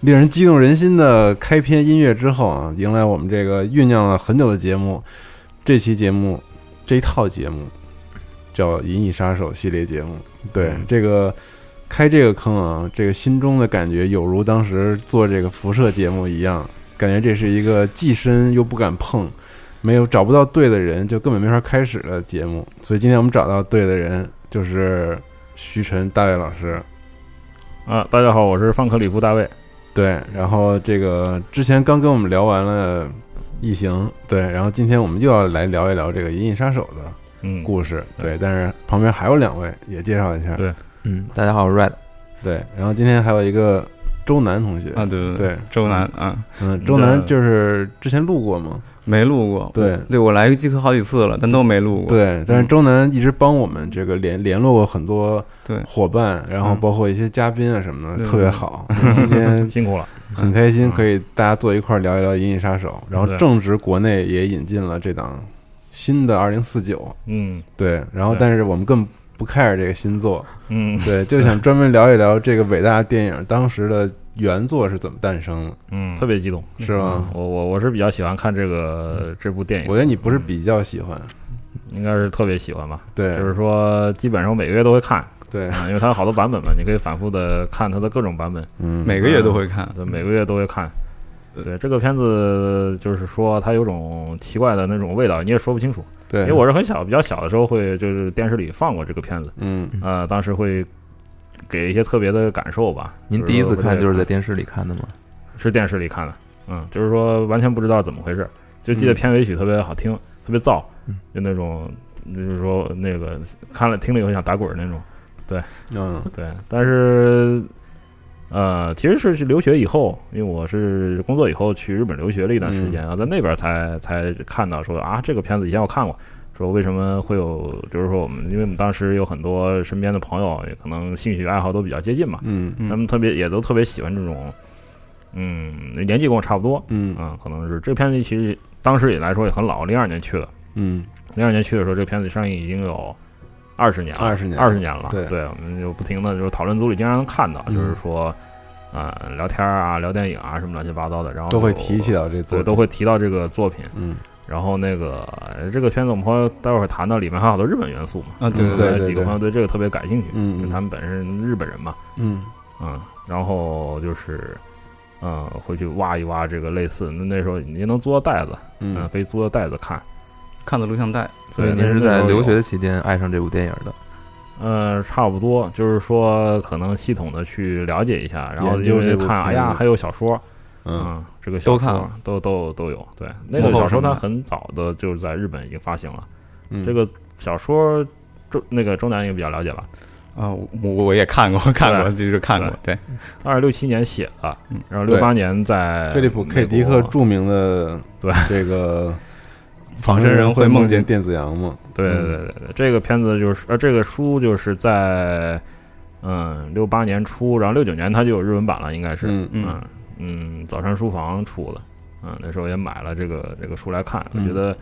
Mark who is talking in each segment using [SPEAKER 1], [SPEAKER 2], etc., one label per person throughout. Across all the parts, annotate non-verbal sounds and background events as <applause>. [SPEAKER 1] 令人激动人心的开篇音乐之后啊，迎来我们这个酝酿了很久的节目。这期节目，这一套节目叫《银翼杀手》系列节目。对
[SPEAKER 2] 嗯
[SPEAKER 1] 这个开这个坑啊，这个心中的感觉有如当时做这个辐射节目一样，感觉这是一个既深又不敢碰，没有找不到对的人，就根本没法开始的节目。所以今天我们找到对的人，就是徐晨大卫老师。
[SPEAKER 2] 啊，大家好，我是范克里夫大卫。
[SPEAKER 1] 对，然后这个之前刚跟我们聊完了《异形》，对，然后今天我们又要来聊一聊这个《银翼杀手》的
[SPEAKER 2] 嗯，
[SPEAKER 1] 故事，对，但是旁边还有两位也介绍一下，
[SPEAKER 2] 对
[SPEAKER 3] 嗯，大家好，我是 Red。
[SPEAKER 1] 对，然后今天还有一个周楠同学，
[SPEAKER 4] 啊，对对
[SPEAKER 1] 对，
[SPEAKER 4] 周南啊，
[SPEAKER 1] 嗯，周楠就是之前录过嘛，
[SPEAKER 4] 没录过，
[SPEAKER 1] 对
[SPEAKER 4] 对我来即可好几次了，但都没录过，
[SPEAKER 1] 对，但是周楠一直帮我们这个联联络过很多
[SPEAKER 4] 对嗯
[SPEAKER 1] 伙伴，然后包括一些嘉宾啊什么的，
[SPEAKER 4] 对
[SPEAKER 1] 特别好，嗯今天
[SPEAKER 2] 辛苦了。
[SPEAKER 1] 很开心，可以大家坐一块儿聊一聊《银翼杀手》，然后
[SPEAKER 2] 嗯对
[SPEAKER 1] 正值国内也引进了这档新的二零四九，
[SPEAKER 2] 嗯
[SPEAKER 1] 对，然后
[SPEAKER 2] 对
[SPEAKER 1] 但是我们更不 care 这个新作，
[SPEAKER 2] 嗯 <laughs>
[SPEAKER 1] 对，就想专门聊一聊这个伟大的电影当时的原作是怎么诞生的，
[SPEAKER 2] 嗯，特别激动。
[SPEAKER 1] 是吗？
[SPEAKER 2] 我我我是比较喜欢看这个这部电
[SPEAKER 1] 嗯我觉
[SPEAKER 2] 影，
[SPEAKER 1] 得你不是比较喜欢，
[SPEAKER 2] 应该是特别喜欢吧。
[SPEAKER 1] 对，
[SPEAKER 2] 就是说，基本上我每个月都会看，
[SPEAKER 1] 对，
[SPEAKER 2] 嗯，因为它有好多版本嘛，你可以反复的看它的各种版本，
[SPEAKER 1] 嗯，
[SPEAKER 4] 每个月都会看，
[SPEAKER 2] 对，每个月都会看。对这个片子，就是说它有种奇怪的那种味道，你也说不清楚。
[SPEAKER 1] 嗯对，
[SPEAKER 2] 因为我是很小，比较小的时候会就是电视里放过这个片子，
[SPEAKER 1] 嗯，
[SPEAKER 2] 呃，当时会给一些特别的感受吧。
[SPEAKER 3] 您
[SPEAKER 2] 比
[SPEAKER 3] 第一
[SPEAKER 2] 如说
[SPEAKER 3] 次看
[SPEAKER 2] 会
[SPEAKER 3] 就是在电视里看的吗？
[SPEAKER 2] 是电视里看的，嗯，就是说完全不知道怎么回事儿，就记得片尾曲特别好听，特别燥
[SPEAKER 3] 嗯，
[SPEAKER 2] 就那种，就是说那个看了听了以后想打滚儿那种，
[SPEAKER 1] 嗯，
[SPEAKER 2] 对。但是，呃，其实是留学以后，因为我是工作以后去日本留学了一段时间，然后在那边才才看到说啊，这个片子以前我看过。说为什么会有，就是说我们，因为我们当时有很多身边的朋友，也可能兴趣爱好都比较接近嘛，
[SPEAKER 1] 嗯，
[SPEAKER 4] 嗯
[SPEAKER 2] 他们特别也都特别喜欢这种，嗯，年纪跟我差不多，
[SPEAKER 1] 嗯，
[SPEAKER 2] 啊，可能是这片子其实当时也来说也很老，零二年去的，
[SPEAKER 1] 嗯，
[SPEAKER 2] 零二年去的时候，这片子上映已经有二十年了，
[SPEAKER 1] 20年嗯
[SPEAKER 2] 二十年了，
[SPEAKER 1] 对
[SPEAKER 2] 我们就不停的就是讨论组里经常能看到，就是
[SPEAKER 1] 嗯
[SPEAKER 2] 说，呃，聊天啊，聊电影啊，什么乱七八糟的，然后
[SPEAKER 1] 都会
[SPEAKER 2] 就
[SPEAKER 1] 提起，到这作品，
[SPEAKER 2] 对，都会提到这个作品。
[SPEAKER 1] 嗯，
[SPEAKER 2] 然后那个呃这个片子，我们会待会儿谈到里面还有好多日本元素嘛，
[SPEAKER 4] 啊，对
[SPEAKER 1] 嗯
[SPEAKER 4] 对，
[SPEAKER 2] 我
[SPEAKER 1] 对
[SPEAKER 2] 有几个
[SPEAKER 1] 对
[SPEAKER 2] 朋友对这个特别感兴趣，
[SPEAKER 1] 嗯嗯
[SPEAKER 2] 他们本身日本人嘛，
[SPEAKER 1] 嗯
[SPEAKER 2] 嗯，然后就是，嗯，回去挖一挖这个类似，那那时候你能租到袋子，嗯，
[SPEAKER 1] 嗯，
[SPEAKER 2] 可以租到袋子看。
[SPEAKER 4] 看的录像带，
[SPEAKER 3] 所以您是在留学，期间爱上这部电影的。
[SPEAKER 2] 呃，差不多，就是说可能系统的去了解一下，然后
[SPEAKER 1] 研究
[SPEAKER 2] 因为
[SPEAKER 1] 这部
[SPEAKER 2] 看，哎
[SPEAKER 1] 片
[SPEAKER 2] 呀，
[SPEAKER 1] 子
[SPEAKER 2] 还有小说，
[SPEAKER 1] 嗯，
[SPEAKER 2] 嗯，这个小
[SPEAKER 4] 都看
[SPEAKER 2] 说
[SPEAKER 4] 了
[SPEAKER 2] 都都都有，对，那
[SPEAKER 4] 幕
[SPEAKER 2] 个
[SPEAKER 4] 后
[SPEAKER 2] 小说
[SPEAKER 4] 什么
[SPEAKER 2] 它
[SPEAKER 4] 的
[SPEAKER 2] 很早的就是在日本已经发行了，
[SPEAKER 1] 嗯
[SPEAKER 2] 这，个小说周那个周南也比较了解吧，
[SPEAKER 4] 啊，我我我也看过，看过就是看过，啊对，
[SPEAKER 2] 二六七年写的
[SPEAKER 4] 嗯，
[SPEAKER 2] 然后
[SPEAKER 1] 对
[SPEAKER 2] 六八年在
[SPEAKER 1] 菲利普 ·K· 迪克
[SPEAKER 2] 美国
[SPEAKER 1] 著名的
[SPEAKER 2] 对
[SPEAKER 1] 这
[SPEAKER 2] <laughs>
[SPEAKER 1] 个
[SPEAKER 4] 仿生人会梦见
[SPEAKER 1] 电子羊嘛，
[SPEAKER 2] 对对
[SPEAKER 1] 嗯
[SPEAKER 2] 对对，对，这个片子就是呃，这个书就是在嗯六八年出，然后六九年它就有日文版了，应该是
[SPEAKER 1] 嗯
[SPEAKER 2] 嗯嗯早餐书房出的，嗯那时候也买了这个这个书来看，我
[SPEAKER 1] 嗯
[SPEAKER 2] 觉得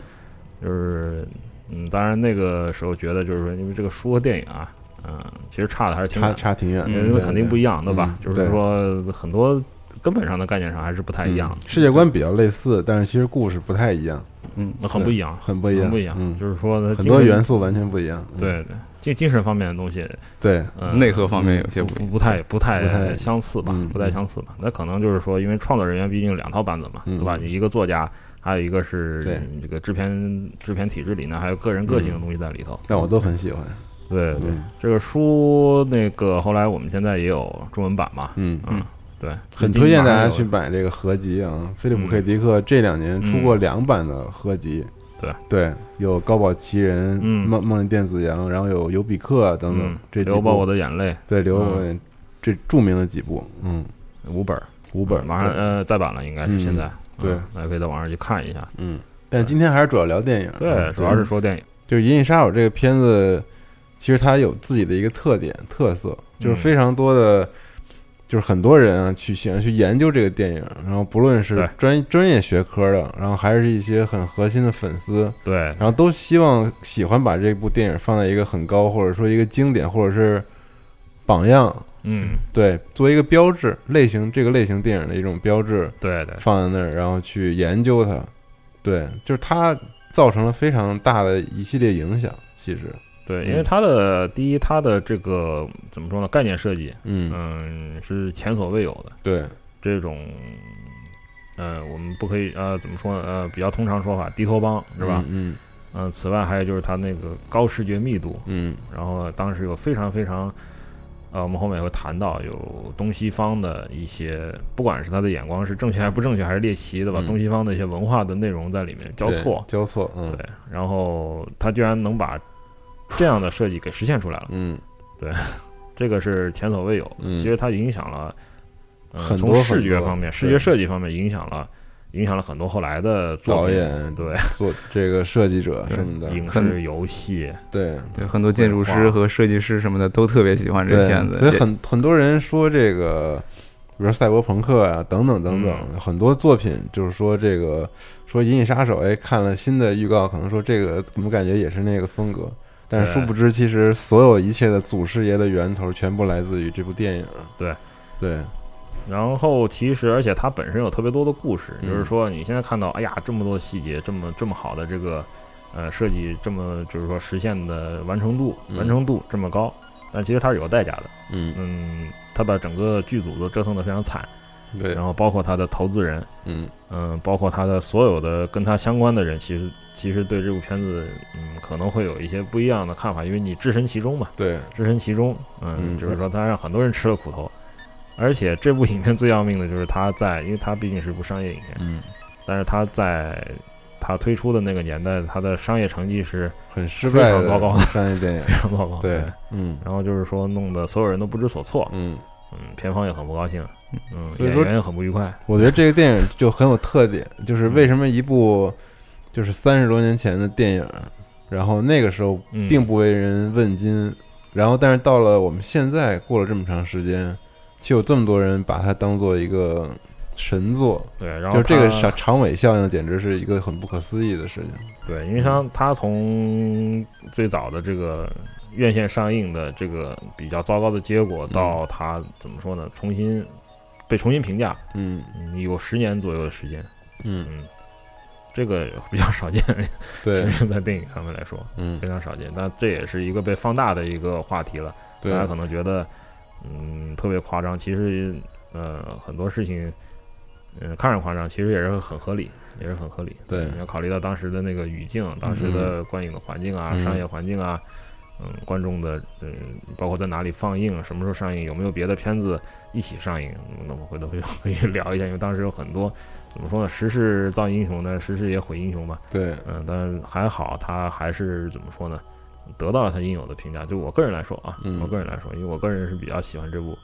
[SPEAKER 2] 就是嗯，当然那个时候觉得就是说，因为这个书和电影啊，嗯，其实差的还是挺
[SPEAKER 1] 差
[SPEAKER 2] 远，
[SPEAKER 1] 差挺远的，
[SPEAKER 2] 因为嗯肯定不
[SPEAKER 1] 一
[SPEAKER 2] 一样，对吧？
[SPEAKER 1] 嗯
[SPEAKER 2] 就是说很多根本上的概念上还是不太一样的，
[SPEAKER 1] 嗯世界观比较类似，但是其实故事不太一样，
[SPEAKER 4] 嗯，
[SPEAKER 2] 那很不一样。
[SPEAKER 1] 很不一
[SPEAKER 2] 很
[SPEAKER 1] 样，
[SPEAKER 2] 不一样，
[SPEAKER 1] 嗯，
[SPEAKER 2] 就是说它
[SPEAKER 1] 很
[SPEAKER 2] 精
[SPEAKER 1] 多
[SPEAKER 2] 神
[SPEAKER 1] 元素完全不一样，嗯
[SPEAKER 2] 对对，精精神方面的东西，
[SPEAKER 1] 对，
[SPEAKER 2] 呃，
[SPEAKER 4] 内核方面有些不一
[SPEAKER 2] 不
[SPEAKER 4] 样，
[SPEAKER 2] 不太不
[SPEAKER 1] 不太
[SPEAKER 2] 太相似吧
[SPEAKER 1] 嗯，
[SPEAKER 2] 不太相似吧。那可能就是说，因为创作人员毕竟两套班子嘛，
[SPEAKER 1] 嗯
[SPEAKER 2] 对吧？你一个作家，还有一个是
[SPEAKER 1] 对
[SPEAKER 2] 你这个制片制片体制里呢，还有个人个性的东西在里头。
[SPEAKER 1] 但我都很喜欢，
[SPEAKER 2] 对对，
[SPEAKER 1] 嗯
[SPEAKER 2] 这个书那个后来我们现在也有中文版嘛，
[SPEAKER 1] 嗯，
[SPEAKER 2] 嗯
[SPEAKER 4] 嗯，
[SPEAKER 2] 对，
[SPEAKER 1] 很推荐大家去买这个合集啊，菲
[SPEAKER 2] 嗯
[SPEAKER 1] 利普 ·K· 迪克这两年出过两版的合集。
[SPEAKER 2] 对
[SPEAKER 1] 对，有高保奇人、
[SPEAKER 2] 嗯
[SPEAKER 1] 梦梦见电子羊，然后有尤比克啊等等
[SPEAKER 2] 嗯，，
[SPEAKER 1] 这几
[SPEAKER 2] 流
[SPEAKER 1] 部
[SPEAKER 2] 吧我的眼泪
[SPEAKER 1] 对刘
[SPEAKER 2] 嗯
[SPEAKER 1] 伯文这著名的几部，嗯，
[SPEAKER 2] 五本儿，
[SPEAKER 1] 五本
[SPEAKER 2] 马上
[SPEAKER 1] 对
[SPEAKER 2] 呃再版了，应该
[SPEAKER 1] 嗯
[SPEAKER 2] 是现在，
[SPEAKER 1] 对
[SPEAKER 2] 嗯，大家可以到网上去看一下。
[SPEAKER 1] 嗯，但今天还是主要聊电影，啊嗯
[SPEAKER 2] 对，主要是说电影，
[SPEAKER 1] 就是《银翼杀手》这个片子，其实它有自己的一个特点特色，
[SPEAKER 2] 嗯
[SPEAKER 1] 就是非常多的，就是很多人啊去喜欢去研究这个电影，然后不论是
[SPEAKER 2] 对
[SPEAKER 1] 专专业学科的，然后还是一些很核心的粉丝，
[SPEAKER 2] 对，
[SPEAKER 1] 然后都希望喜欢把这部电影放在一个很高，或者说一个经典，或者是榜样
[SPEAKER 2] 嗯，
[SPEAKER 1] 对，作为一个标志类型，这个类型电影的一种标志
[SPEAKER 2] 对对，
[SPEAKER 1] 放在那儿，然后去研究它，对，就是它造成了非常大的一系列影响。其实，嗯
[SPEAKER 2] 对，因为它的第一，它的这个怎么说呢？概念设计，
[SPEAKER 1] 嗯，
[SPEAKER 2] 嗯，是前所未有的
[SPEAKER 1] 对，
[SPEAKER 2] 这种，嗯、我们不可以呃，怎么说呢？呃，比较通常说法，敌头帮是吧？
[SPEAKER 1] 嗯
[SPEAKER 2] 嗯、此外还有就是它那个高视觉密度，
[SPEAKER 1] 嗯
[SPEAKER 2] 然后当时有非常非常，呃，我们后面也会谈到有东西方的一些，不管是他的眼光是正确还是不正确，还是猎奇的吧，
[SPEAKER 1] 嗯
[SPEAKER 2] 东西方的一些文化的内容在里面交
[SPEAKER 1] 对
[SPEAKER 2] 错，
[SPEAKER 1] 交错，嗯
[SPEAKER 2] 对，然后他居然能把这样的设计给实现出来了，
[SPEAKER 1] 嗯
[SPEAKER 2] 这个是前所未有。
[SPEAKER 1] 嗯
[SPEAKER 2] 其实它影响了，呃、
[SPEAKER 1] 很
[SPEAKER 2] 从
[SPEAKER 1] 多
[SPEAKER 2] 视
[SPEAKER 1] 很
[SPEAKER 2] 觉
[SPEAKER 1] 多
[SPEAKER 2] 方面、视
[SPEAKER 1] 对
[SPEAKER 2] 觉设计方面影响了，影响了很多后来的作
[SPEAKER 1] 导
[SPEAKER 2] 品
[SPEAKER 1] 演
[SPEAKER 2] 对
[SPEAKER 1] 做这个设计者
[SPEAKER 4] 对
[SPEAKER 1] 什么的，
[SPEAKER 2] 影
[SPEAKER 4] 很
[SPEAKER 2] 视、游戏，
[SPEAKER 1] 对，
[SPEAKER 4] 对，很多建筑师和设计师什么的都特别喜欢这
[SPEAKER 1] 对，
[SPEAKER 4] 个片子，
[SPEAKER 1] 所以很很多人说这个，比如赛博朋克啊，等等等等，
[SPEAKER 2] 嗯
[SPEAKER 1] 很多作品就是说这个，说《银翼杀手》，哎，看了新的预告，可能说这个怎么感觉也是那个风格。但是殊
[SPEAKER 2] 对
[SPEAKER 1] 不知，其实所有一切的祖师爷的源头全部来自于这部电影。
[SPEAKER 2] 对，
[SPEAKER 1] 对，
[SPEAKER 2] 然后其实，而且它本身有特别多的故事，
[SPEAKER 1] 嗯
[SPEAKER 2] 就是说你现在看到，哎呀，这么多细节，这么这么好的这个呃设计，这么就是说实现的完成度、
[SPEAKER 1] 嗯
[SPEAKER 2] 完成度这么高，但其实它是有个代价的。
[SPEAKER 1] 嗯，
[SPEAKER 2] 嗯，他把整个剧组都折腾得非常惨，
[SPEAKER 1] 嗯对
[SPEAKER 2] 然，后包括他的投资人，
[SPEAKER 1] 嗯，
[SPEAKER 2] 嗯，包括他的所有的跟他相关的人，其实其实对这部片子，嗯，可能会有一些不一样的看法，因为你置身其中嘛，
[SPEAKER 1] 对，
[SPEAKER 2] 置身其中，嗯，
[SPEAKER 1] 嗯
[SPEAKER 2] 就是说他让很多人吃了苦头，而且这部影片最要命的就是他在，因为它毕竟是部商业影片，
[SPEAKER 1] 嗯，
[SPEAKER 2] 但是他在他推出的那个年代，他的商业成绩是 <laughs>
[SPEAKER 1] 很失
[SPEAKER 2] 非
[SPEAKER 1] 败
[SPEAKER 2] 常
[SPEAKER 1] 的
[SPEAKER 2] 糟糕
[SPEAKER 1] 商业电影。
[SPEAKER 2] 非常糟糕，
[SPEAKER 1] 对，嗯
[SPEAKER 2] 然后就是说弄得所有人都不知所措，
[SPEAKER 1] 嗯，
[SPEAKER 2] 嗯，片方也很不高兴，嗯，
[SPEAKER 1] 所以说
[SPEAKER 2] 演员也很不愉快，
[SPEAKER 1] 我觉得这个电影就很有特
[SPEAKER 2] <laughs>
[SPEAKER 1] 点，就是为什么一部就是三十多年前的电影，然后那个时候
[SPEAKER 2] 嗯
[SPEAKER 1] 并不为人问津，然后但是到了我们现在过了这么长时间，就有这么多人把它当做一个神作，
[SPEAKER 2] 对，然后
[SPEAKER 1] 就这个
[SPEAKER 2] 他
[SPEAKER 1] 长长尾效应简直是一个很不可思议的事情。
[SPEAKER 2] 对，因为他他从最早的这个院线上映的这个比较糟糕的结果，到他怎么说呢，重新被重新评价，
[SPEAKER 1] 嗯
[SPEAKER 2] 嗯有十年左右的时间，
[SPEAKER 1] 嗯，
[SPEAKER 2] 嗯，这个比较少见， <laughs>
[SPEAKER 1] 对
[SPEAKER 2] 其，实在电影上面来说
[SPEAKER 1] 嗯
[SPEAKER 2] 非常少见，但这也是一个被放大的一个话题了。
[SPEAKER 1] 对
[SPEAKER 2] 大，家可能觉得，嗯，特别夸张。其实，呃，很多事情，嗯、看着夸张，其实也是很合理，也是很合理。
[SPEAKER 1] 对
[SPEAKER 2] 你要考虑到当时的那个语境、当时的观影的环境啊、
[SPEAKER 1] 嗯
[SPEAKER 2] 商业环境啊，嗯，观众的，嗯，包括在哪里放映、啊什么时候上映、有没有别的片子一起上映，那我们回头 <laughs> 可以可以聊一下，因为当时有很多。怎么说呢？时势造英雄呢，时势也毁英雄嘛。
[SPEAKER 1] 对，
[SPEAKER 2] 嗯、但还好，他还是怎么说呢？得到了他应有的评价。就我个人来说啊，
[SPEAKER 1] 嗯
[SPEAKER 2] 我个人来说，因为我个人是比较喜欢这部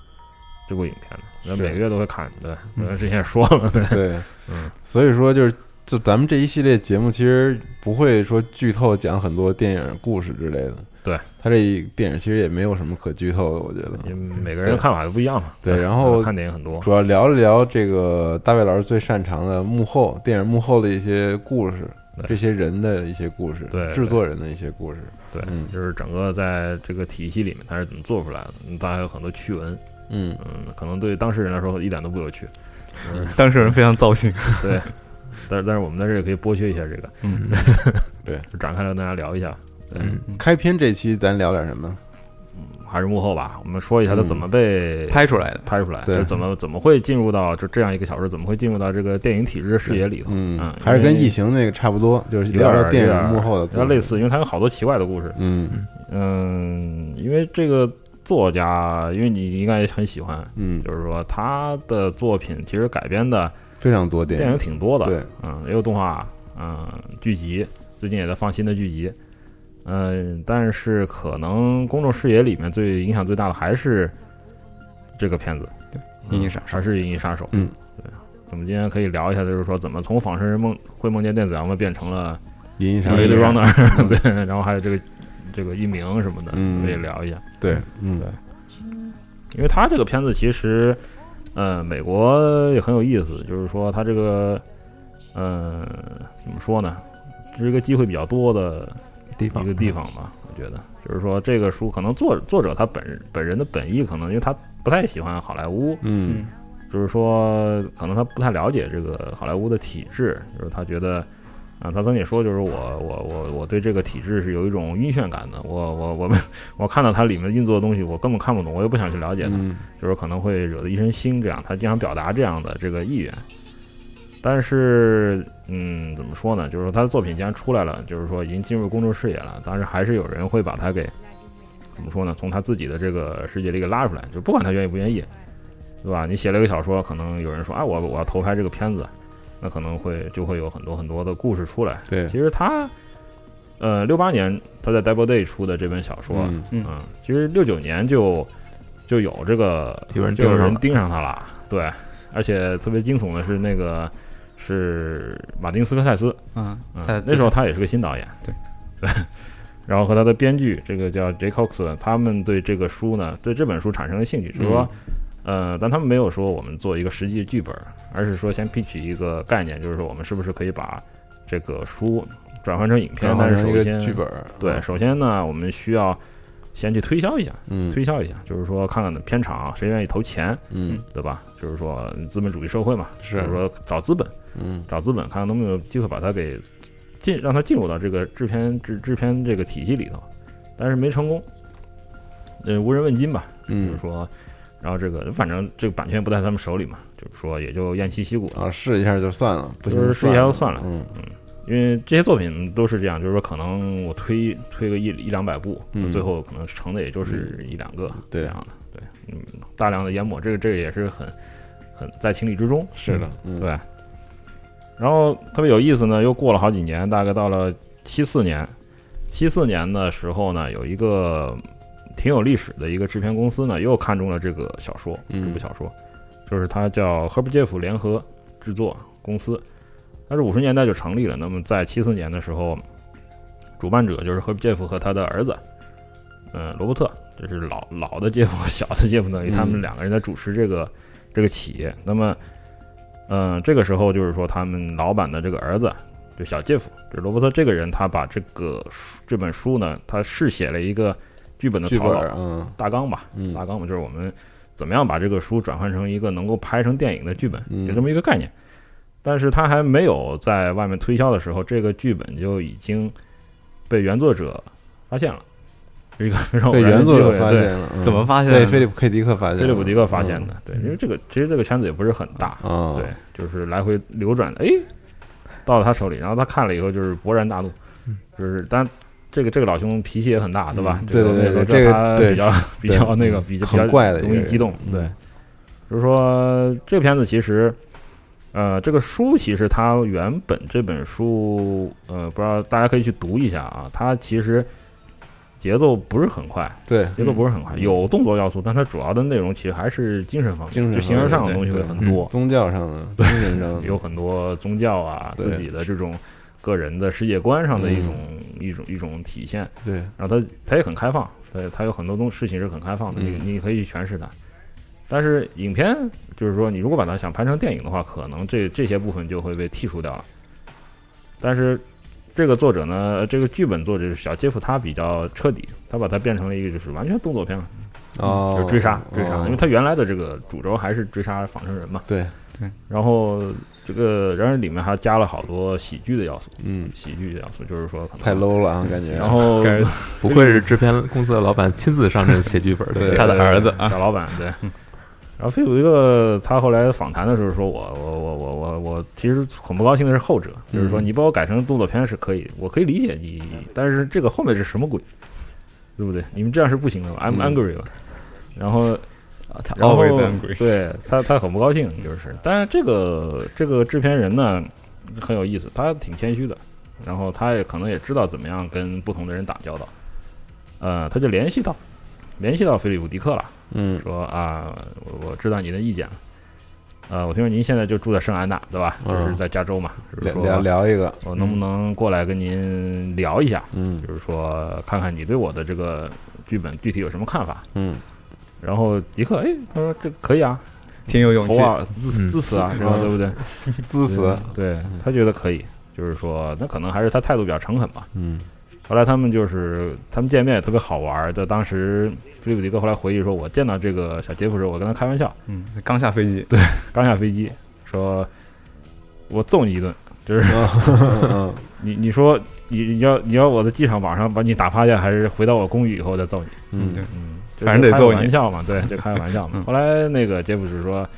[SPEAKER 2] 这部影片的，那
[SPEAKER 1] 是
[SPEAKER 2] 每个月都会看。
[SPEAKER 1] <laughs>
[SPEAKER 2] 对，我之前也说了，对，
[SPEAKER 1] 对，
[SPEAKER 2] 嗯，
[SPEAKER 1] 所以说就是就咱们这一系列节目，其实不会说剧透讲很多电影故事之类的。
[SPEAKER 2] 对，嗯
[SPEAKER 1] 他这电影其实也没有什么可剧透的，我觉得。
[SPEAKER 2] 因为每个人看法都不一样嘛。
[SPEAKER 1] 对然后
[SPEAKER 2] 看点也很多。
[SPEAKER 1] 主要聊了聊这个大卫老师最擅长的幕后电影幕后的一些故事，
[SPEAKER 2] 对
[SPEAKER 1] 这些人的一些故事，
[SPEAKER 2] 对对
[SPEAKER 1] 制作人的一些故事，
[SPEAKER 2] 对，
[SPEAKER 1] 嗯
[SPEAKER 2] 就是整个在这个体系里面，它是怎么做出来的？嗯它还有很多趣闻，
[SPEAKER 1] 嗯，
[SPEAKER 2] 嗯，可能对当事人来说一点都不有趣，
[SPEAKER 4] 当事人非常糟心。
[SPEAKER 2] 对。但是但是我们在这里可以剥削一下这个，
[SPEAKER 4] 嗯，
[SPEAKER 2] 就展开来跟大家聊一下，对，
[SPEAKER 3] 嗯
[SPEAKER 1] 开篇这期咱聊点什么？
[SPEAKER 2] 还是幕后吧，我们说一下他
[SPEAKER 1] 嗯
[SPEAKER 2] 怎么被
[SPEAKER 4] 拍出来的，
[SPEAKER 2] 拍出来，
[SPEAKER 1] 对
[SPEAKER 2] 就是怎么怎么会进入到就这样一个小说，怎么会进入到这个电影体制的视野里头？
[SPEAKER 1] 嗯
[SPEAKER 2] 嗯，
[SPEAKER 1] 还是跟
[SPEAKER 2] 因为
[SPEAKER 1] 异形那个差不多，就是
[SPEAKER 2] 有点
[SPEAKER 1] 聊
[SPEAKER 2] 儿
[SPEAKER 1] 聊电
[SPEAKER 2] 有点
[SPEAKER 1] 影
[SPEAKER 2] 儿
[SPEAKER 1] 幕后的
[SPEAKER 2] 有点
[SPEAKER 1] 故
[SPEAKER 2] 类
[SPEAKER 1] 事，
[SPEAKER 2] 似，因为它有好多奇怪的故事。
[SPEAKER 1] 嗯
[SPEAKER 2] 嗯，因为这个作家，因为你应该也很喜欢，
[SPEAKER 1] 嗯，
[SPEAKER 2] 就是说他的作品其实改编的
[SPEAKER 1] 非常多电
[SPEAKER 2] 电影挺多的，
[SPEAKER 1] 对，
[SPEAKER 2] 嗯，也有动画，嗯，剧集，最近也在放新的剧集，嗯，但是可能公众视野里面最影响最大的还是这个片子，
[SPEAKER 4] 《银翼杀手
[SPEAKER 2] 还是《银翼杀手》。
[SPEAKER 1] 嗯，
[SPEAKER 2] 对。啊我们今天可以聊一下，就是说怎么从仿生人梦会梦见电子羊们变成了
[SPEAKER 1] 银翼杀
[SPEAKER 2] r
[SPEAKER 1] 手
[SPEAKER 2] a d e
[SPEAKER 4] 对对
[SPEAKER 2] Runner，对， <laughs> 然后还有这个这个艺名什么的，
[SPEAKER 1] 嗯
[SPEAKER 2] 可以聊一下。
[SPEAKER 1] 对，嗯
[SPEAKER 2] 对因为他这个片子其实，呃，美国也很有意思，就是说他这个，呃，怎么说呢，这是一个机会比较多的
[SPEAKER 3] 地
[SPEAKER 2] 一
[SPEAKER 3] 方
[SPEAKER 2] 个地方吧，我觉得就是说这个书可能作作者他本本人的本意，可能因为他不太喜欢好莱坞，
[SPEAKER 1] 嗯
[SPEAKER 2] 就是说可能他不太了解这个好莱坞的体制，就是他觉得。啊，他曾经也说，就是我我我我对这个体制是有一种晕眩感的。我我我们 <laughs> 我看到它里面运作的东西，我根本看不懂，我也不想去了解它。
[SPEAKER 1] 嗯
[SPEAKER 2] 就是可能会惹得一身腥这样，他经常表达这样的这个意愿。但是，嗯，怎么说呢？就是说他的作品既然出来了，就是说已经进入公众视野了，但是还是有人会把他给怎么说呢？从他自己的这个世界里给拉出来，就不管他愿意不愿意，对吧？你写了一个小说，可能有人说，啊，我我要投拍这个片子，那可能会就会有很多很多的故事出来。
[SPEAKER 1] 对
[SPEAKER 2] 其实他，呃，六八年他在 Double Day 出的这本小说，
[SPEAKER 1] 嗯
[SPEAKER 2] 嗯，其实六九年就就有这个
[SPEAKER 3] 有人
[SPEAKER 2] 就有
[SPEAKER 3] 嗯盯上
[SPEAKER 2] 人
[SPEAKER 3] 了
[SPEAKER 2] 盯上他了，对，而且特别惊悚的是那个是马丁斯科塞斯，
[SPEAKER 4] 嗯，
[SPEAKER 2] 嗯
[SPEAKER 4] 他，
[SPEAKER 2] 那时候他也是个新导演，
[SPEAKER 4] 对
[SPEAKER 2] 对， <laughs> 然后和他的编剧这个叫 J Cox，他们对这个书呢，对这本书产生了兴趣，就是说。呃，但他们没有说我们做一个实际的剧本，而是说先 pitch 一个概念，就是说我们是不是可以把这个书转换成影片
[SPEAKER 1] 然？后
[SPEAKER 2] 但
[SPEAKER 1] 一
[SPEAKER 2] 是首
[SPEAKER 1] 个
[SPEAKER 2] 先
[SPEAKER 1] 剧本儿，啊
[SPEAKER 2] 对，首先呢，我们需要先去推销一下，
[SPEAKER 1] 嗯
[SPEAKER 2] 推销一下，就是说看看片场谁愿意投钱，
[SPEAKER 1] 嗯
[SPEAKER 2] 对吧？就是说资本主义社会嘛，
[SPEAKER 1] 是
[SPEAKER 2] 就是说找资本，
[SPEAKER 1] 嗯
[SPEAKER 2] 找资本，看看能不能有机会把它给进，让它进入到这个制片制制片这个体系里头，但是没成功，呃，无人问津吧，就是
[SPEAKER 1] 嗯
[SPEAKER 2] 说，然后这个反正这个版权不在他们手里嘛，就是说也就偃旗息鼓了。
[SPEAKER 1] 啊，试一下就算了，不
[SPEAKER 2] 就
[SPEAKER 1] 行
[SPEAKER 2] 是试一下就算了
[SPEAKER 1] 嗯
[SPEAKER 2] 因为这些作品都是这样，就是说可能我推推个一一两百步，
[SPEAKER 1] 嗯
[SPEAKER 2] 最后可能成的也就是一两个、
[SPEAKER 1] 对
[SPEAKER 2] 这样的，对，嗯，大量的淹没，这个这个也是很很在情理之中，
[SPEAKER 1] 是的，嗯
[SPEAKER 2] 对。然后特别有意思呢，又过了好几年，大概到了七四年，七四年的时候呢，有一个嗯挺有历史的一个制片公司呢，又看中了这个小说，
[SPEAKER 1] 嗯
[SPEAKER 2] 这部小说，就是它叫赫伯杰夫联合制作公司，它是五十年代就成立了。那么在七四年的时候，主办者就是赫伯杰夫和他的儿子，嗯，罗伯特，这是老老的杰夫和小的杰夫，等于他
[SPEAKER 1] 嗯
[SPEAKER 2] 们两个人在主持这个这个企业。那么，嗯，这个时候就是说，他们老板的这个儿子，就小杰夫，这罗伯特这个人，他把这个书这本书呢，他试写了一个剧本的
[SPEAKER 1] 剧本
[SPEAKER 2] 草
[SPEAKER 1] 儿
[SPEAKER 2] 稿
[SPEAKER 1] 嗯
[SPEAKER 2] 大纲吧，
[SPEAKER 1] 嗯
[SPEAKER 2] 大纲嘛，就是我们怎么样把这个书转换成一个能够拍成电影的剧本，
[SPEAKER 1] 嗯
[SPEAKER 2] 有这么一个概念。但是他还没有在外面推销的时候，这个剧本就已经被原作者发现了，一个让我
[SPEAKER 1] 被原作者发现
[SPEAKER 2] 对
[SPEAKER 1] 了，嗯
[SPEAKER 4] 怎么发现的？
[SPEAKER 1] 被菲利普 K 迪克发现了，
[SPEAKER 2] 菲利普迪克发现
[SPEAKER 1] 嗯
[SPEAKER 2] 的，对，因为这个其实这个圈子也不是很大，
[SPEAKER 1] 啊，
[SPEAKER 2] 对，就是来回流转，哎，到了他手里，然后他看了以后就是勃然大怒，就是但。这个这个老兄脾气也很大，对吧？
[SPEAKER 1] 嗯对对对
[SPEAKER 2] 这
[SPEAKER 1] 这个
[SPEAKER 2] 他
[SPEAKER 1] 对
[SPEAKER 2] 比较 <laughs> 比较那个比较比较
[SPEAKER 1] 很怪的一个
[SPEAKER 2] 容易
[SPEAKER 1] 人
[SPEAKER 2] 激动，
[SPEAKER 1] 嗯
[SPEAKER 2] 对。就是说这个片子其实，呃，这个书其实它原本这本书，呃，不知道大家可以去读一下啊，它其实节奏不是很快，
[SPEAKER 1] 对，
[SPEAKER 2] 节奏不是很快，有动作要素，但它主要的内容其实还是精神方面，
[SPEAKER 1] 精神
[SPEAKER 2] 就形而上的东西会
[SPEAKER 1] 对嗯
[SPEAKER 2] 很
[SPEAKER 3] 对
[SPEAKER 2] 多。
[SPEAKER 1] 宗教上的，精神上的，
[SPEAKER 2] 有很多宗教啊，
[SPEAKER 1] 嗯对
[SPEAKER 2] 自己的这种个人的世界观上的一
[SPEAKER 1] 嗯
[SPEAKER 2] 种、一种一种体现。
[SPEAKER 1] 对，
[SPEAKER 2] 然后它它也很开放，对，它有很多东事情是很开放的，
[SPEAKER 1] 嗯
[SPEAKER 2] 你你可以去诠释它。但是影片就是说，你如果把它想拍成电影的话，可能这这些部分就会被剔除掉了。但是这个作者呢，呃这个剧本作者小杰夫他比较彻底，他把它变成了一个就是完全动作片了，
[SPEAKER 1] 哦，
[SPEAKER 2] 就是追杀追杀，
[SPEAKER 1] 哦
[SPEAKER 2] 因为他原来的这个主轴还是追杀仿生人嘛。
[SPEAKER 1] 对，
[SPEAKER 2] 然后这个，然而里面还加了好多喜剧的要素，
[SPEAKER 1] 嗯，
[SPEAKER 2] 喜剧的要素就是说可能
[SPEAKER 1] 太 low 了啊，感觉，
[SPEAKER 2] 然
[SPEAKER 4] 嗯
[SPEAKER 2] 后
[SPEAKER 1] 该
[SPEAKER 3] 不愧是制片公司的老板亲自上阵写剧本的，
[SPEAKER 1] 对
[SPEAKER 4] 他的儿子
[SPEAKER 2] <laughs> 对小老板对。然后菲鲁一个他后来访谈的时候说我我我我我我其实很不高兴的是后者，就是说
[SPEAKER 1] 嗯
[SPEAKER 2] 你把我改成动作片是可以，我可以理解你，但是这个后面是什么鬼，对不对？你们这样是不行的，I'm
[SPEAKER 1] 嗯
[SPEAKER 2] angry 了。然后
[SPEAKER 4] 他
[SPEAKER 2] 然后
[SPEAKER 4] always angry
[SPEAKER 2] 对他他很不高兴，就是。但是这个这个制片人呢很有意思，他挺谦虚的，然后他也可能也知道怎么样跟不同的人打交道，呃，他就联系到联系到菲利普迪克了，
[SPEAKER 1] 嗯，
[SPEAKER 2] 说啊，我我知道您的意见了。呃，我听说您现在就住在圣安娜，对吧？
[SPEAKER 1] 嗯
[SPEAKER 2] 就是在加州嘛，就是
[SPEAKER 1] 聊
[SPEAKER 2] 说
[SPEAKER 1] 聊聊一个，
[SPEAKER 2] 我能不能过来跟您聊一下？
[SPEAKER 1] 嗯
[SPEAKER 2] 就是说，看看你对我的这个剧本具体有什么看法？
[SPEAKER 1] 嗯
[SPEAKER 2] 然后迪克，哎，他说这个可以啊，
[SPEAKER 4] 挺有勇气
[SPEAKER 2] 佛，啊，支
[SPEAKER 3] 嗯
[SPEAKER 2] 支持啊，这样对不对？
[SPEAKER 1] 自私，
[SPEAKER 2] 对他觉得可以，就是说，那可能还是他态度比较诚恳吧。
[SPEAKER 1] 嗯
[SPEAKER 2] 他后来他们就是他们见面也特别好玩儿，在当时菲利普迪克后来回忆说，我见到这个小杰夫时，我跟他开玩笑，
[SPEAKER 4] 嗯，刚下飞机，
[SPEAKER 2] 刚下飞机说，我揍你一顿，就是
[SPEAKER 1] 嗯
[SPEAKER 2] <laughs> 你你说你你要你要我在机场马上把你打趴下，还是回到我公寓以后再揍你？
[SPEAKER 1] 嗯
[SPEAKER 4] 对
[SPEAKER 1] 嗯
[SPEAKER 2] 嗯，
[SPEAKER 4] 反正得揍
[SPEAKER 2] 就开个
[SPEAKER 4] 你
[SPEAKER 2] 玩笑嘛，对，
[SPEAKER 4] <laughs>
[SPEAKER 2] 就开个玩笑嘛
[SPEAKER 4] 嗯。
[SPEAKER 2] 后来那个杰夫是说，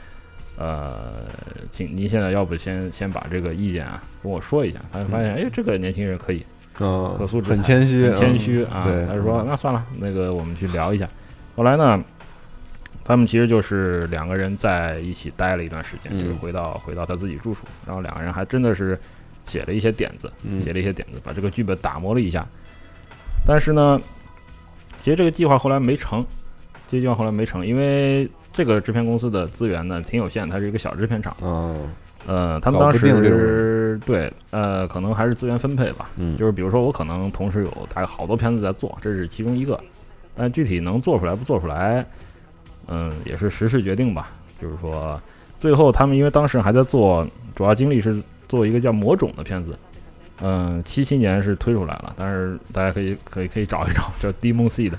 [SPEAKER 2] 呃，请您现在要不先先把这个意见啊跟我说一下。他就发
[SPEAKER 4] 嗯
[SPEAKER 2] 现，哎，这个年轻人可以，
[SPEAKER 1] 嗯，
[SPEAKER 2] 可塑之才
[SPEAKER 1] 很谦虚，
[SPEAKER 2] 很谦
[SPEAKER 1] 嗯
[SPEAKER 2] 虚啊。
[SPEAKER 1] 对
[SPEAKER 2] 他就
[SPEAKER 4] 嗯
[SPEAKER 2] 说那算了，那个我们去聊一下。后来呢，他们其实就是两个人在一起待了一段时间，
[SPEAKER 1] 嗯
[SPEAKER 2] 就是回到回到他自己住处，然后两个人还真的是写了一些点子，
[SPEAKER 1] 嗯
[SPEAKER 2] 写了一些点子，把这个剧本打磨了一下。但是呢，其实这个计划后来没成，这个计划后来没成，因为这个制片公司的资源呢挺有限，它是一个小制片厂，
[SPEAKER 1] 嗯
[SPEAKER 2] 呃，他们
[SPEAKER 1] 搞
[SPEAKER 2] 当
[SPEAKER 1] 不定这种
[SPEAKER 2] 时对，呃，可能还是资源分配吧，
[SPEAKER 1] 嗯
[SPEAKER 2] 就是比如说我可能同时有大概好多片子在做，这是其中一个，但具体能做出来不做出来，嗯，也是时势决定吧。就是说，最后他们因为当时还在做，主要精力是做一个叫《魔种》的片子，嗯，七七年是推出来了，但是大家可以可以可以找一找，叫 Demon Seed，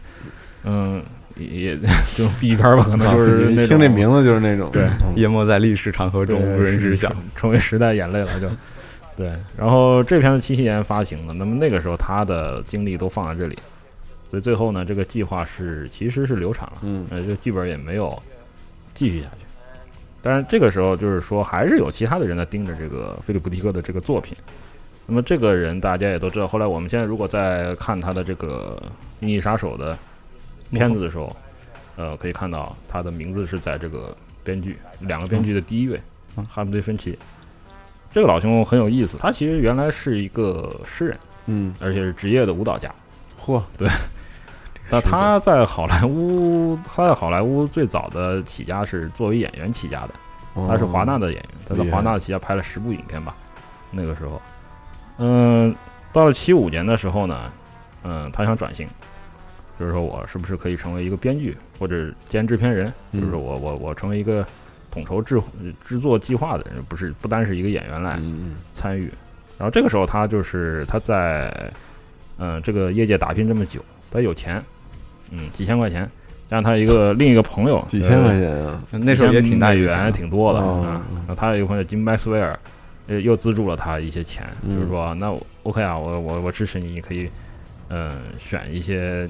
[SPEAKER 2] 嗯，也也这种 B 片吧，可能就是那
[SPEAKER 1] 啊听
[SPEAKER 2] 种
[SPEAKER 1] 这名字就是那种
[SPEAKER 2] 对
[SPEAKER 1] 嗯
[SPEAKER 4] 淹没在历史长河中，
[SPEAKER 2] 对
[SPEAKER 4] 无人知
[SPEAKER 2] 是
[SPEAKER 4] 晓
[SPEAKER 2] 是。成为时代眼泪了就。对，然后这片子七七年发行的，那么那个时候他的精力都放在这里，所以最后呢，这个计划是其实是流产了，
[SPEAKER 1] 嗯
[SPEAKER 2] 呃，这个剧本也没有继续下去。但是这个时候就是说，还是有其他的人在盯着这个菲利普迪克的这个作品。那么这个人大家也都知道，后来我们现在如果在看他的这个《秘密杀手》的片子的时候，呃，可以看到他的名字是在这个编剧两个编剧的第一位，
[SPEAKER 4] 嗯
[SPEAKER 2] 哈姆雷芬奇。这个老兄很有意思，他其实原来是一个诗人，
[SPEAKER 1] 嗯，
[SPEAKER 2] 而且是职业的舞蹈家。
[SPEAKER 1] 嚯，
[SPEAKER 2] 那他在好莱坞，他在好莱坞最早的起家是作为演员起家的，他是华纳
[SPEAKER 1] 的，
[SPEAKER 2] 的演员，他在
[SPEAKER 1] 哦厉害
[SPEAKER 2] 华纳旗下拍了十部影片吧，那个时候，嗯，到了七五年的时候呢，嗯，他想转型，就是说我是不是可以成为一个编剧或者兼制片人，
[SPEAKER 1] 嗯
[SPEAKER 2] 就是我我我成为一个统筹制制作计划的人，不是不单是一个演员来
[SPEAKER 1] 嗯
[SPEAKER 2] 参与，然后这个时候他就是他在嗯这个业界打拼这么久，他有钱，嗯，几千块钱。加上他一个另一个朋友，
[SPEAKER 1] 几千
[SPEAKER 2] 呃
[SPEAKER 1] 块钱啊，
[SPEAKER 4] 那时候也挺大
[SPEAKER 2] 美
[SPEAKER 4] 一笔
[SPEAKER 2] 元，
[SPEAKER 4] 钱
[SPEAKER 2] 还
[SPEAKER 4] 的，
[SPEAKER 2] 挺多的。
[SPEAKER 1] 哦
[SPEAKER 2] 啊那他有一个朋友金麦斯威尔，呃，又资助了他一些钱，
[SPEAKER 1] 嗯
[SPEAKER 2] 就是说，那我 OK 啊，我我我支持你，你可以，嗯、选一些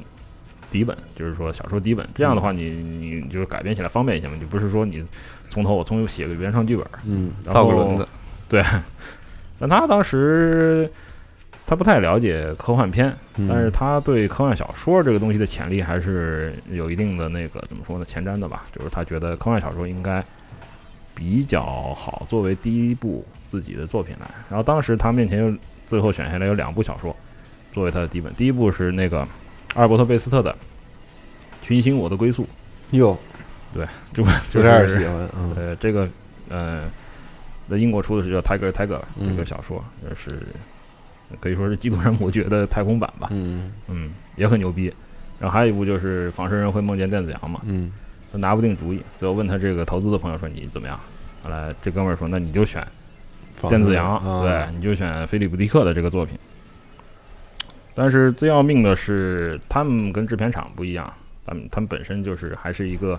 [SPEAKER 2] 底本，就是说小说底本。这样的话
[SPEAKER 1] 嗯
[SPEAKER 2] 你，你你就是改编起来方便一些嘛，就不是说你从头我从头写个原创剧本，
[SPEAKER 1] 嗯
[SPEAKER 2] 然后
[SPEAKER 4] 造个轮子。
[SPEAKER 2] 但他当时他不太了解科幻片，
[SPEAKER 1] 嗯
[SPEAKER 2] 但是他对科幻小说这个东西的潜力还是有一定的那个怎么说呢前瞻的吧，就是他觉得科幻小说应该比较好作为第一部自己的作品来。然后当时他面前有最后选下来有两部小说作为他的底本，第一部是那个阿尔伯特贝斯特的《群星我的归宿》，
[SPEAKER 1] 哟，
[SPEAKER 2] 就
[SPEAKER 1] 有
[SPEAKER 2] 就
[SPEAKER 1] 点
[SPEAKER 2] 是
[SPEAKER 1] 喜欢，嗯
[SPEAKER 2] 呃，这个呃，在英国出的是叫《Tiger Tiger》这
[SPEAKER 1] 嗯
[SPEAKER 2] 个小说，呃就是可以说是《基督山伯爵》的太空版吧，
[SPEAKER 1] 嗯
[SPEAKER 2] 嗯，也很牛逼。然后还有一部就是《仿生人会梦见电子羊》嘛，
[SPEAKER 1] 嗯
[SPEAKER 2] 他拿不定主意，最后问他这个投资的朋友说你怎么样？后来这哥们儿说那你就选
[SPEAKER 1] 仿
[SPEAKER 2] 电子
[SPEAKER 1] 制
[SPEAKER 2] 羊，
[SPEAKER 1] 啊
[SPEAKER 2] 对，你就选菲利普迪克的这个作品。但是最要命的是，他们跟制片厂不一样，他们他们本身就是还是一个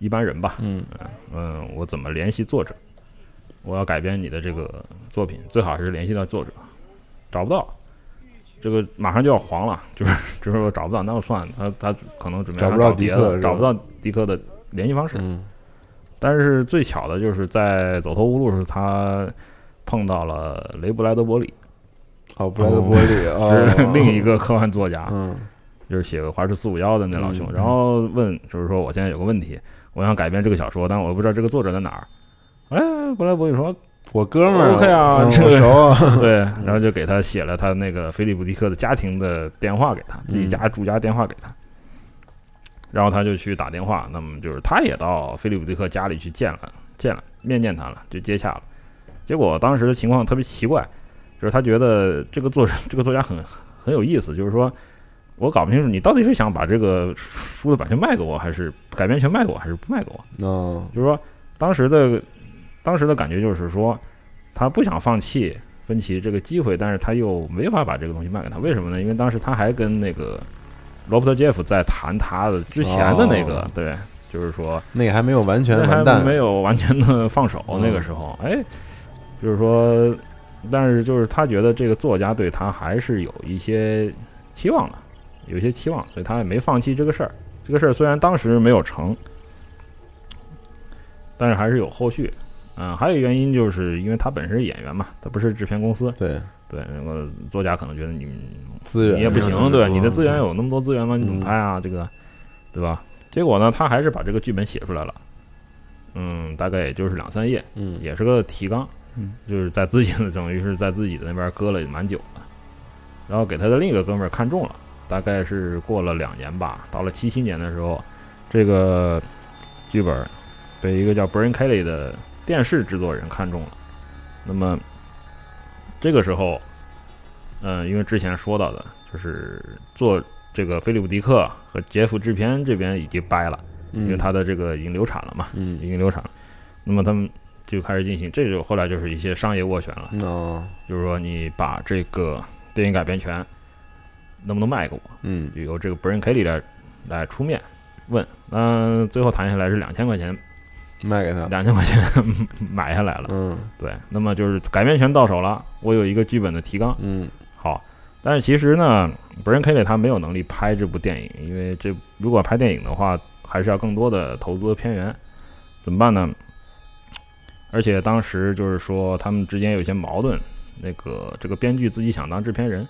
[SPEAKER 2] 一般人吧，
[SPEAKER 1] 嗯
[SPEAKER 2] 嗯，我怎么联系作者？我要改编你的这个作品，最好是联系到作者，找不到，这个马上就要黄了，就是就是说找不到，那就算了他他可能准备
[SPEAKER 1] 找不
[SPEAKER 2] 还
[SPEAKER 1] 到迪
[SPEAKER 2] 别
[SPEAKER 1] 克是
[SPEAKER 2] 的，
[SPEAKER 1] 吧
[SPEAKER 2] 找不到迪克的联系方式。
[SPEAKER 1] 嗯
[SPEAKER 2] 但是最巧的就是在走投无路的时，候，他碰到了雷布莱德伯里，
[SPEAKER 1] 哦，布莱德伯
[SPEAKER 2] <laughs>
[SPEAKER 1] 里啊，
[SPEAKER 2] 这是
[SPEAKER 1] 哦
[SPEAKER 2] 另一个啊科幻作家，
[SPEAKER 1] 嗯
[SPEAKER 2] 就是写《华氏四五幺》的那老兄，
[SPEAKER 1] 嗯
[SPEAKER 2] 然后问，就是说我现在有个问题，我想改编这个小说，但我不知道这个作者在哪儿。哎，布莱伯里说
[SPEAKER 1] 我哥们儿
[SPEAKER 2] OK 啊
[SPEAKER 1] 嗯
[SPEAKER 2] 这
[SPEAKER 1] 我
[SPEAKER 2] 个
[SPEAKER 1] 熟啊，
[SPEAKER 2] 对，然后就给他写了他那个菲利普迪克的家庭的电话给他，自己家住家电话给他，然后他就去打电话，那么就是他也到菲利普迪克家里去见了，见了面见他了，就接洽了。结果当时的情况特别奇怪，就是他觉得这个作者 <laughs> 这个作家很很有意思，就是说我搞不清楚你到底是想把这个书的版权卖给我，还是改编权卖给我，还是不卖给我。
[SPEAKER 1] 嗯
[SPEAKER 2] 就是说当时的当时的感觉就是说，他不想放弃芬奇这个机会，但是他又没法把这个东西卖给他，为什么呢？因为当时他还跟那个罗伯特·杰夫在谈他的之前的那个，
[SPEAKER 1] 哦
[SPEAKER 2] 对，就是说
[SPEAKER 1] 那个还没有完全完
[SPEAKER 2] 还
[SPEAKER 1] 蛋，
[SPEAKER 2] 没有完全的放手。
[SPEAKER 1] 嗯
[SPEAKER 2] 那个时候，哎，就是说，但是就是他觉得这个作家对他还是有一些期望的，有一些期望，所以他也没放弃这个事儿。这个事儿虽然当时没有成，但是还是有后续。嗯，还有一个原因就是因为他本身是演员嘛，他不是制片公司，
[SPEAKER 1] 对
[SPEAKER 2] 对，那个作家可能觉得你
[SPEAKER 1] 资源
[SPEAKER 2] 你也不
[SPEAKER 3] 没有那
[SPEAKER 2] 行，
[SPEAKER 3] 么
[SPEAKER 2] 对，
[SPEAKER 3] 多嗯
[SPEAKER 2] 你的资源有那么多资源吗？你怎么
[SPEAKER 1] 嗯
[SPEAKER 2] 拍啊？这个，对吧？结果呢，他还是把这个剧本写出来了，嗯，大概也就是两三页，
[SPEAKER 1] 嗯
[SPEAKER 2] 也是个提纲
[SPEAKER 4] 嗯，
[SPEAKER 2] 就是在自己的等于是在自己的那边搁了蛮久的，然后给他的另一个哥们儿看中了，大概是过了两年吧，到了七七年的时候，这个剧本被一个叫 Brian Kelly 的电视制作人看中了。那么这个时候，嗯，因为之前说到的，就是做这个菲利普·迪克和杰夫制片这边已经掰了，因为
[SPEAKER 1] 嗯
[SPEAKER 2] 他的这个已经流产了嘛，已
[SPEAKER 1] 嗯
[SPEAKER 2] 经流产了。那么他们就开始进行，这就后来就是一些商业斡旋了，
[SPEAKER 1] 哦
[SPEAKER 2] 就是说你把这个电影改编权能不能卖给我？
[SPEAKER 1] 嗯
[SPEAKER 2] 由这个 Brian Kelly 来来出面问，嗯、最后谈下来是两千块钱，
[SPEAKER 1] 卖给他，
[SPEAKER 2] 两千块钱 <laughs> 买下来了。
[SPEAKER 1] 嗯
[SPEAKER 2] 对，那么就是改编权到手了，我有一个剧本的提纲，
[SPEAKER 1] 嗯
[SPEAKER 2] 好，但是其实呢，Brian Kelly 他没有能力拍这部电影，因为这如果拍电影的话，还是要更多的投资和片源，怎么办呢？而且当时就是说他们之间有一些矛盾，那个这个编剧自己想当制片人，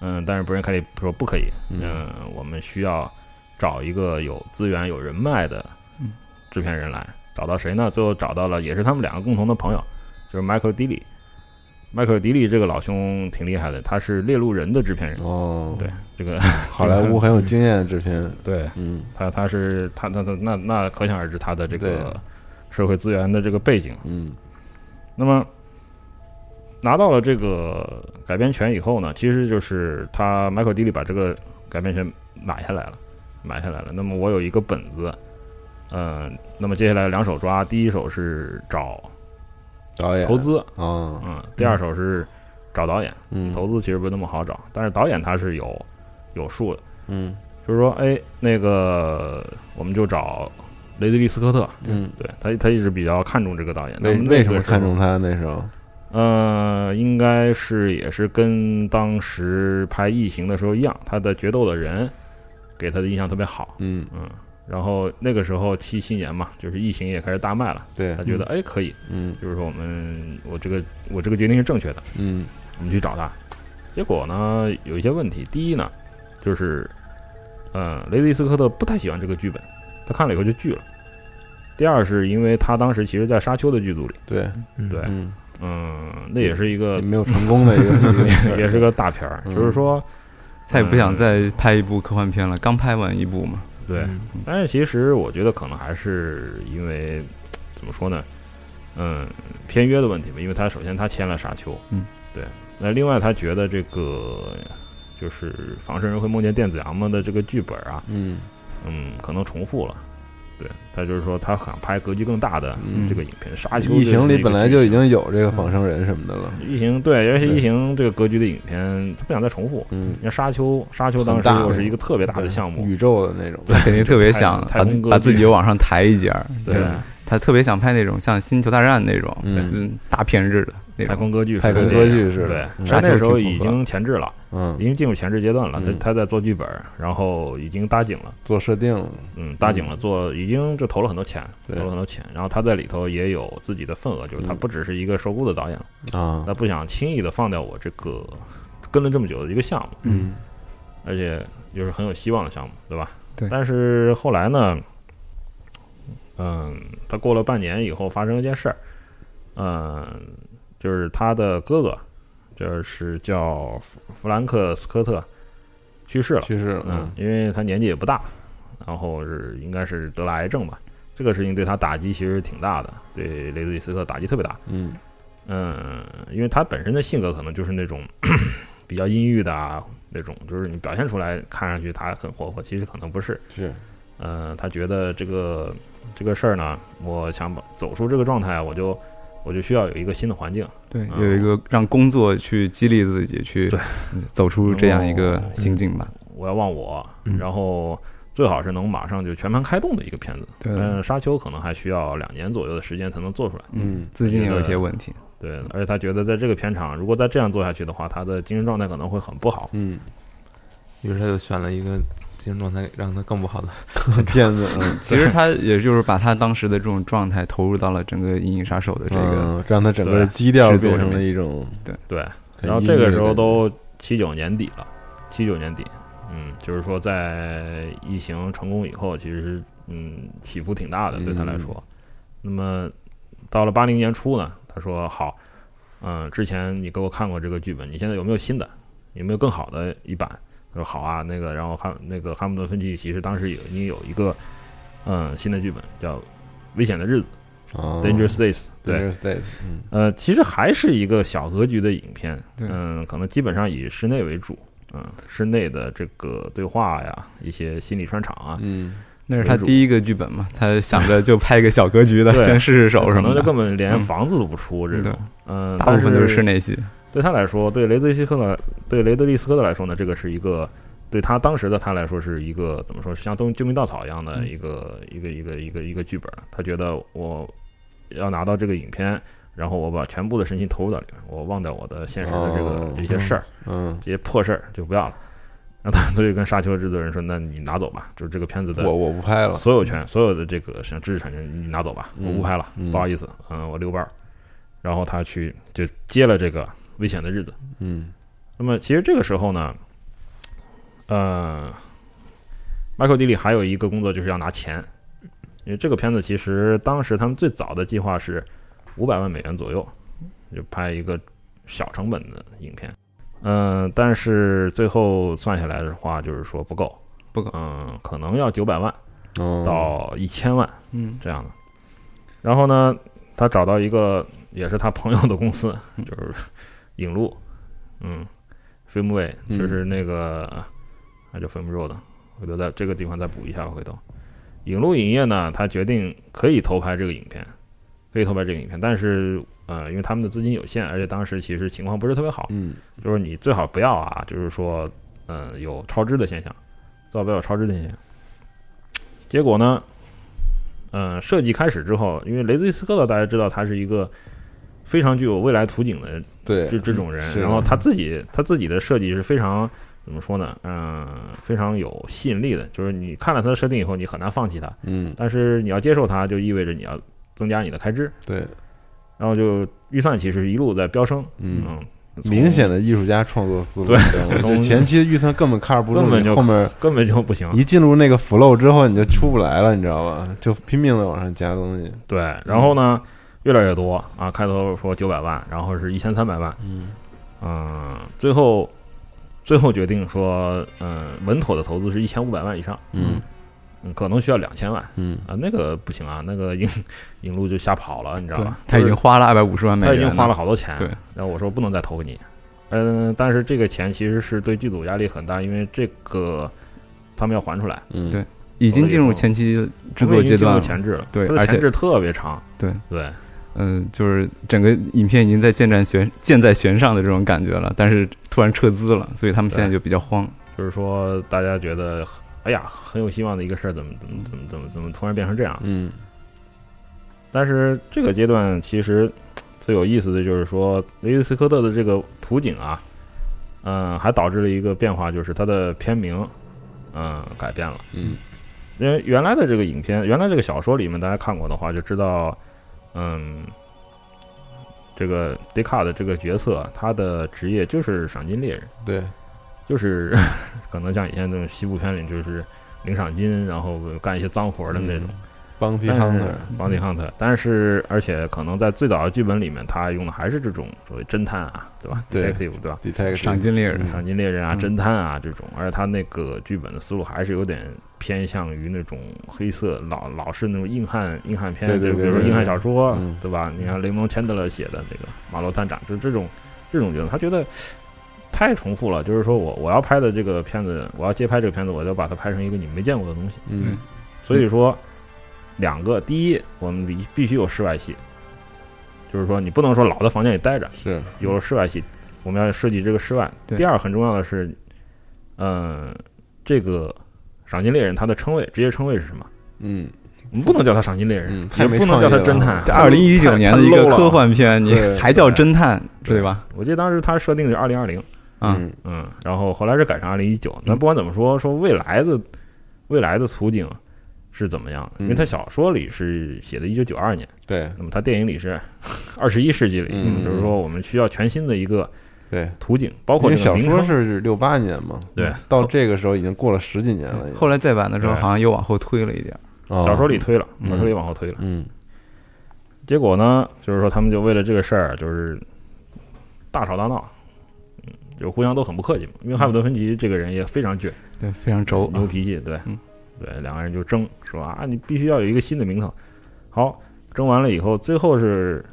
[SPEAKER 2] 嗯，但是 Brian Kelly 说不可以，
[SPEAKER 1] 嗯
[SPEAKER 2] 嗯，我们需要找一个有资源、有人脉的
[SPEAKER 4] 嗯
[SPEAKER 2] 制片人来。找到谁呢？最后找到了，也是他们两个共同的朋友，就是 Michael d i l y Michael d i l y 这个老兄挺厉害的，他是《猎鹿人》的制片人。
[SPEAKER 1] 哦，
[SPEAKER 2] 对，这个
[SPEAKER 1] 好莱坞很有经验的制片人，
[SPEAKER 2] 对
[SPEAKER 1] 嗯
[SPEAKER 2] <laughs> 他，他是他他他那那可想而知他的这
[SPEAKER 1] 对
[SPEAKER 2] 个社会资源的这个背景。
[SPEAKER 1] 嗯
[SPEAKER 2] 那么拿到了这个改编权以后呢，其实就是他 Michael d i l y 把这个改编权买下来了，买下来了。那么我有一个本子，嗯、那么接下来两手抓，第一手是找
[SPEAKER 1] 导演
[SPEAKER 2] 投资，
[SPEAKER 1] 哦
[SPEAKER 2] 嗯，第二手是找导演。
[SPEAKER 1] 嗯
[SPEAKER 2] 投资其实不是那么好找，但是导演他是有有数的，
[SPEAKER 1] 嗯
[SPEAKER 2] 就是说，哎，那个我们就找雷德利·斯科特，
[SPEAKER 1] 嗯，
[SPEAKER 2] 对他他一直比较看重这个导演。那
[SPEAKER 1] 为
[SPEAKER 2] 么那
[SPEAKER 1] 为
[SPEAKER 2] 个
[SPEAKER 1] 什么
[SPEAKER 2] 时候
[SPEAKER 1] 看中？他那时候？
[SPEAKER 2] 呃，应该是也是跟当时拍《异形》的时候一样，他的决斗的人给他的印象特别好，
[SPEAKER 1] 嗯，
[SPEAKER 2] 嗯。然后那个时候七七年嘛，就是《异形》也开始大卖了，
[SPEAKER 1] 对
[SPEAKER 2] 他，觉得哎可以，
[SPEAKER 1] 嗯
[SPEAKER 2] 就是说我们我这个我这个决定是正确的，
[SPEAKER 1] 嗯
[SPEAKER 2] 我们去找他。结果呢，有一些问题。第一呢，就是，呃，雷迪斯科特不太喜欢这个剧本，他看了以后就拒了。第二是因为他当时其实，在《沙丘》的剧组里，
[SPEAKER 1] 对，
[SPEAKER 3] 嗯
[SPEAKER 2] 对
[SPEAKER 1] 嗯，
[SPEAKER 2] 嗯，那也是一个
[SPEAKER 1] 也，没有成功的一个一个事儿，
[SPEAKER 2] <laughs> 也是个大片儿，
[SPEAKER 1] 嗯
[SPEAKER 2] 就是说，
[SPEAKER 4] 他也不
[SPEAKER 2] 嗯
[SPEAKER 4] 想再拍一部科幻片了，刚拍完一部嘛。
[SPEAKER 2] 对。
[SPEAKER 3] 嗯
[SPEAKER 2] 但是其实我觉得可能还是因为怎么说呢，嗯，片约的问题吧，因为他首先他签了沙丘，
[SPEAKER 4] 嗯，
[SPEAKER 2] 对。那另外他觉得这个就是《仿生人会梦见电子羊们的这个剧本啊，
[SPEAKER 1] 嗯
[SPEAKER 2] 嗯，可能重复了。对他就是说他想拍格局更大的
[SPEAKER 1] 嗯
[SPEAKER 2] 这个影片，沙丘》
[SPEAKER 1] 异形里本来就已。经有这个仿生人什么的了，
[SPEAKER 2] 异形对，尤其是
[SPEAKER 1] 对
[SPEAKER 2] 异形这个格局的影片，他不想再重复。
[SPEAKER 1] 嗯
[SPEAKER 2] 你，看《沙丘》，《沙丘》当
[SPEAKER 1] 很
[SPEAKER 2] 时
[SPEAKER 1] 大
[SPEAKER 2] 又是一个特别大的
[SPEAKER 1] 对嗯
[SPEAKER 2] 项目，
[SPEAKER 1] 宇宙的那种，
[SPEAKER 4] 他肯定特别想
[SPEAKER 2] 太
[SPEAKER 4] 把
[SPEAKER 2] 太空歌
[SPEAKER 4] 把
[SPEAKER 2] 剧
[SPEAKER 4] 自己往上抬一截儿，
[SPEAKER 2] 对，
[SPEAKER 4] 他特别想拍那种像《星球大战》那种，
[SPEAKER 1] 嗯
[SPEAKER 4] 嗯，大片日的那
[SPEAKER 2] 太嗯
[SPEAKER 4] 种，
[SPEAKER 2] 空歌剧是
[SPEAKER 1] 太
[SPEAKER 2] 个
[SPEAKER 1] 空
[SPEAKER 2] 电影，
[SPEAKER 1] 歌剧是
[SPEAKER 2] 对
[SPEAKER 1] 的，嗯
[SPEAKER 2] 他
[SPEAKER 4] 沙
[SPEAKER 2] 那
[SPEAKER 4] 丘
[SPEAKER 2] 时候
[SPEAKER 4] 挺符
[SPEAKER 2] 已
[SPEAKER 4] 合
[SPEAKER 2] 经前置了，已
[SPEAKER 1] 嗯，
[SPEAKER 2] 经进入前置阶段了，他
[SPEAKER 1] 嗯
[SPEAKER 2] 他在做剧本，然后已经搭景了，
[SPEAKER 1] 做设定了，
[SPEAKER 2] 嗯，搭景了，做已经就投了很多钱，投
[SPEAKER 1] 对
[SPEAKER 2] 了很多钱，然后他在里头也有自己的份额，就是他
[SPEAKER 1] 嗯
[SPEAKER 2] 不只是一个受雇的导演了，
[SPEAKER 1] 啊
[SPEAKER 2] 他，不想轻易的放掉我这个跟了这么久的一个项目，
[SPEAKER 1] 嗯
[SPEAKER 2] 而且又是很有希望的项目，对吧？
[SPEAKER 4] 对
[SPEAKER 2] 但是后来呢，嗯，他过了半年以后发生了一件事儿，嗯，就是他的哥哥，就是叫弗弗兰克斯科特，去世了。
[SPEAKER 1] 去世了，
[SPEAKER 2] 嗯
[SPEAKER 1] 嗯，
[SPEAKER 2] 因为他年纪也不大，然后是应该是得了癌症吧。这个事情对他打击其实挺大的，对雷德利·斯科特打击特别大。
[SPEAKER 1] 嗯
[SPEAKER 2] 嗯，因为他本身的性格可能就是那种 <coughs> 比较阴郁的啊，那种就是你表现出来看上去他很活泼，其实可能不是。呃
[SPEAKER 1] 是，
[SPEAKER 2] 嗯，他觉得这个这个事儿呢，我想把走出这个状态，我就我就需要有一个新的环境。
[SPEAKER 4] 对，
[SPEAKER 2] 嗯
[SPEAKER 4] 有一个让工作去激励自己，去
[SPEAKER 2] 对哦
[SPEAKER 4] 走出这样一个心境吧。
[SPEAKER 2] 我要忘我，
[SPEAKER 1] 嗯
[SPEAKER 2] 然后最好是能马上就全盘开动的一个片子。
[SPEAKER 4] 对，
[SPEAKER 2] 嗯，沙丘可能还需要两年左右的时间才能做出来。
[SPEAKER 1] 嗯
[SPEAKER 4] 资金也有一些问题，
[SPEAKER 2] 对，而且他觉得在这个片场，如果再这样做下去的话，他的精神状态可能会很不好。
[SPEAKER 1] 嗯，
[SPEAKER 3] 于是他就选了一个精神状态让他更不好的，
[SPEAKER 1] 骗子，嗯，
[SPEAKER 4] 其实他也就是把他当时的这种状态投入到了整个《银翼杀手》的这个，
[SPEAKER 1] 嗯让他整个基调
[SPEAKER 4] 制作
[SPEAKER 1] 变成
[SPEAKER 4] 上
[SPEAKER 1] 了
[SPEAKER 4] 面
[SPEAKER 1] 一种
[SPEAKER 2] 对，
[SPEAKER 1] 很
[SPEAKER 2] 然后
[SPEAKER 1] 阴
[SPEAKER 2] 这
[SPEAKER 1] 郁
[SPEAKER 2] 个
[SPEAKER 1] 的
[SPEAKER 2] 时候
[SPEAKER 1] 感觉
[SPEAKER 2] 都七九年底了，七九年底，嗯，就是说在疫情成功以后，其实是嗯起伏挺大的，对他
[SPEAKER 1] 嗯
[SPEAKER 2] 来说。那么到了八零年初呢，他说好，嗯，之前你给我看过这个剧本，你现在有没有新的？有没有更好的一版？他说好啊，那个，然后汉那个汉姆顿芬奇其实当时有你有一个嗯新的剧本叫《危险的日子
[SPEAKER 1] 哦》
[SPEAKER 2] （Dangerous Days），对，
[SPEAKER 1] Dangerous Days，嗯
[SPEAKER 2] 呃，其实还是一个小格局的影片，
[SPEAKER 4] 对
[SPEAKER 2] 嗯，可能基本上以室内为主，嗯，室内的这个对话呀，一些心理穿场啊，
[SPEAKER 1] 嗯
[SPEAKER 4] 那是他第一个剧本嘛，他想着就拍一个小格局的，
[SPEAKER 2] 对
[SPEAKER 4] 先试试手
[SPEAKER 2] 可能
[SPEAKER 4] 什么
[SPEAKER 2] 就
[SPEAKER 4] 的
[SPEAKER 2] 根。本连
[SPEAKER 4] 嗯
[SPEAKER 2] 房子都不出这种
[SPEAKER 4] 对，
[SPEAKER 2] 嗯，
[SPEAKER 4] 大部分都
[SPEAKER 2] 但
[SPEAKER 4] 是
[SPEAKER 2] 是
[SPEAKER 4] 室。内戏，
[SPEAKER 2] 对他来说，对雷德利·斯科的，对雷德利·斯科特来说呢，这个是一个对他当时的他来说是一个怎么说，像东救命稻草一样的
[SPEAKER 4] 嗯
[SPEAKER 2] 一个、一个一个一个一个剧本。他觉得我要拿到这个影片，然后我把全部的身心投入到里面，我忘掉我的现实的这个、
[SPEAKER 1] 哦
[SPEAKER 2] 这些事儿。
[SPEAKER 1] 嗯，
[SPEAKER 2] 这些破事儿就不要了。然后他就跟沙丘制作人说：“那你拿走吧，就是这个片子的
[SPEAKER 1] 我我不拍了，
[SPEAKER 2] 所有权，所有的这个像知识产权，你拿走吧，
[SPEAKER 1] 嗯
[SPEAKER 2] 我不拍了，
[SPEAKER 1] 嗯
[SPEAKER 2] 不好意思，嗯，我溜班儿。”然后他去就接了这个危险的日子。
[SPEAKER 1] 嗯
[SPEAKER 2] 那么其实这个时候呢，呃，迈克尔·迪里还有一个工作就是要拿钱，因为这个片子其实当时他们最早的计划是五百万美元左右，就拍一个小成本的影片。嗯、但是最后算下来的话，就是说不够，
[SPEAKER 4] 不够
[SPEAKER 2] 嗯、可能要九百万
[SPEAKER 1] 哦
[SPEAKER 2] 到一千万
[SPEAKER 4] 嗯，
[SPEAKER 2] 这样的。然后呢，他找到一个也是他朋友的公司，就是影路，嗯，Filmway，
[SPEAKER 1] 嗯
[SPEAKER 2] 就是那个那就 Film Road，回头在这个地方再补一下吧，回头。影路影业呢，他决定可以投拍这个影片，可以投拍这个影片，但是呃，因为他们的资金有限，而且当时其实情况不是特别好，
[SPEAKER 1] 嗯
[SPEAKER 2] 就是你最好不要啊，就是说，嗯、有超支的现象，最好不要有超支的现象。结果呢，嗯，设计开始之后，因为雷德利·斯科特大家知道他是一个非常具有未来图景的
[SPEAKER 1] 对
[SPEAKER 2] 这这种人，
[SPEAKER 1] 是的
[SPEAKER 2] 然后他自己他自己的设计是非常怎么说呢？嗯、非常有吸引力的，就是你看了他的设定以后，你很难放弃他，
[SPEAKER 1] 嗯
[SPEAKER 2] 但是你要接受它，就意味着你要增加你的开支，
[SPEAKER 1] 对
[SPEAKER 2] 然后就预算其实一路在飙升，
[SPEAKER 1] 嗯。
[SPEAKER 2] 嗯，从
[SPEAKER 1] 明显的艺术家创作思路，
[SPEAKER 2] 对
[SPEAKER 1] 你知道吗
[SPEAKER 2] 从
[SPEAKER 1] 就前期的预算根本 cover 不住，
[SPEAKER 2] 根本
[SPEAKER 1] 你
[SPEAKER 2] 就
[SPEAKER 1] 后面
[SPEAKER 2] 根本就不行，
[SPEAKER 1] 一进入那个 flow 之后，你就出不来了，你知道吧？就拼命的往上加东西。
[SPEAKER 2] 对，然后呢，越来越多啊，开头说九百万，然后是一千三百万，
[SPEAKER 1] 嗯
[SPEAKER 2] 嗯、最后最后决定说，嗯、稳妥的投资是一千五百万以上，
[SPEAKER 1] 嗯
[SPEAKER 2] 嗯，可能需要两千万
[SPEAKER 1] 嗯
[SPEAKER 2] 啊，那个不行啊，那个影影路就吓跑了，你知道
[SPEAKER 4] 对
[SPEAKER 2] 吧？，
[SPEAKER 4] 他已经花了二百五十万美
[SPEAKER 2] 他
[SPEAKER 4] 元，
[SPEAKER 2] 已经花了，好多钱，
[SPEAKER 4] 对
[SPEAKER 2] 然后我说不能再投给你，嗯，但是这个钱其实是对剧组压力很大，因为这个他们要还出来，
[SPEAKER 1] 嗯，
[SPEAKER 4] 对已经进入前期制作阶
[SPEAKER 2] 他们已经
[SPEAKER 4] 段
[SPEAKER 2] 进入
[SPEAKER 4] 了。
[SPEAKER 2] 前置了，
[SPEAKER 4] 对
[SPEAKER 2] 它的
[SPEAKER 4] 而且
[SPEAKER 2] 前置特别长，
[SPEAKER 4] 对
[SPEAKER 2] 对。
[SPEAKER 4] 嗯、就是整个影片已经在箭在弦箭在弦上的这种感觉了，但是突然撤资了，所以他们现在就比较慌。
[SPEAKER 2] 就是说大家觉得，哎呀，很有希望的一个事儿，怎么怎么怎么怎么怎么突然变成这样？
[SPEAKER 1] 嗯
[SPEAKER 2] 但是这个阶段其实最有意思的就是说，雷迪斯科特的这个图景啊，嗯、还导致了一个变化，就是它的片名，嗯、改变了。
[SPEAKER 1] 嗯
[SPEAKER 2] 因为原来的这个影片，原来这个小说里面，大家看过的话就知道，嗯，这个笛卡的这个角色，他的职业就是赏金猎人。
[SPEAKER 1] 对，
[SPEAKER 2] 就是 <laughs> 可能像以前那种西部片里，就是领赏金，然后干一些脏活的那种。
[SPEAKER 1] 嗯帮提
[SPEAKER 2] 但
[SPEAKER 1] 康
[SPEAKER 2] 是
[SPEAKER 1] 的，
[SPEAKER 2] 邦迪汉特，但是而且可能在最早的剧本里面，他用的还是这种所谓侦探啊，对吧
[SPEAKER 1] 对
[SPEAKER 2] ？detective 对吧？
[SPEAKER 1] detective
[SPEAKER 4] 赏金猎人，
[SPEAKER 2] 赏金猎人啊，
[SPEAKER 4] 嗯
[SPEAKER 2] 侦探啊这种，而且他那个剧本的思路还是有点偏向于那种黑色老老式那种硬汉硬汉片，
[SPEAKER 1] 对对
[SPEAKER 2] 就比
[SPEAKER 1] 对
[SPEAKER 2] 如说
[SPEAKER 1] 对对
[SPEAKER 2] 硬汉小说
[SPEAKER 1] 嗯，
[SPEAKER 2] 对吧？你看雷蒙·钱德勒写的那个《马洛探长》，就这种这种角色，他觉得太重复了。就是说我我要拍的这个片子，我要接拍这个片子，我就把它拍成一个你没见过的东西。
[SPEAKER 1] 嗯
[SPEAKER 2] 所以说，两个，第一，我们必必须有室外戏，就是说你不能说老在房间里待着，
[SPEAKER 1] 是
[SPEAKER 2] 有了室外系，我们要设计这个室外。
[SPEAKER 4] 对
[SPEAKER 2] 第二很重要的是，嗯、这个赏金猎人他的称谓，职业称谓是什么？
[SPEAKER 1] 嗯
[SPEAKER 2] 我们不能叫他赏金猎人，
[SPEAKER 1] 嗯，
[SPEAKER 2] 也
[SPEAKER 1] 太没
[SPEAKER 2] 不能
[SPEAKER 1] 创
[SPEAKER 2] 叫
[SPEAKER 1] 意
[SPEAKER 2] 他
[SPEAKER 1] 了
[SPEAKER 2] 侦探。
[SPEAKER 4] 啊这二零一九年的
[SPEAKER 2] 太
[SPEAKER 4] 一个
[SPEAKER 2] low 了
[SPEAKER 4] 科幻片，你
[SPEAKER 1] 对
[SPEAKER 4] 还叫侦探，对吧？
[SPEAKER 2] 我记得当时他设定是二零二零，
[SPEAKER 4] 啊
[SPEAKER 1] 嗯
[SPEAKER 2] 嗯，然后后来是改成二零一九。但
[SPEAKER 4] 嗯
[SPEAKER 2] 不管怎么说，说未来的未来的图景是怎么样的？因为他
[SPEAKER 1] 嗯
[SPEAKER 2] 小说里是写的一九九二年。
[SPEAKER 1] 对
[SPEAKER 2] 那么它电影里是 <laughs> 二十一世纪里，
[SPEAKER 1] 嗯
[SPEAKER 2] 就是说我们需要全新的一个
[SPEAKER 1] 对，
[SPEAKER 2] 图景，包
[SPEAKER 1] 因
[SPEAKER 2] 括
[SPEAKER 1] 为
[SPEAKER 2] 这个
[SPEAKER 1] 小
[SPEAKER 2] 名
[SPEAKER 1] 说
[SPEAKER 2] 称。
[SPEAKER 1] 是六八年嘛，嗯
[SPEAKER 2] 对，
[SPEAKER 1] 到这个时候已经过了十几年了，已经
[SPEAKER 4] 后来再版的时候
[SPEAKER 2] 对
[SPEAKER 4] 好像又往后推了一点儿，
[SPEAKER 1] 哦
[SPEAKER 2] 小说里推了，
[SPEAKER 1] 嗯
[SPEAKER 2] 小说里往后推了。
[SPEAKER 1] 嗯
[SPEAKER 2] 结果呢，就是说他们就为了这个事儿，就是大吵大闹，嗯，就互相都很不客气嘛。因为哈姆德芬奇这个人也非常倔，
[SPEAKER 4] 对，非常轴
[SPEAKER 2] 牛脾气，对，
[SPEAKER 4] 嗯
[SPEAKER 2] 对，两个人就争，说啊，你必须要有一个新的名头。好，争完了以后，最后是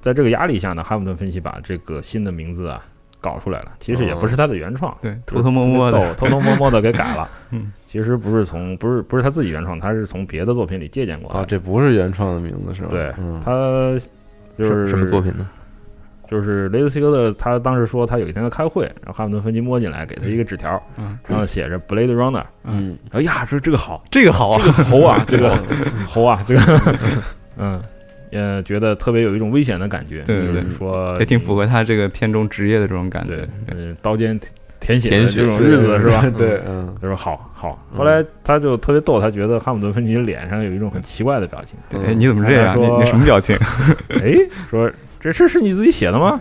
[SPEAKER 2] 在这个压力下呢，哈姆顿分析把这个新的名字啊搞出来了，其实也不是他的原创，
[SPEAKER 4] 对，哦偷偷摸摸
[SPEAKER 2] 就是
[SPEAKER 4] 的，
[SPEAKER 2] 偷偷摸摸的给改了。
[SPEAKER 4] <laughs> 嗯，
[SPEAKER 2] 其实不是从不是不是他自己原创，他是从别的作品里借鉴过
[SPEAKER 1] 啊，
[SPEAKER 2] 来的。
[SPEAKER 1] 这不是原创的名字是吧？
[SPEAKER 2] 对
[SPEAKER 1] 嗯，
[SPEAKER 2] 他就
[SPEAKER 3] 什
[SPEAKER 2] 是
[SPEAKER 3] 么什么作？品呢？
[SPEAKER 2] 就是雷德希科特，他当时说他有一天在开会，然后哈姆顿分析摸进来，给他一个纸条，
[SPEAKER 4] 嗯，
[SPEAKER 2] 然后写着 “Blade Runner”。
[SPEAKER 1] 嗯
[SPEAKER 2] 哎呀，说这个好，
[SPEAKER 4] 这个好啊
[SPEAKER 2] 这，个猴
[SPEAKER 4] <laughs>
[SPEAKER 2] 啊，这
[SPEAKER 4] 哦
[SPEAKER 2] 个 <laughs> 猴啊，这个，嗯，呃，觉得特别有一种危险的感觉，
[SPEAKER 4] 对对对
[SPEAKER 2] 就是说
[SPEAKER 4] 也挺符合他这个片中职业的这种感
[SPEAKER 2] 对
[SPEAKER 4] 觉。，
[SPEAKER 2] 嗯，刀尖舔血的
[SPEAKER 3] 舔血
[SPEAKER 2] 这种日子是吧？
[SPEAKER 1] 对，嗯
[SPEAKER 2] 他说好好，
[SPEAKER 1] 嗯
[SPEAKER 2] 后来他就特别逗，他觉得哈姆顿芬奇脸上有一种很奇怪的表情，
[SPEAKER 4] 对，
[SPEAKER 1] 嗯
[SPEAKER 4] 哎你怎么这样？
[SPEAKER 2] 他
[SPEAKER 4] 你
[SPEAKER 2] 说
[SPEAKER 4] 你什么表
[SPEAKER 2] <laughs>
[SPEAKER 4] 情？
[SPEAKER 2] 哎，说这事是你自己写的吗？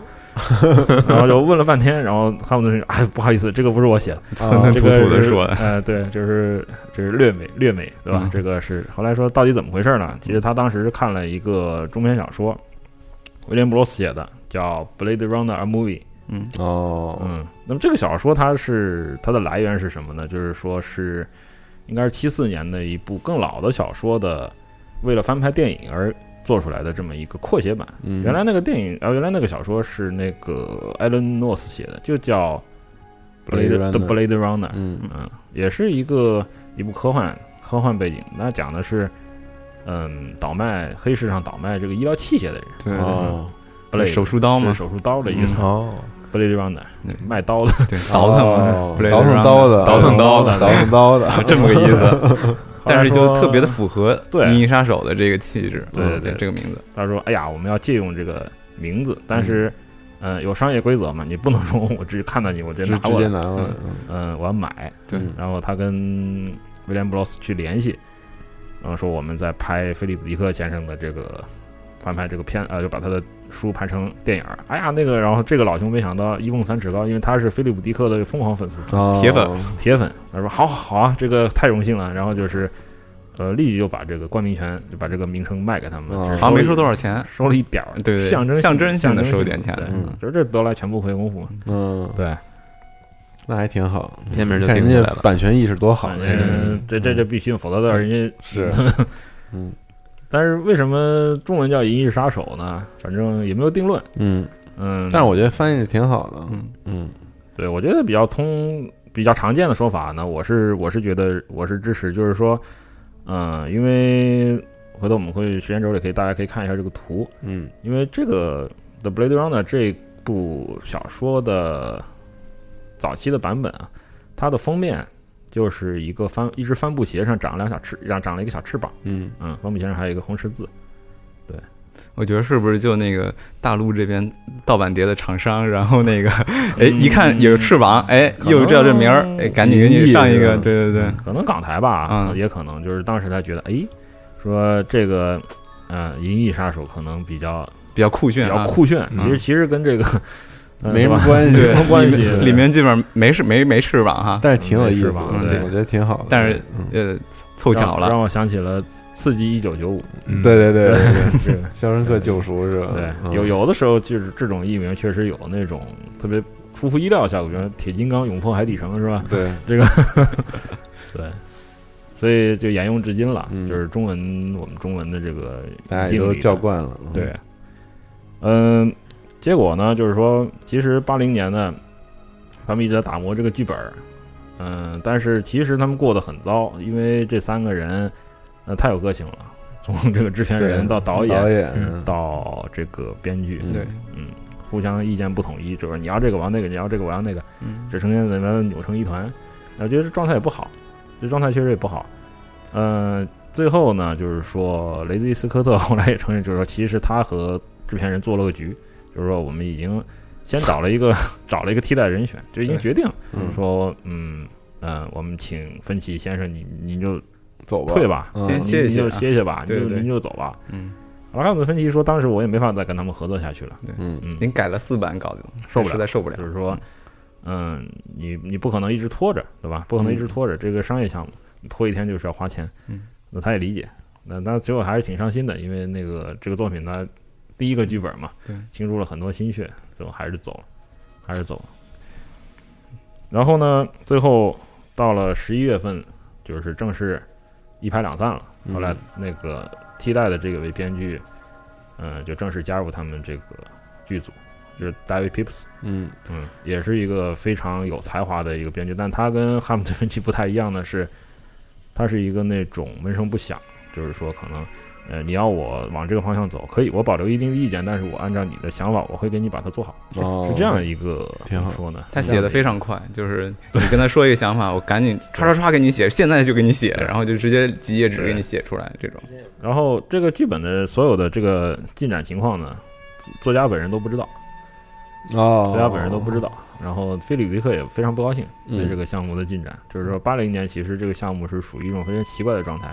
[SPEAKER 2] 然后就问了半天，然后哈姆顿芬奇哎，不好意思，这个不是我写的，
[SPEAKER 4] <laughs> 吞吞
[SPEAKER 2] 这
[SPEAKER 4] 吐
[SPEAKER 2] 个
[SPEAKER 4] 吐
[SPEAKER 2] 就
[SPEAKER 4] 的
[SPEAKER 2] 是
[SPEAKER 4] 说的，
[SPEAKER 2] 呃，对，就是就是略美略美，对吧？
[SPEAKER 4] 嗯
[SPEAKER 2] 这个是后来说到底怎么回事呢？其实他当时是看了一个中篇小说，威廉布鲁斯写的，叫《Blade Runner: A Movie》。
[SPEAKER 4] 嗯，
[SPEAKER 1] 哦，
[SPEAKER 2] 嗯，那么这个小说它是它的来源是什么呢？就是说是应该是七四年的一部更老的小说的，为了翻拍电影而做出来的这么一个扩写版。
[SPEAKER 1] 嗯
[SPEAKER 2] 原来那个电影啊、呃原来那个小说是那个艾伦·诺斯写的，就叫《
[SPEAKER 1] Blade
[SPEAKER 2] Blade The
[SPEAKER 1] Runner
[SPEAKER 2] Blade Runner》。
[SPEAKER 1] 嗯
[SPEAKER 2] 嗯，也是一个一部科幻科幻背景，那讲的是，嗯，倒卖黑市上倒卖这个医疗器械的人，
[SPEAKER 4] 对
[SPEAKER 1] 哦，
[SPEAKER 2] 布雷
[SPEAKER 4] 手术刀嘛
[SPEAKER 2] 是，
[SPEAKER 4] 嗯
[SPEAKER 2] 手术刀的意思，
[SPEAKER 3] 哦，
[SPEAKER 2] 布雷地方的
[SPEAKER 4] 对
[SPEAKER 2] 卖刀的。
[SPEAKER 4] 对，倒腾嘛，
[SPEAKER 1] 哦
[SPEAKER 4] 布雷
[SPEAKER 1] 倒腾刀的，
[SPEAKER 2] 倒腾刀的
[SPEAKER 1] 倒腾刀的，
[SPEAKER 4] 这么个意 <laughs> 思。
[SPEAKER 2] 后来
[SPEAKER 4] <laughs> 但是就特
[SPEAKER 2] <laughs>
[SPEAKER 4] 别的
[SPEAKER 2] 说，
[SPEAKER 4] 符合
[SPEAKER 2] 对
[SPEAKER 4] 《银翼杀手》的这个气质，
[SPEAKER 2] 对对对
[SPEAKER 4] 嗯这个名字，
[SPEAKER 2] 他说：“哎呀，我们要借用这个名字，但是，嗯，有商业规则嘛，你不能说我只看到你 <laughs> 我直接
[SPEAKER 1] 直
[SPEAKER 2] 拿
[SPEAKER 1] 直
[SPEAKER 2] 过
[SPEAKER 1] 接
[SPEAKER 2] 来，
[SPEAKER 1] 拿过来，
[SPEAKER 2] 嗯，我要买。
[SPEAKER 4] 对
[SPEAKER 1] 嗯
[SPEAKER 2] 然后他跟威廉布洛斯去联系，然后说我们在拍菲利普迪克先生的这个翻拍这个片，呃，就把他的书拍成电影儿。哎呀，那个，然后这个老兄没想到一蹦三尺高，因为他是菲利普迪克的疯狂粉丝、
[SPEAKER 1] 哦
[SPEAKER 4] 铁粉
[SPEAKER 2] 铁粉。他说好好好啊，这个太荣幸了。然后就是，呃，立即就把这个冠名权，就把这个名称卖给他们了，
[SPEAKER 1] 哦
[SPEAKER 2] 只
[SPEAKER 1] 好
[SPEAKER 2] 是
[SPEAKER 4] 好像没
[SPEAKER 2] 一
[SPEAKER 4] 收多少钱，
[SPEAKER 2] 收了一点儿，
[SPEAKER 4] 对对对
[SPEAKER 2] 象征
[SPEAKER 4] 象征性
[SPEAKER 2] 象
[SPEAKER 4] 的
[SPEAKER 2] 征
[SPEAKER 4] 收
[SPEAKER 2] 性
[SPEAKER 4] 点钱
[SPEAKER 2] 对，
[SPEAKER 1] 嗯
[SPEAKER 2] 就是这得来全不费功夫嘛。
[SPEAKER 1] 嗯，
[SPEAKER 2] 对，
[SPEAKER 1] 那还挺好，
[SPEAKER 3] 片名就
[SPEAKER 1] 看
[SPEAKER 3] 定
[SPEAKER 1] 人
[SPEAKER 3] 下
[SPEAKER 1] 家
[SPEAKER 3] 来了。
[SPEAKER 1] 版权意识多好，
[SPEAKER 2] 反
[SPEAKER 1] 这个
[SPEAKER 2] 正这这这必须，否则的话人家
[SPEAKER 1] 是，嗯
[SPEAKER 2] 但是为什么中文叫《银翼杀手》呢？反正也没有定论。
[SPEAKER 1] 嗯，
[SPEAKER 2] 嗯，
[SPEAKER 1] 但是我觉得翻译的挺好的，
[SPEAKER 4] 嗯，
[SPEAKER 1] 嗯
[SPEAKER 2] 对我觉得比较通、比较常见的说法呢，我是我是觉得我是支持，就是说，嗯、因为回头我们会时间轴里可以大家可以看一下这个图，
[SPEAKER 1] 嗯
[SPEAKER 2] 因为这个《The Blade Runner》这部小说的早期的版本啊，它的封面就是一个帆一只帆布鞋上长了两小翅，长长了一个小翅膀，
[SPEAKER 1] 嗯，
[SPEAKER 2] 嗯，帆布鞋上还有一个红十字，
[SPEAKER 4] 我觉得是不是就那个大陆这边盗版碟的厂商，然后那个，哎，
[SPEAKER 2] 嗯
[SPEAKER 4] 一看有翅膀，哎，
[SPEAKER 2] 可能
[SPEAKER 4] 又知道这名儿，哎，赶紧给你上一个，对对对，
[SPEAKER 2] 可能港台吧，
[SPEAKER 4] 嗯
[SPEAKER 2] 可也可能就是当时他觉得，哎，说这个，呃，银翼杀手可能比较
[SPEAKER 4] 比较酷
[SPEAKER 2] 比
[SPEAKER 4] 炫
[SPEAKER 2] 较
[SPEAKER 4] 啊，
[SPEAKER 2] 酷炫，
[SPEAKER 4] 嗯
[SPEAKER 2] 其实其实跟这个、呃
[SPEAKER 1] 没什
[SPEAKER 2] 对
[SPEAKER 1] 么
[SPEAKER 2] 吧
[SPEAKER 1] 关系
[SPEAKER 4] 对，
[SPEAKER 2] 没什么关系
[SPEAKER 4] 里面
[SPEAKER 2] 对
[SPEAKER 4] 里面基本上没翅没没翅膀哈，
[SPEAKER 1] 但是挺有意思
[SPEAKER 2] 没翅
[SPEAKER 1] 的，
[SPEAKER 2] 膀
[SPEAKER 1] 对
[SPEAKER 2] 对
[SPEAKER 1] 我觉得挺好的，
[SPEAKER 4] 但是
[SPEAKER 1] 嗯
[SPEAKER 4] 呃，凑巧
[SPEAKER 2] 让
[SPEAKER 4] 了，
[SPEAKER 2] 让我想起了《刺激一九九五
[SPEAKER 3] 嗯
[SPEAKER 1] 对对
[SPEAKER 2] <laughs>
[SPEAKER 1] 对，对》
[SPEAKER 2] 这个。
[SPEAKER 1] 肖申克救赎是吧？
[SPEAKER 2] 对，
[SPEAKER 1] 嗯
[SPEAKER 2] 有有的时候就是这种译名确实有那种特别出乎意料的效果，比如说铁金刚勇破海底城是吧？
[SPEAKER 1] 对，
[SPEAKER 2] 对，所以就沿用至今了，
[SPEAKER 1] 嗯
[SPEAKER 2] 就是中文我们中文的这个
[SPEAKER 1] 大家
[SPEAKER 2] 语
[SPEAKER 1] 也
[SPEAKER 2] 境
[SPEAKER 1] 都
[SPEAKER 2] 里的
[SPEAKER 1] 叫惯了，嗯
[SPEAKER 2] 对，嗯，结果呢，就是说，其实八零年呢，他们一直在打磨这个剧本儿，嗯，但是其实他们过得很糟，因为这三个人，呃，太有个性了，从这个制片人
[SPEAKER 1] 对
[SPEAKER 2] 到
[SPEAKER 1] 导
[SPEAKER 2] 导演
[SPEAKER 1] 演
[SPEAKER 3] 嗯
[SPEAKER 2] 到这个编剧，
[SPEAKER 1] 嗯
[SPEAKER 4] 对，
[SPEAKER 2] 嗯，互相意见不统一，就是你要这个我要那个，你要这个我要那个，
[SPEAKER 4] 嗯，
[SPEAKER 2] 这成天在那扭成一团，我觉得这状态也不好，这状态确实也不好。呃，最后呢，就是说雷迪斯科特后来也承认，就是说其实他和制片人做了个局，就是说我们已经先找了一个 <laughs> 找了一个替代人选，就已经
[SPEAKER 4] 对
[SPEAKER 2] 决定了
[SPEAKER 1] 嗯
[SPEAKER 2] 说，嗯呃，我们请芬奇先生，你您就
[SPEAKER 1] 走吧，
[SPEAKER 2] 退吧，
[SPEAKER 1] 嗯
[SPEAKER 4] 先
[SPEAKER 2] 您
[SPEAKER 4] 歇一
[SPEAKER 2] 您就
[SPEAKER 4] 歇啊
[SPEAKER 2] 歇歇吧，您
[SPEAKER 4] 对
[SPEAKER 2] 就
[SPEAKER 4] 对
[SPEAKER 2] 您就走吧。
[SPEAKER 4] 嗯，
[SPEAKER 2] 阿卡姆芬奇说，当时我也没法再跟他们合作下去了，
[SPEAKER 1] 嗯
[SPEAKER 2] 嗯，
[SPEAKER 4] 您改了四版稿子，
[SPEAKER 2] 受不
[SPEAKER 4] 实
[SPEAKER 2] 了
[SPEAKER 4] 在。受不了
[SPEAKER 2] 就。是说，嗯，你你不可能一直拖着，对吧？不可能一直拖着，这个商业项目，你拖一天就是要花钱。
[SPEAKER 4] 嗯，
[SPEAKER 2] 那他也理解，那那结果还是挺伤心的，因为那个这个作品他第一个剧本嘛，
[SPEAKER 4] 对
[SPEAKER 2] 倾注了很多心血，最后还是走了，还是走了。然后呢，最后到了十一月份，就是正式一拍两散了。
[SPEAKER 1] 嗯
[SPEAKER 2] 后来那个替代的这个位编剧，嗯、就正式加入他们这个剧组，就是 David Pips。
[SPEAKER 1] 嗯
[SPEAKER 2] 嗯，也是一个非常有才华的一个编剧，但他跟汉姆特芬奇不太一样的是，他是一个那种闷声不响，就是说可能，呃，你要我往这个方向走，可以，我保留一定的意见，但是我按照你的想法，我会给你把它做好，
[SPEAKER 1] 哦
[SPEAKER 2] 是这样一个
[SPEAKER 1] 挺
[SPEAKER 2] 怎么
[SPEAKER 1] 好
[SPEAKER 2] 说呢？
[SPEAKER 4] 他写的非常快，就是你跟他说一个想法，我赶紧唰唰唰给你写，现在就给你写，
[SPEAKER 2] 对
[SPEAKER 4] 然后就直接几页纸
[SPEAKER 2] 对
[SPEAKER 4] 给你写出来，这种
[SPEAKER 2] 然后这个剧本的所有的这个进展情况呢，作家本人都不知道，
[SPEAKER 1] 哦，
[SPEAKER 2] 作家本人都不知道，然后菲利迪克也非常不高兴。对这
[SPEAKER 1] 个
[SPEAKER 2] 个项目的进展。就是说，八零年其实这个项目是属于一种非常奇怪的状态，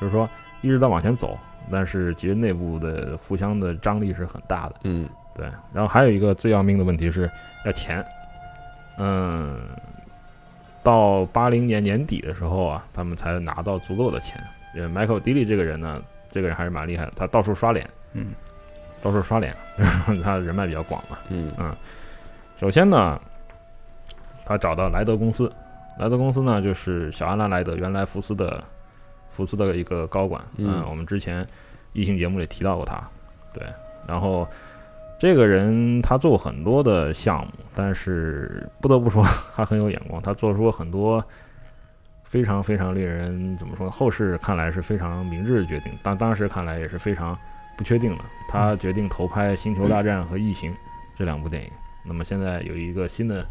[SPEAKER 2] 就是说一直在往前走，但是其实内部的互相的张力是很大的。
[SPEAKER 1] 嗯
[SPEAKER 2] 对，然后还有一个最要命的问题是要钱。嗯，到八零年年底的时候啊，他们才拿到足够的钱。呃，Michael d i l l y 这个人呢，这个人还是蛮厉害的，他到处刷脸，
[SPEAKER 4] 嗯，
[SPEAKER 2] 到处刷脸， <laughs> 他人脉比较广嘛。
[SPEAKER 1] 嗯
[SPEAKER 2] 首先呢，他找到莱德公司，莱德公司呢就是小阿拉莱德原来福斯的福斯的一个高管，
[SPEAKER 1] 嗯
[SPEAKER 2] 我们之前异性节目里提到过他，对，然后这个人他做过很多的项目，但是不得不说他很有眼光，他做出了很多。非常非常令人怎么说呢？后世看来是非常明智的决定，但当时看来也是非常不确定的。他决定投拍《星球大战》和《异形》这两部电影。那么现在有一个新的、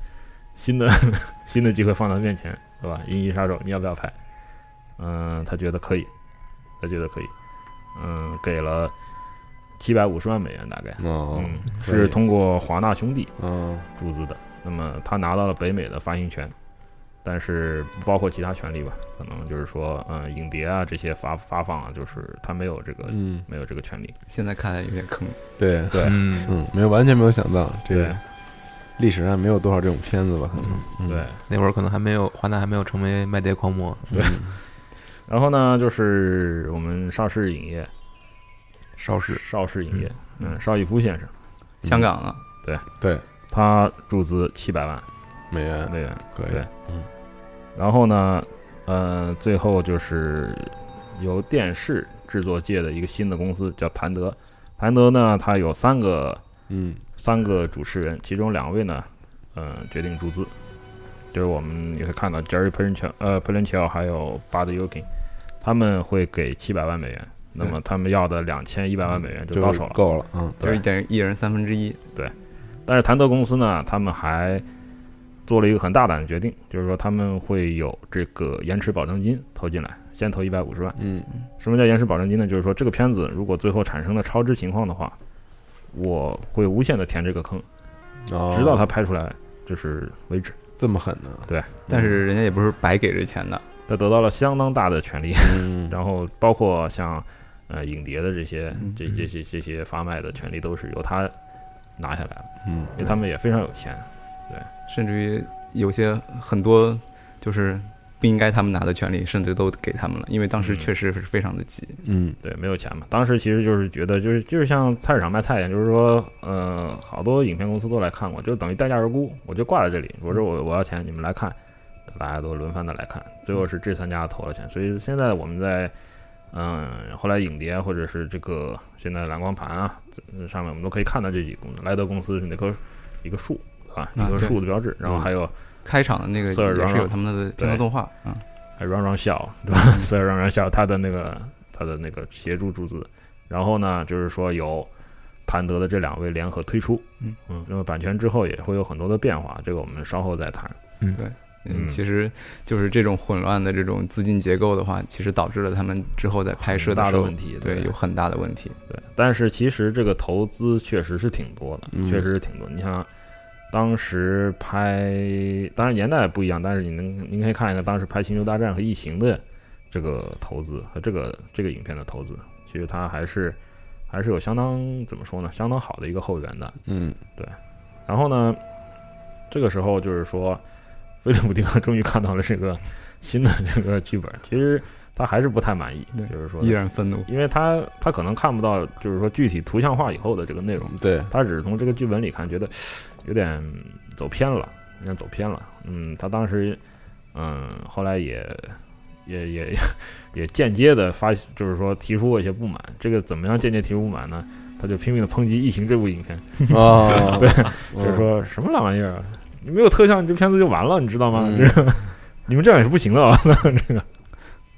[SPEAKER 2] 新的、 <laughs> 新的机会放在面前，对吧？《银翼杀手》，你要不要拍？嗯，他觉得可以，他觉得可以。嗯，给了七百五十万美元，大概。
[SPEAKER 1] 哦
[SPEAKER 2] 嗯，
[SPEAKER 1] 可以
[SPEAKER 2] 是通过华纳兄弟
[SPEAKER 1] 哦
[SPEAKER 2] 注资的。那么他拿到了北美的发行权，但是不包括其他权利吧？可能就是说，嗯，影碟啊这些发发放啊，就是他没有这个、
[SPEAKER 1] 嗯
[SPEAKER 2] 没有这个权利。
[SPEAKER 4] 现在看来有点坑。
[SPEAKER 1] 对
[SPEAKER 2] 对
[SPEAKER 3] 嗯，
[SPEAKER 1] 嗯没有完全没有想到这个历史上没有多少这种片子吧可能嗯
[SPEAKER 2] 对。
[SPEAKER 3] 那会儿可能还没有华纳还没有成为卖碟狂魔，
[SPEAKER 2] 然后呢，就是我们邵氏影业，
[SPEAKER 3] 邵氏
[SPEAKER 2] 邵氏影业，
[SPEAKER 4] 嗯
[SPEAKER 2] 嗯，邵逸夫先生，
[SPEAKER 4] 香港了，
[SPEAKER 2] 嗯他注资七百万
[SPEAKER 1] 美元
[SPEAKER 2] 美元。
[SPEAKER 1] 可以
[SPEAKER 2] 对
[SPEAKER 1] 嗯
[SPEAKER 2] 然后呢，呃，最后就是由电视制作界的一个新的公司叫谭德，谭德呢，它有三个
[SPEAKER 1] 嗯
[SPEAKER 2] 三个主持人，其中两位呢，呃，决定注资，就是我们也会看到 Jerry p e r r i n c h e l 呃 p e r r i n c h e l 还有 Bud Yokin，他们会给七百万美元，那么他们要的两千一百万美元就到手了。
[SPEAKER 1] 够了嗯
[SPEAKER 4] 就是
[SPEAKER 2] 对嗯
[SPEAKER 4] 一点一人三分之一，
[SPEAKER 2] 但是谭德公司呢，他们还做了一个很大胆的决定，就是说他们会有这个延迟保证金投进来，先投一百五十万。
[SPEAKER 1] 嗯
[SPEAKER 2] 什么叫延迟保证金呢？就是说这个片子如果最后产生了超支情况的话，我会无限的填这个坑，
[SPEAKER 1] 哦
[SPEAKER 2] 直到它拍出来就是为止。
[SPEAKER 1] 这么狠呢
[SPEAKER 4] 但是人家也不是白给这钱的，
[SPEAKER 2] 他得到了相当大的权利，
[SPEAKER 1] 嗯
[SPEAKER 2] <laughs> 然后包括像呃影碟的这些
[SPEAKER 4] 嗯
[SPEAKER 2] 这这些这些发卖的权利都是由他拿下来的，
[SPEAKER 1] 嗯
[SPEAKER 2] 因为他们也非常有钱。
[SPEAKER 4] 甚至于有些很多就是不应该他们拿的权利，甚至都给他们了，因为当时
[SPEAKER 2] 嗯
[SPEAKER 4] 确实是非常的急。
[SPEAKER 1] 嗯
[SPEAKER 2] 对，没有钱嘛。当时其实就是觉得，就是就是像菜市场卖菜一样，就是说，呃，好多影片公司都来看过，就等于待价而沽，我就挂在这里，我说我我要钱，你们来看，大家都轮番的来看，最后是这三家投了钱，所以现在我们在，嗯、后来影碟或者是这个现在蓝光盘啊这上面，我们都可以看到这几个公司，莱德公司是那棵一个树。啊，一
[SPEAKER 4] 啊
[SPEAKER 2] 棵
[SPEAKER 4] 对
[SPEAKER 2] 树的标志，然后还有
[SPEAKER 4] 开场的那个
[SPEAKER 2] 色儿
[SPEAKER 4] 也
[SPEAKER 2] 软
[SPEAKER 4] 是
[SPEAKER 2] 软
[SPEAKER 4] 有他们的
[SPEAKER 2] 对
[SPEAKER 4] 片头动画，嗯，
[SPEAKER 2] 还有嚷嚷笑，对吧？所以嚷嚷笑，他的那个他的那个协助注资。然后呢，就是说由潘德的这两位联合推出，
[SPEAKER 4] 嗯
[SPEAKER 2] 嗯，那么版权之后也会有很多的变化，这个我们稍后再谈。嗯
[SPEAKER 4] 嗯，其实就是这种混乱的这种资金结构的话，其实导致了他们之后在拍摄
[SPEAKER 2] 很大
[SPEAKER 4] 时
[SPEAKER 2] 的
[SPEAKER 4] 候，
[SPEAKER 2] 问题，
[SPEAKER 4] 对有很大的问题。
[SPEAKER 2] 对，但是其实这个投资确实是挺多的，
[SPEAKER 1] 嗯
[SPEAKER 2] 确实是挺多。你像当时拍，当然年代不一样，但是你能您可以看一看当时拍《星球大战》和《异形》的这个投资和这个这个影片的投资，其实它还是还是有相当怎么说呢，相当好的一个后援的。
[SPEAKER 1] 嗯
[SPEAKER 2] 然后呢，这个时候就是说，菲利普迪克终 <laughs> 于看到了这个新的这个剧本，其实他还是不太满意
[SPEAKER 4] 对，
[SPEAKER 2] 就是说
[SPEAKER 4] 依然愤怒，
[SPEAKER 2] 因为他他可能看不到，就是说具体图像化以后的这个内容，
[SPEAKER 1] 嗯
[SPEAKER 2] <laughs>
[SPEAKER 1] 对，
[SPEAKER 2] 他只是从这个剧本里看，觉得 <sighs> 有点走偏了，有点走偏了。嗯，他当时，嗯，后来也也也 <laughs> 也间接的发，就是说提出过一些不满。这个怎么样间接提出不满呢？他就拼命的抨击《异形》这部影片，
[SPEAKER 1] 哦，对，
[SPEAKER 2] 就是
[SPEAKER 1] 嗯
[SPEAKER 2] 说什么烂玩意儿啊，你没有特效，你这片子就完了，你知道吗？
[SPEAKER 1] 嗯
[SPEAKER 2] 这个你们这样也是不行的啊， <laughs> 这个。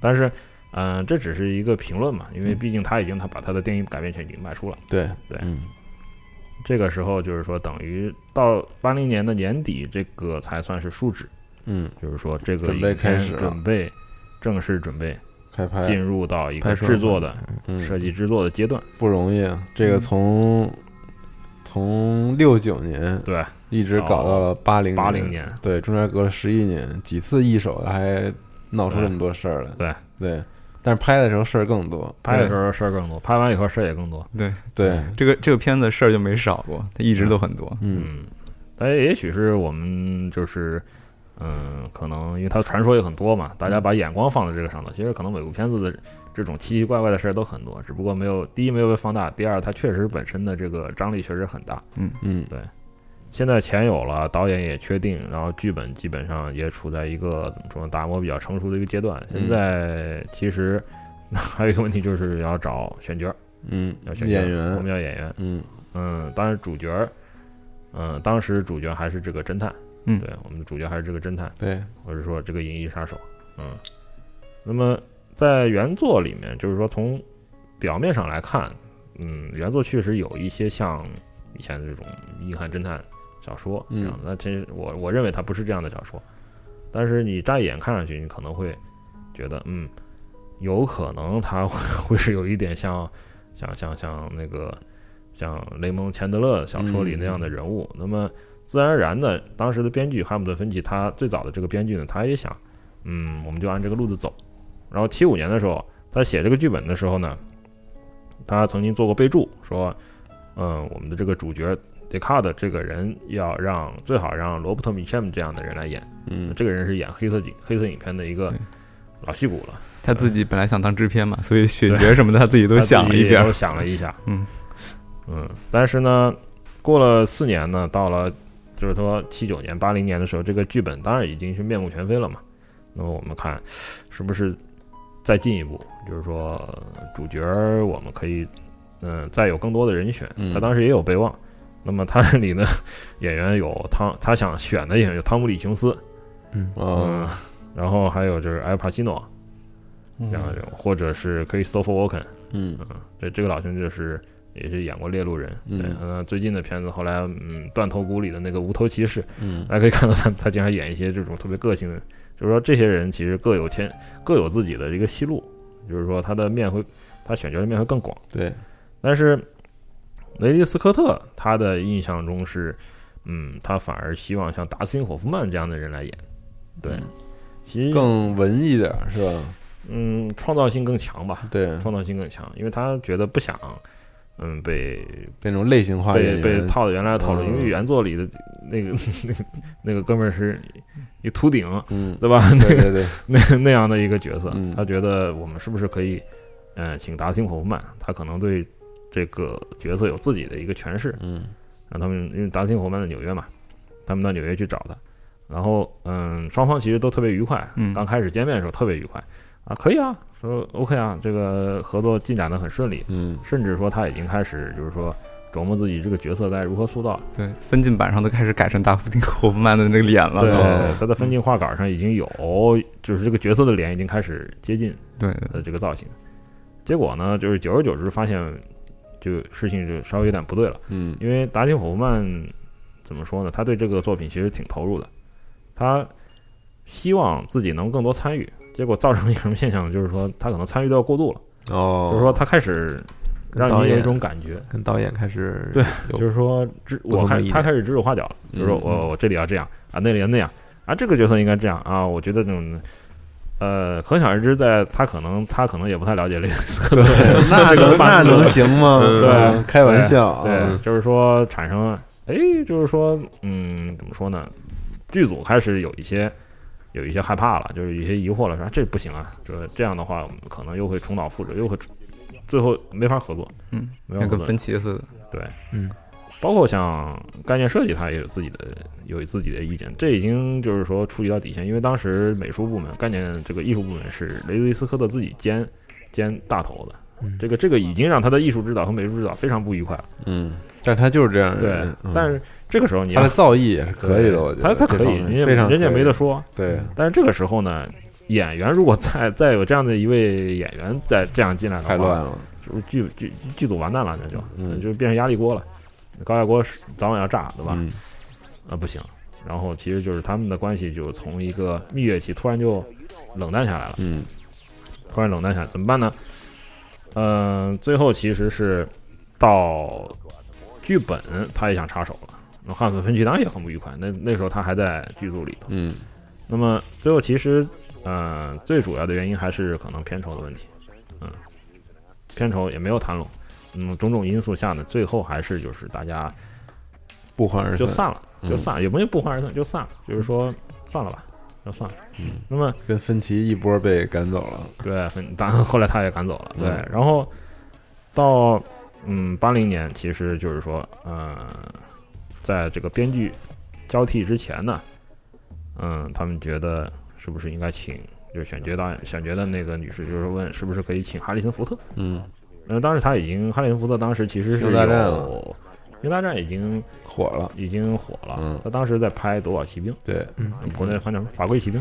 [SPEAKER 2] 但是，嗯、这只是一个评论嘛，
[SPEAKER 1] 嗯
[SPEAKER 2] 因为毕竟他已经他把他的电影改编权已经卖出了。
[SPEAKER 1] 对
[SPEAKER 2] 对
[SPEAKER 1] 嗯
[SPEAKER 2] 这个时候就是说，等于到八零年的年底，这个才算是述职，
[SPEAKER 1] 嗯，
[SPEAKER 2] 就是说这个
[SPEAKER 1] 准备
[SPEAKER 2] 影片
[SPEAKER 1] 开始了
[SPEAKER 2] 准备正式准备
[SPEAKER 1] 开拍
[SPEAKER 2] 进入到一
[SPEAKER 3] 拍
[SPEAKER 2] 个
[SPEAKER 3] 摄
[SPEAKER 2] 制作的
[SPEAKER 1] 嗯
[SPEAKER 2] 设计制作的阶段。
[SPEAKER 1] 不容易啊，
[SPEAKER 2] 嗯
[SPEAKER 1] 这个从、从六九年
[SPEAKER 2] 对，
[SPEAKER 1] 一直搞到了八零
[SPEAKER 2] 哦八零，年，
[SPEAKER 1] 对，中间隔了十一年，几次易手还闹出这么多事儿来，
[SPEAKER 2] 对
[SPEAKER 1] 对，但是拍的时候事儿更多，
[SPEAKER 2] 拍的时候事儿更多，拍完以后事儿也更多。
[SPEAKER 4] 对
[SPEAKER 1] 对，
[SPEAKER 4] 这个这个片子事儿就没少过，它一直都很多。
[SPEAKER 1] 嗯
[SPEAKER 2] 嗯，但也许是我们就是，嗯，可能因为它传说也很多嘛，大家
[SPEAKER 1] 嗯
[SPEAKER 2] 把眼光放在这个上头。其实可能每部片子的这种奇奇怪怪的事儿都很多，只不过没有第一没有被放大，第二它确实本身的这个张力确实很大。
[SPEAKER 1] 嗯
[SPEAKER 2] 现在钱有了，导演也确定，然后剧本基本上也处在一个怎么说呢，打磨比较成熟的一个阶段。
[SPEAKER 1] 嗯
[SPEAKER 2] 现在其实 <laughs> 还有一个问题就是要找选角儿，
[SPEAKER 1] 嗯
[SPEAKER 2] 要选角儿
[SPEAKER 1] 演
[SPEAKER 2] 我
[SPEAKER 1] 员
[SPEAKER 2] 们，要演员。
[SPEAKER 1] 嗯
[SPEAKER 2] 嗯，当然主角儿，嗯，当时主角还是这个侦探，
[SPEAKER 4] 嗯
[SPEAKER 2] 对，我们的主角还是这个侦探，
[SPEAKER 1] 对，
[SPEAKER 2] 或者说这个银翼杀手，嗯。那么在原作里面，就是说从表面上来看，嗯，原作确实有一些像以前的这种硬汉侦探小说这
[SPEAKER 1] 嗯
[SPEAKER 2] 样的，那其实我我认为它不是这样的小说，但是你乍一眼看上去，你可能会觉得，嗯，有可能它会会是有一点像像像像那个像雷蒙·钱德勒小说里那样的人物。那么自然而然的，当时的编剧汉姆德·芬奇，他最早的这个编剧呢，他也想，嗯，我们就按这个路子走。然后七五年的时候，他写这个剧本的时候呢，他曾经做过备注，说，嗯，我们的这个主角迪卡的这个人要让最好让罗伯特·米切姆这样的人来演。
[SPEAKER 1] 嗯
[SPEAKER 2] 这个人是演黑色警黑色影片的一个
[SPEAKER 4] 对
[SPEAKER 2] 老戏骨了，
[SPEAKER 4] 他自己本来想当制片嘛，所以选角什么的他自己都
[SPEAKER 2] 他自己
[SPEAKER 4] 想了一点
[SPEAKER 2] 都
[SPEAKER 4] 儿。
[SPEAKER 2] 想了一下，
[SPEAKER 4] 嗯
[SPEAKER 2] 嗯，但是呢，过了四年呢，到了就是说七九年、八零年的时候，这个剧本当然已经是面目全非了嘛。那么我们看，是不是再进一步，就是说呃主角儿我们可以，嗯、再有更多的人选
[SPEAKER 1] 嗯。
[SPEAKER 2] 他当时也有备忘，那么他里呢，演员有汤，他想选的演员有汤姆·李·琼斯，
[SPEAKER 3] 嗯，
[SPEAKER 1] 哦
[SPEAKER 2] 嗯，然后还有就是艾帕西诺，嗯然后或者是 Christopher Walken，
[SPEAKER 1] 嗯
[SPEAKER 2] 这这个老兄就是也是演过《猎鹿人》，
[SPEAKER 1] 嗯
[SPEAKER 2] 对，嗯，最近的片子后来嗯，《断头谷》里的那个无头骑士，
[SPEAKER 1] 嗯
[SPEAKER 2] 大家可以看到他他经常演一些这种特别个性的，就是说这些人其实各有千各有自己的一个戏路，就是说他的面会他选角的面会更广，
[SPEAKER 1] 对，
[SPEAKER 2] 但是雷利斯科特他的印象中是，嗯，他反而希望像达斯汀霍夫曼这样的人来演，对，
[SPEAKER 1] 嗯
[SPEAKER 2] 其实
[SPEAKER 1] 更文艺点儿是吧？
[SPEAKER 2] 嗯创造性更强吧，
[SPEAKER 1] 对，
[SPEAKER 2] 创造性更强，因为他觉得不想。嗯，被
[SPEAKER 1] 那种类型化演
[SPEAKER 2] 被
[SPEAKER 1] 员，
[SPEAKER 2] 被套到原来的套路，
[SPEAKER 1] 啊嗯
[SPEAKER 2] 因为原作里的那个 <laughs> 那个哥们儿是一秃顶，
[SPEAKER 1] 嗯，
[SPEAKER 2] 对吧？ <laughs>
[SPEAKER 1] 对对对，
[SPEAKER 2] 那 <laughs> 那样的一个角色
[SPEAKER 1] 嗯，
[SPEAKER 2] 他觉得我们是不是可以，呃，请达斯汀·霍夫曼，他可能对这个角色有自己的一个诠释，
[SPEAKER 1] 嗯
[SPEAKER 2] 让他们因为达斯汀·霍夫曼在纽约嘛，他们到纽约去找他，然后嗯，双方其实都特别愉快，
[SPEAKER 4] 嗯
[SPEAKER 2] 刚开始见面的时候特别愉快，啊，可以啊，说 OK 啊，这个合作进展的很顺利，
[SPEAKER 1] 嗯
[SPEAKER 2] 甚至说他已经开始就是说琢磨自己这个角色该如何塑造。
[SPEAKER 4] 对，分镜版上都开始改成达夫丁霍夫曼的那个脸了
[SPEAKER 2] 对，
[SPEAKER 4] 都。
[SPEAKER 2] 他的分镜画稿上已经有，就是这个角色的脸已经开开始接近
[SPEAKER 4] 对，
[SPEAKER 2] 他的这个造型。结果呢，就是久而久之发现，就事情就稍微有点不对了。
[SPEAKER 1] 嗯
[SPEAKER 2] 因为达西普曼怎么说呢？他对这个作品其实挺投入的，他希望自己能更多参与。结果造成了一个什么现象呢？就是说他可能参与到过度了，
[SPEAKER 1] 哦，
[SPEAKER 2] 就是说他开始
[SPEAKER 3] 跟
[SPEAKER 2] 让
[SPEAKER 3] 导
[SPEAKER 2] 你有
[SPEAKER 3] 演
[SPEAKER 2] 一种感觉，
[SPEAKER 3] 跟导演开始
[SPEAKER 2] 对
[SPEAKER 3] 有
[SPEAKER 2] 就是说指
[SPEAKER 3] 不
[SPEAKER 2] 我
[SPEAKER 3] 同的
[SPEAKER 2] 开
[SPEAKER 3] 意见
[SPEAKER 2] 他开始指手画脚了，
[SPEAKER 1] 嗯
[SPEAKER 2] 就是说我我这里要这样啊，那里要那样啊，这个角色应该这样啊，我觉得嗯。呃，可想而知，在他可能他可能也不太了解雷斯科特的
[SPEAKER 1] <laughs> 那
[SPEAKER 2] 这个
[SPEAKER 1] 能那
[SPEAKER 2] 班子
[SPEAKER 1] 能行吗？
[SPEAKER 3] 嗯
[SPEAKER 1] <laughs> 嗯开玩笑啊，
[SPEAKER 2] 对，就是说产生，哎，就是说，嗯，怎么说呢？剧组开始有一些有一些害怕了，就是有一些疑惑了，说、啊、这不行啊，说这样的话，我们可能又会重蹈覆辙，又会最后没法合作，
[SPEAKER 4] 嗯，
[SPEAKER 2] 没法
[SPEAKER 4] 那
[SPEAKER 2] 合
[SPEAKER 4] 个
[SPEAKER 2] 作。
[SPEAKER 4] 分歧似的，
[SPEAKER 3] 嗯
[SPEAKER 2] 包括像概念设计，它也有自己的有自己的意见，这已经就是说触及到底线，因为当时美术部门、概念这个艺术部门是雷维斯科特自己兼兼大头的，
[SPEAKER 3] 嗯
[SPEAKER 2] 这个这个已经让他的艺术指导和美术指导非常不愉快了。
[SPEAKER 1] 嗯，但是他就是这样的
[SPEAKER 2] 对，
[SPEAKER 1] 人，嗯
[SPEAKER 2] 但是这个时候你
[SPEAKER 1] 他
[SPEAKER 2] 要
[SPEAKER 1] 的造诣也是可以的，我觉得
[SPEAKER 2] 他他可
[SPEAKER 1] 这方
[SPEAKER 2] 以，
[SPEAKER 1] 面
[SPEAKER 2] 人家
[SPEAKER 1] 非常
[SPEAKER 2] 人家
[SPEAKER 1] 可以
[SPEAKER 2] 没得说。
[SPEAKER 1] 对，
[SPEAKER 2] 但是这个时候呢，演员如果再再有这样的一位演员再这样进来的
[SPEAKER 1] 太乱
[SPEAKER 2] 话，
[SPEAKER 1] 了，
[SPEAKER 2] 就是剧剧剧组完蛋了，那就
[SPEAKER 1] 嗯
[SPEAKER 2] 就变成压力锅了。高压锅是早晚要炸，对吧？
[SPEAKER 1] 嗯
[SPEAKER 2] 啊，不行。然后其实就是他们的关系就从一个蜜月期突然就冷淡下来了，
[SPEAKER 1] 嗯
[SPEAKER 2] 突然冷淡下来，怎么办呢？嗯、最后其实是到剧本他也想插手了，那汉斯芬奇当然也很不愉快，那那时候他还在剧组里头。
[SPEAKER 1] 嗯
[SPEAKER 2] 那么最后其实，呃，最主要的原因还是可能片酬的问题，嗯，片酬也没有谈拢，嗯，种种因素下呢，最后还是就是大家
[SPEAKER 1] 不欢而
[SPEAKER 2] 就
[SPEAKER 1] 散，
[SPEAKER 2] 散了，就散了，也不是不欢而散，就散了，就是说算了吧，就算了。
[SPEAKER 1] 嗯，
[SPEAKER 2] 那么
[SPEAKER 1] 跟芬奇一波被赶走了，
[SPEAKER 2] 对，分当然后来他也赶走了，对，
[SPEAKER 1] 嗯
[SPEAKER 2] 然后到嗯八零年，其实就是说，呃，在这个编剧交替之前呢，嗯，他们觉得是不是应该请，就是选角导演选角的那个女士，就是问是不是可以请哈里森福特。
[SPEAKER 1] 嗯，
[SPEAKER 2] 那、当时他已经哈里森福特当时其实是
[SPEAKER 1] 星球大战
[SPEAKER 2] 有《英大战》已经
[SPEAKER 1] 火了，
[SPEAKER 2] 已经火了，
[SPEAKER 1] 嗯
[SPEAKER 2] 他当时在拍《夺宝奇兵
[SPEAKER 1] 对，
[SPEAKER 3] 嗯》，
[SPEAKER 2] 国内翻成《法规奇兵》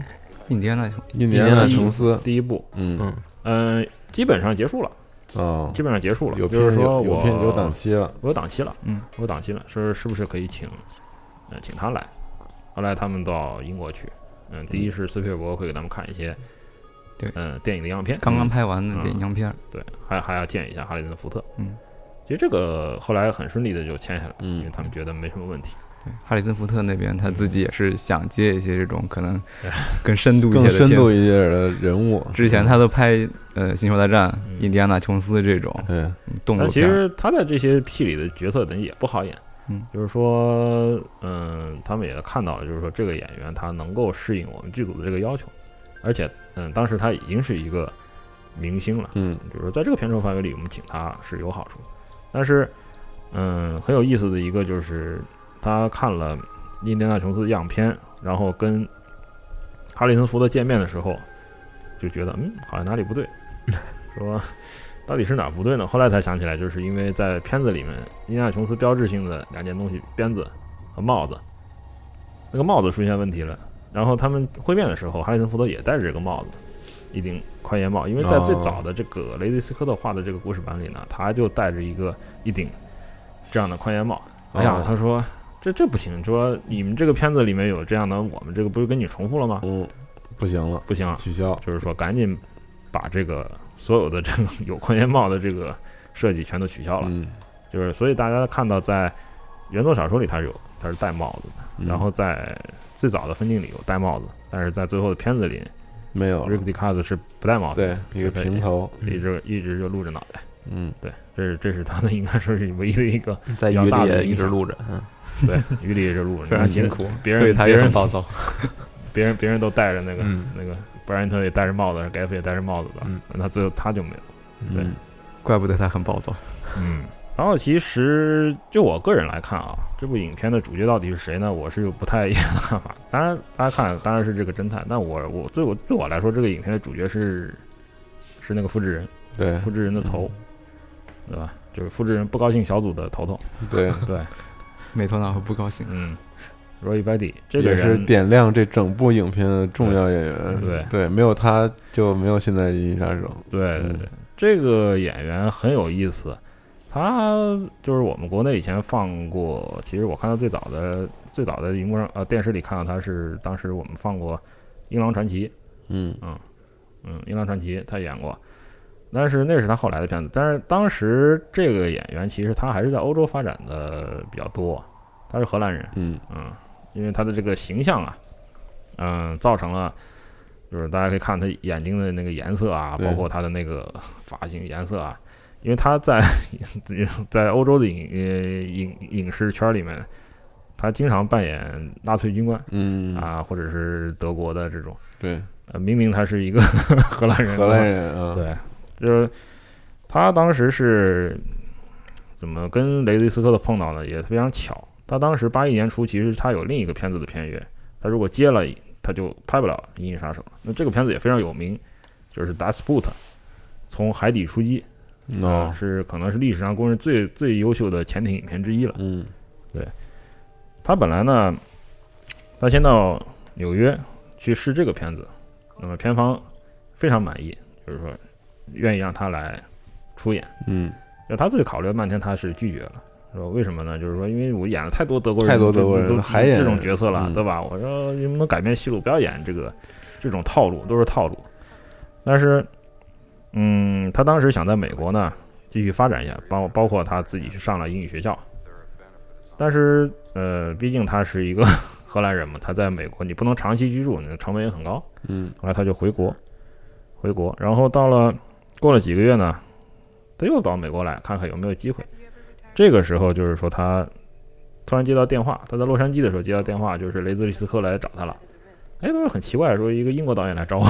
[SPEAKER 4] 印第安纳球，
[SPEAKER 1] 印第
[SPEAKER 3] 年
[SPEAKER 1] 安纳
[SPEAKER 3] 了一
[SPEAKER 1] 琼斯，
[SPEAKER 2] 第一部，
[SPEAKER 1] 嗯
[SPEAKER 3] 嗯
[SPEAKER 2] 嗯、基本上结束了，
[SPEAKER 1] 哦，
[SPEAKER 2] 基本上结束了，
[SPEAKER 1] 有
[SPEAKER 2] 就是
[SPEAKER 1] 片
[SPEAKER 2] 说
[SPEAKER 1] 有
[SPEAKER 2] 我
[SPEAKER 1] 有片有档期了，
[SPEAKER 2] 我有档期了，
[SPEAKER 4] 嗯，
[SPEAKER 2] 我有档期了，说是不是可以请，呃，请他来？后来他们到英国去，嗯，第一是斯皮尔伯格会给他们看一些，
[SPEAKER 4] 对
[SPEAKER 2] 嗯、电影的样片，
[SPEAKER 4] 刚刚拍完的电影样片儿，
[SPEAKER 2] 对，还还要见一下哈里森福特，
[SPEAKER 4] 嗯，
[SPEAKER 2] 其实这个后来很顺利的就签下来了，
[SPEAKER 1] 嗯
[SPEAKER 2] 因为他们觉得没什么问题，
[SPEAKER 4] 对哈里森福特那边他自己也是想接一些这种可能嗯更深度一
[SPEAKER 1] 更
[SPEAKER 4] 些的
[SPEAKER 1] 深
[SPEAKER 4] 片
[SPEAKER 1] 度一些的人物，嗯
[SPEAKER 4] 之前他都拍呃《星球大战》
[SPEAKER 2] 嗯
[SPEAKER 4] 印第安纳琼斯》这种
[SPEAKER 1] 对，
[SPEAKER 4] 嗯动作
[SPEAKER 2] 但其
[SPEAKER 4] 片儿，
[SPEAKER 2] 实他在这些戏里的角色等于也不好演，
[SPEAKER 4] 嗯，
[SPEAKER 2] 就是说，嗯、他们也看到了，就是说这个演员他能够适应我们剧组的这个要求，而且，嗯，当时他已经是一个明星了。
[SPEAKER 1] 嗯
[SPEAKER 2] 就是说在这个片酬范围里，我们请他是有好处。但是，嗯，很有意思的一个就是，他看了印第安纳琼斯样片，然后跟哈里森福特见面的时候，就觉得嗯，好像哪里不对，说到底是哪儿不对呢？后来才想起来，就是因为在片子里面，印第安纳琼斯标志性的两件东西——鞭子和帽子，那个帽子出现问题了。然后他们会面的时候，哈里森福特也戴着这个帽子，一顶宽檐帽，因为在最早的这个雷迪斯科特画的这个故事版里呢，他就戴着一个一顶这样的宽檐帽。哎呀
[SPEAKER 1] 哦，
[SPEAKER 2] 他说这这不行，说你们这个片子里面有这样的，我们这个不是跟你重复了吗？
[SPEAKER 1] 嗯，不行了，
[SPEAKER 2] 不行啊，
[SPEAKER 1] 取消，
[SPEAKER 2] 就是说赶紧把这个所有的这个有宽檐帽的这个设计全都取消了。
[SPEAKER 1] 嗯，
[SPEAKER 2] 就是所以大家看到在原作小说里它是有它是戴帽子的，
[SPEAKER 1] 嗯
[SPEAKER 2] 然后在最早的分镜里有戴帽子，但是在最后的片子里
[SPEAKER 1] 没有
[SPEAKER 4] 哦
[SPEAKER 1] 了，
[SPEAKER 2] ，Rick Deckard 是不戴帽子的，
[SPEAKER 1] 对，一个平头，
[SPEAKER 2] 一直一直就露着脑袋。
[SPEAKER 1] 嗯，
[SPEAKER 2] 对，这是这是他的应该说是唯一的一个
[SPEAKER 3] 在
[SPEAKER 2] 比较
[SPEAKER 3] 雨
[SPEAKER 2] 大
[SPEAKER 3] 里
[SPEAKER 2] 的
[SPEAKER 3] 也
[SPEAKER 2] 影
[SPEAKER 3] 一直
[SPEAKER 2] 响
[SPEAKER 3] 录着，嗯，
[SPEAKER 2] <laughs> 对，雨里也是露着，
[SPEAKER 4] 非常
[SPEAKER 2] 你看
[SPEAKER 4] 辛苦，
[SPEAKER 2] 别人
[SPEAKER 4] 所以他
[SPEAKER 2] 别
[SPEAKER 4] 也
[SPEAKER 2] 人
[SPEAKER 4] 很暴躁。
[SPEAKER 2] 别人别人都戴着那个、
[SPEAKER 3] 嗯
[SPEAKER 2] 那个，布莱恩特也戴着帽子，盖夫也戴着帽子的，
[SPEAKER 3] 嗯
[SPEAKER 2] 那最后他就没有。对
[SPEAKER 1] 嗯
[SPEAKER 4] 怪不得他很暴躁。
[SPEAKER 2] 嗯，然后其实就我个人来看啊，这部影片的主角到底是谁呢？我是有不太一样的看法。 <laughs> 当然，大家看当然是这个侦探，但我我对我对我来说，这个影片的主角是是那个复制人，
[SPEAKER 1] 对
[SPEAKER 2] 复制人的头，对吧？就是复制人不高兴小组的头头，
[SPEAKER 1] 对，
[SPEAKER 2] 对，
[SPEAKER 4] 美头脑和不高兴，
[SPEAKER 2] 嗯，Roy b a d y 这个
[SPEAKER 1] 也是
[SPEAKER 2] 人
[SPEAKER 1] 点亮这整部影片的重要演员，
[SPEAKER 2] 对
[SPEAKER 1] 对，没有他就没有现在《银翼杀手》，
[SPEAKER 2] 对对对，这个演员很有意思，他就是我们国内以前放过，其实我看到最早的最早的荧幕上呃电视里看到他是当时我们放过《英郎传奇》，
[SPEAKER 1] 嗯
[SPEAKER 2] 嗯，《英郎传奇》他演过，但是那是他后来的片子。但是当时这个演员其实他还是在欧洲发展的比较多，他是荷兰人，
[SPEAKER 1] 嗯
[SPEAKER 2] 嗯，因为他的这个形象啊，嗯，造成了就是大家可以看他眼睛的那个颜色啊，
[SPEAKER 1] 对
[SPEAKER 2] 包括他的那个发型颜色啊，因为他在 <laughs> 在欧洲的影呃影影视圈里面，他经常扮演纳粹军官
[SPEAKER 1] 嗯，
[SPEAKER 2] 啊，或者是德国的这种，
[SPEAKER 1] 对，
[SPEAKER 2] 呃，明明他是一个 <laughs> 荷兰人，
[SPEAKER 1] 荷兰人啊，
[SPEAKER 2] 对，就是他当时是怎么跟雷德利·斯科特碰到呢？也非常巧，他当时八一年初，其实他有另一个片子的片约，他如果接了，他就拍不了《银翼杀手》了。那这个片子也非常有名，就是《Das Boot》，从海底出击，
[SPEAKER 1] 对
[SPEAKER 2] 啊，
[SPEAKER 1] 哦，
[SPEAKER 2] 是可能是历史上公认最最优秀的潜艇影片之一了。
[SPEAKER 1] 嗯
[SPEAKER 2] 他本来呢，他先到纽约去试这个片子，那么片方非常满意，就是说愿意让他来出演。
[SPEAKER 1] 嗯，
[SPEAKER 2] 那他自己考虑了半天，他是拒绝了。说为什么呢？就是说，因为我演了太多德国人，
[SPEAKER 1] 太多德国人
[SPEAKER 2] 都
[SPEAKER 1] 还演
[SPEAKER 2] 这种角色了，
[SPEAKER 1] 嗯
[SPEAKER 2] 对吧？我说你们能改变戏路，不要演这个这种套路，都是套路。但是，嗯，他当时想在美国呢继续发展一下，包包括他自己去上了英语学校。但是，呃，毕竟他是一个 <laughs> 荷兰人嘛，他在美国你不能长期居住，你的成本也很高。
[SPEAKER 1] 嗯
[SPEAKER 2] 后来他就回国，回国，然后到了过了几个月呢，他又到美国来看看有没有机会。这个时候就是说他突然接到电话，他在洛杉矶的时候接到电话，就是雷兹利斯科来找他了。哎，他说很奇怪，说一个英国导演来找我，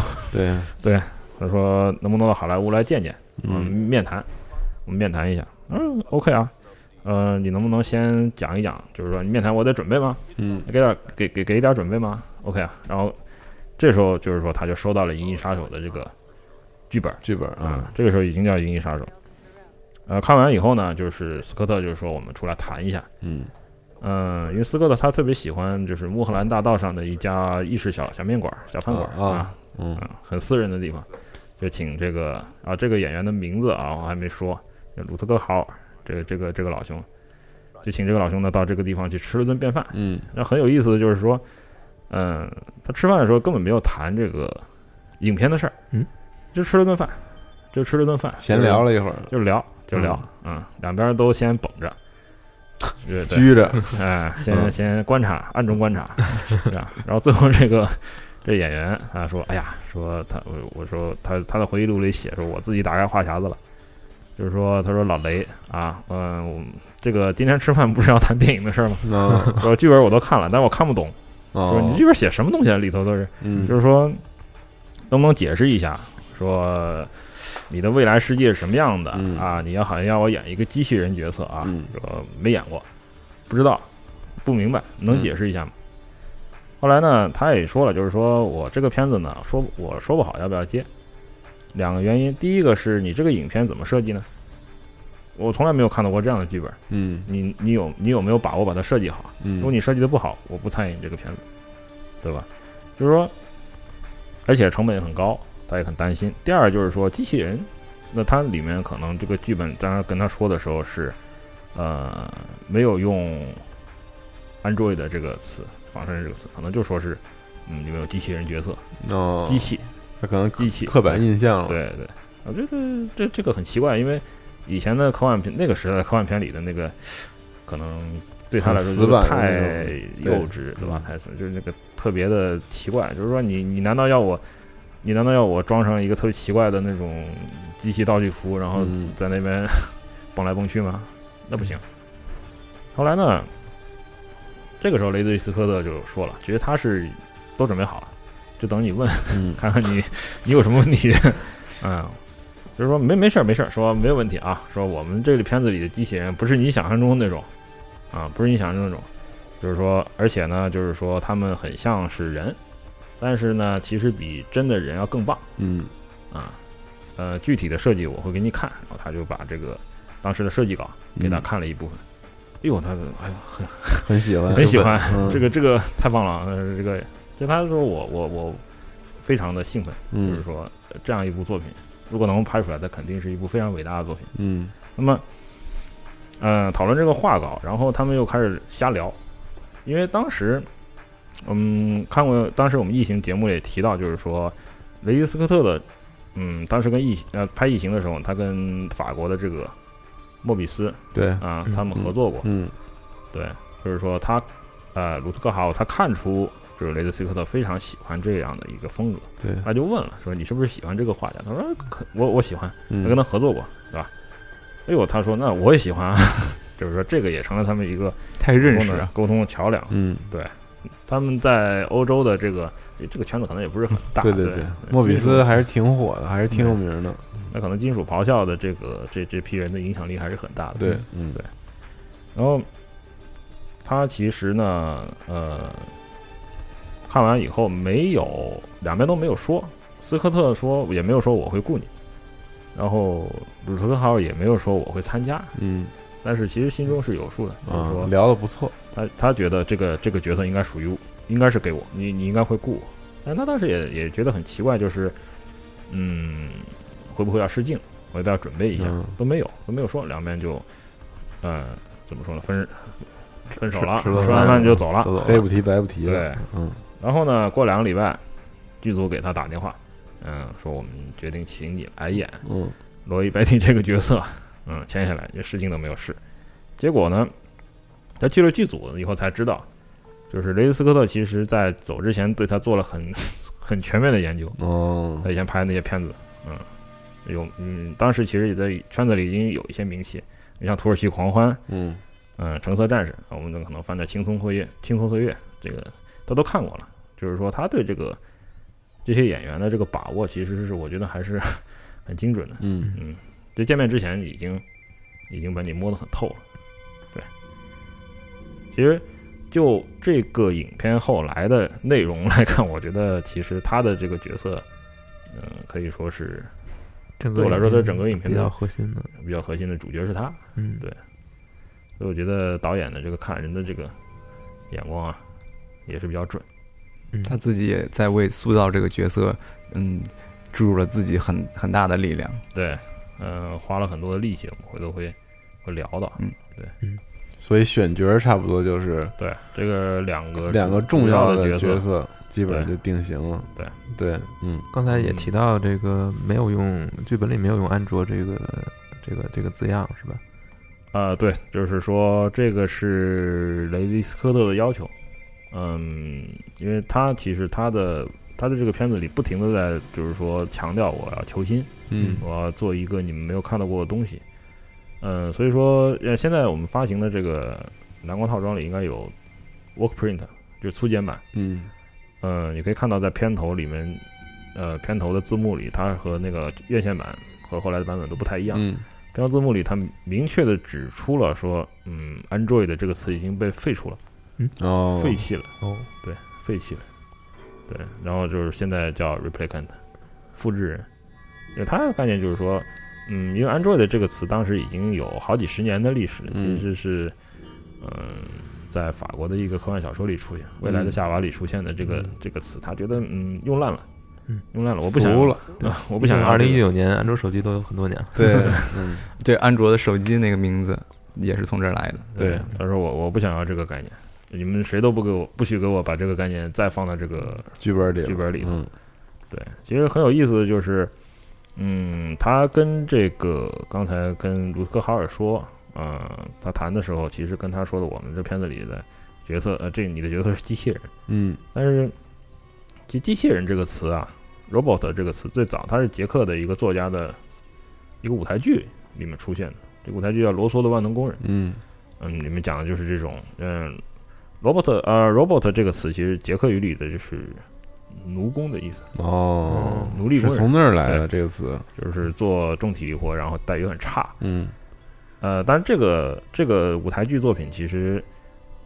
[SPEAKER 1] 对，
[SPEAKER 2] 他说能不能到好莱坞来见见，嗯，
[SPEAKER 1] 嗯
[SPEAKER 2] 面谈，我们面谈一下。嗯，OK 啊，呃，你能不能先讲一讲，就是说你面谈我得准备吗？
[SPEAKER 1] 嗯
[SPEAKER 2] 给点给给给一点准备吗？OK 啊，然后这时候就是说他就收到了《银翼杀手》的这个剧本
[SPEAKER 1] 剧本
[SPEAKER 2] 啊、
[SPEAKER 1] 啊，
[SPEAKER 2] 这个时候已经叫《银翼杀手》。呃，看完以后呢，就是斯科特就是说我们出来谈一下，
[SPEAKER 1] 嗯
[SPEAKER 2] 嗯、因为斯科特他特别喜欢就是穆赫兰大道上的一家意式小小面馆、小饭馆
[SPEAKER 1] 啊啊嗯
[SPEAKER 2] 啊，很私人的地方，就请这个啊，这个演员的名字啊，我还没说，鲁特克豪尔，这个这个这个老兄，就请这个老兄呢到这个地方去吃了顿便饭。
[SPEAKER 1] 嗯
[SPEAKER 2] 那很有意思的就是说，嗯、他吃饭的时候根本没有谈这个影片的事儿，
[SPEAKER 3] 嗯，
[SPEAKER 2] 就吃了顿饭，就吃了顿饭，
[SPEAKER 1] 闲聊了一会儿，
[SPEAKER 2] 就聊就聊，嗯两边都先绷
[SPEAKER 1] <laughs>
[SPEAKER 2] 着，对对，
[SPEAKER 1] 拘着，
[SPEAKER 2] 哎，先
[SPEAKER 1] 嗯
[SPEAKER 2] 先观察，暗中观察，这样，然后最后这个这演员啊说，哎呀，说他我我说他他的回忆录里写说我自己打开话匣子了，就是说他说老雷啊，嗯，我这个今天吃饭不是要谈电影的事儿吗？ <laughs>
[SPEAKER 1] 嗯
[SPEAKER 2] 说剧本我都看了，但我看不懂，说你
[SPEAKER 1] 哦，
[SPEAKER 2] 剧本写什么东西啊？里头都是，
[SPEAKER 1] 嗯
[SPEAKER 2] 就是说能不能解释一下，说你的未来世界是什么样的、
[SPEAKER 1] 嗯
[SPEAKER 2] 啊？你要好像要我演一个机器人角色啊？
[SPEAKER 1] 嗯
[SPEAKER 2] 说没演过，不知道，不明白，能解释一下吗？后来呢，他也说了，就是说我这个片子呢，说我说不好要不要接，两个原因，第一个是你这个影片怎么设计呢？我从来没有看到过这样的剧本，
[SPEAKER 1] 嗯
[SPEAKER 2] 你你有你有没有把握把它设计好？如果
[SPEAKER 1] 嗯
[SPEAKER 2] 你设计的不好，我不参与你这个片子，对吧？就是说，而且成本也很高，他也很担心。第二就是说，机器人，那它里面可能这个剧本，当时跟他说的时候是，呃，没有用 Android 的这个词，仿生人这个词，可能就说是，嗯，里面有机器人角色，
[SPEAKER 1] 哦，
[SPEAKER 2] 机器，
[SPEAKER 1] 他可能
[SPEAKER 2] 机器，
[SPEAKER 1] 刻板印象了，
[SPEAKER 2] 对对，我觉得这这个很奇怪，因为以前的科幻片，那个时代的科幻片里的那个，可能对他来说
[SPEAKER 1] 很
[SPEAKER 2] 就
[SPEAKER 1] 死
[SPEAKER 2] 是
[SPEAKER 1] 板
[SPEAKER 2] 太
[SPEAKER 1] 的那种
[SPEAKER 2] 幼稚，对吧
[SPEAKER 1] 嗯？
[SPEAKER 2] 太死就是那个特别的奇怪，就是说你你难道要我，你难道要我装上一个特别奇怪的那种机器道具服，然后
[SPEAKER 1] 嗯
[SPEAKER 2] 在那边 <laughs> 蹦来蹦去吗？那不行。后来呢，这个时候雷德利·斯科特就说了，其实他是都准备好了，就等你问。
[SPEAKER 1] 嗯
[SPEAKER 2] 看看你你有什么问题。嗯，就是说没没事儿没事儿，说没有问题啊，说我们这个片子里的机器人不是你想象中的那种，啊，不是你想象中的那种，就是说，而且呢，就是说他们很像是人，但是呢，其实比真的人要更棒
[SPEAKER 1] 嗯
[SPEAKER 2] 啊。呃，具体的设计我会给你看，然后他就把这个当时的设计稿给他
[SPEAKER 1] 嗯
[SPEAKER 2] 看了一部分。哎呦，他哎呀，很
[SPEAKER 1] 很喜欢，
[SPEAKER 2] 很喜欢，
[SPEAKER 1] 嗯
[SPEAKER 2] 这个这个太棒了，呃这个，就他说我我我非常的兴奋，就是
[SPEAKER 1] 嗯
[SPEAKER 2] 说呃这样一部作品，如果能拍出来，它肯定是一部非常伟大的作品。
[SPEAKER 1] 嗯
[SPEAKER 2] 那么，呃，讨论这个画稿，然后他们又开始瞎聊，因为当时，嗯，看过当时我们异形节目也提到，就是说雷伊斯科特的，嗯，当时跟异呃拍异形的时候，他跟法国的这个莫比斯
[SPEAKER 1] 对，
[SPEAKER 2] 啊
[SPEAKER 3] 嗯，
[SPEAKER 2] 他们合作过，
[SPEAKER 1] 嗯
[SPEAKER 2] 对，就是说他，呃，鲁特克豪他看出就是雷德斯科特非常喜欢这样的一个风格，
[SPEAKER 1] 对，
[SPEAKER 2] 他就问了，说你是不是喜欢这个画家？他说可我我喜欢，他跟
[SPEAKER 1] 嗯
[SPEAKER 2] 他合作过，对吧？哎呦，他说那我也喜欢啊， <laughs> 就是说这个也成了他们一个
[SPEAKER 4] 太
[SPEAKER 2] 沟
[SPEAKER 4] 认
[SPEAKER 2] 通
[SPEAKER 4] 识
[SPEAKER 2] 的
[SPEAKER 4] 啊，
[SPEAKER 2] 沟通的桥梁。
[SPEAKER 1] 嗯，
[SPEAKER 2] 他们在欧洲的这个这个圈子可能也不是很大，
[SPEAKER 1] 对
[SPEAKER 2] 对
[SPEAKER 1] 对，嗯莫比
[SPEAKER 2] 金
[SPEAKER 1] 斯
[SPEAKER 2] 属
[SPEAKER 1] 还是挺火的，还是挺有名的，
[SPEAKER 2] 那可能金属咆哮的这个这这批人的影响力还是很大的。
[SPEAKER 1] 对，嗯
[SPEAKER 2] 对然后他其实呢，呃，看完以后没有两边都没有说，斯科特说也没有说我会雇你，然后鲁特克号也没有说我会参加，
[SPEAKER 1] 嗯
[SPEAKER 2] 但是其实心中是有数的，就是
[SPEAKER 1] 啊，
[SPEAKER 2] 说
[SPEAKER 1] 聊的不错，
[SPEAKER 2] 他他觉得这个这个角色应该属于我，应该是给我，你你应该会雇我，但他当时也也觉得很奇怪，就是嗯，会不会要试镜，我都要准备一下，
[SPEAKER 1] 嗯
[SPEAKER 2] 都没有都没有说，两边就呃怎么说呢，分分手了，
[SPEAKER 1] 吃吃了
[SPEAKER 2] 吃完饭就走了。
[SPEAKER 3] 走啊走
[SPEAKER 1] 非
[SPEAKER 3] 了
[SPEAKER 1] 不提白不提了，
[SPEAKER 2] 对，
[SPEAKER 1] 嗯
[SPEAKER 2] 然后呢，过两个礼拜，剧组给他打电话，嗯，说我们决定请你来演
[SPEAKER 1] 嗯
[SPEAKER 2] 罗伊·白蒂这个角色，嗯，签下来，这事情都没有试。结果呢，他去了剧组以后才知道，就是雷德斯科特其实在走之前对他做了很很全面的研究，
[SPEAKER 1] 哦，
[SPEAKER 2] 他以前拍的那些片子，嗯，有嗯，当时其实也在圈子里已经有一些名气，你像《土耳其狂欢》，
[SPEAKER 1] 嗯
[SPEAKER 2] 嗯，《橙色战士》，我们可能放在《轻松岁月》《轻松岁月》这个他都看过了，就是说他对这个这些演员的这个把握，其实是我觉得还是 <laughs> 很精准的。
[SPEAKER 1] 嗯
[SPEAKER 2] 嗯，在见面之前已经已经把你摸得很透了。对，其实就这个影片后来的内容来看，我觉得其实他的这个角色，嗯，可以说是
[SPEAKER 3] 整个
[SPEAKER 2] 对我来说，他
[SPEAKER 3] 它
[SPEAKER 2] 整个影片
[SPEAKER 3] 比较
[SPEAKER 2] 的
[SPEAKER 3] 核心的，
[SPEAKER 2] 比较核心的主角是他，
[SPEAKER 3] 嗯，
[SPEAKER 2] 对所以我觉得导演的这个看人的这个眼光啊，也是比较准。
[SPEAKER 3] 嗯
[SPEAKER 4] 他自己也在为塑造这个角色，嗯，注入了自己很很大的力量。
[SPEAKER 2] 对，嗯、花了很多的力气，我们回头会会聊到。
[SPEAKER 1] 所以选角差不多就是
[SPEAKER 2] 对，这个两个
[SPEAKER 1] 两个重
[SPEAKER 2] 要
[SPEAKER 1] 要
[SPEAKER 2] 的
[SPEAKER 1] 的
[SPEAKER 2] 色
[SPEAKER 1] 角，色基本上就定型了，
[SPEAKER 2] 对
[SPEAKER 1] 对，嗯
[SPEAKER 3] 刚才也提到这个没有用剧本里没有用安卓这个这个这个字样是吧？
[SPEAKER 2] 啊，对，就是说这个是雷迪斯科特的要求，嗯，因为他其实他的他的这个片子里不停的在就是说强调我要求新，
[SPEAKER 1] 嗯
[SPEAKER 2] 我要做一个你们没有看到过的东西，嗯，所以说呃现在我们发行的这个蓝光套装里应该有 work print，就是粗剪版，
[SPEAKER 1] 嗯
[SPEAKER 2] 嗯，你可以看到在片头里面，呃，片头的字幕里它和那个院线版和后来的版本都不太一样。
[SPEAKER 1] 嗯
[SPEAKER 2] 标字幕里，它明确的指出了说，嗯，Android 这个词已经被废除了，
[SPEAKER 1] 哦，
[SPEAKER 2] 废弃了，
[SPEAKER 3] 哦，
[SPEAKER 2] 对，废弃了，对，然后就是现在叫 replicant，复制人，因为它的概念就是说，嗯，因为 Android 这个词当时已经有好几十年的历史了，
[SPEAKER 1] 嗯
[SPEAKER 2] 其实是，嗯、在法国的一个科幻小说里出现，未来的夏娃里出现的这个、
[SPEAKER 3] 嗯
[SPEAKER 2] 这个词，他觉得嗯用烂了
[SPEAKER 3] 嗯，
[SPEAKER 2] 用烂了，我不想
[SPEAKER 1] 俗
[SPEAKER 2] 要
[SPEAKER 1] 了，
[SPEAKER 2] 啊 <laughs> 我不想要
[SPEAKER 3] 二零一
[SPEAKER 2] 这个
[SPEAKER 3] 九年安卓手机都有很多年了，
[SPEAKER 1] 对，嗯
[SPEAKER 4] 对，安卓的手机那个名字也是从这儿来的。
[SPEAKER 1] 对
[SPEAKER 2] 对，他说我我不想要这个概念，你们谁都不给我不许给我把这个概念再放到这个
[SPEAKER 1] 剧本里了
[SPEAKER 2] 剧本里头。
[SPEAKER 1] 嗯
[SPEAKER 2] 对，其实很有意思的就是，嗯，他跟这个刚才跟卢克豪尔说，呃，他谈的时候，其实跟他说的我们这片子里的角色，呃，这你的角色是机器人，
[SPEAKER 1] 嗯
[SPEAKER 2] 但是其实机器人这个词啊，robot 这个词最早它是捷克的一个作家的一个舞台剧里面出现的，这个舞台剧叫《罗嗦的万能工人》。
[SPEAKER 1] 嗯
[SPEAKER 2] 嗯，里面讲的就是这种，嗯，robot，呃，robot 这个词其实捷克语里的就是奴工的意思，
[SPEAKER 1] 哦，
[SPEAKER 2] 奴隶
[SPEAKER 1] 是
[SPEAKER 2] 工人，
[SPEAKER 1] 从那儿来的这个词，
[SPEAKER 2] 就是做重体力活，然后待遇很差。
[SPEAKER 1] 嗯
[SPEAKER 2] 呃，但是这个这个舞台剧作品其实，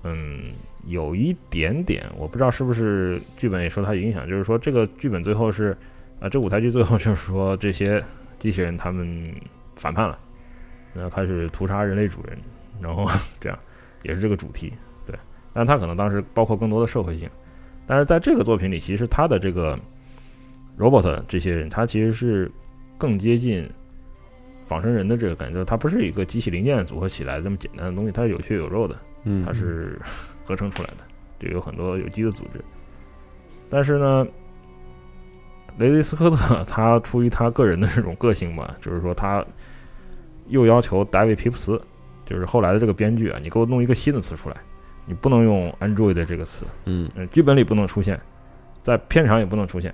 [SPEAKER 2] 嗯，有一点点，我不知道是不是剧本也受它影响，就是说这个剧本最后是，啊、这舞台剧最后就是说这些机器人他们反叛了，然后开始屠杀人类主人，然后 <laughs> 这样也是这个主题，对，但是它可能当时包括更多的社会性，但是在这个作品里，其实它的这个 robot 这些人，他其实是更接近仿生人的这个感觉，就是它不是一个机器零件组合起来的这么简单的东西，它是有血有肉的，
[SPEAKER 1] 嗯
[SPEAKER 2] 它是合成出来的，这有很多有机的组织。但是呢，雷迪斯科特他出于他个人的这种个性吧，就是说他又要求大卫皮普斯，就是后来的这个编剧啊，你给我弄一个新的词出来，你不能用 Android 这个词，
[SPEAKER 1] 嗯
[SPEAKER 2] 嗯，剧本里不能出现，在片场也不能出现。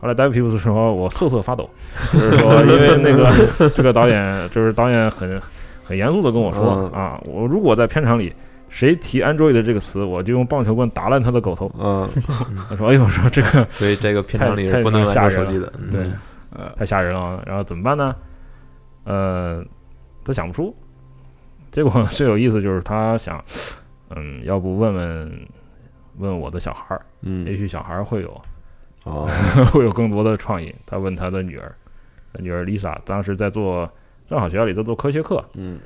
[SPEAKER 2] 后来，戴维皮普斯说：“我瑟瑟发抖，就是说，因为那个
[SPEAKER 1] <laughs>
[SPEAKER 2] 这个导演，就是导演很很严肃的跟我说
[SPEAKER 1] 嗯
[SPEAKER 2] 啊，我如果在片场里谁提 Android 这个词，我就用棒球棍打烂他的狗头。
[SPEAKER 1] <laughs> 嗯，
[SPEAKER 2] 他说：‘哎呦，我说这个
[SPEAKER 3] 所以这个片场里
[SPEAKER 2] 太
[SPEAKER 3] 是不能
[SPEAKER 2] 太
[SPEAKER 3] 安
[SPEAKER 2] 吓
[SPEAKER 3] 装
[SPEAKER 2] 人
[SPEAKER 3] 手机的。嗯
[SPEAKER 2] 对，
[SPEAKER 4] 呃，
[SPEAKER 2] 太吓人了啊。然后怎么办呢？呃，他想不出。结果最有意思就是他想，嗯，要不问问问我的小孩儿，也
[SPEAKER 1] 嗯
[SPEAKER 2] 许小孩儿会有。
[SPEAKER 1] <laughs> 哦，
[SPEAKER 2] 会有更多的创意。他问他的女儿，他女儿 Lisa 当时在做，正好学校里在做科学课，
[SPEAKER 1] 嗯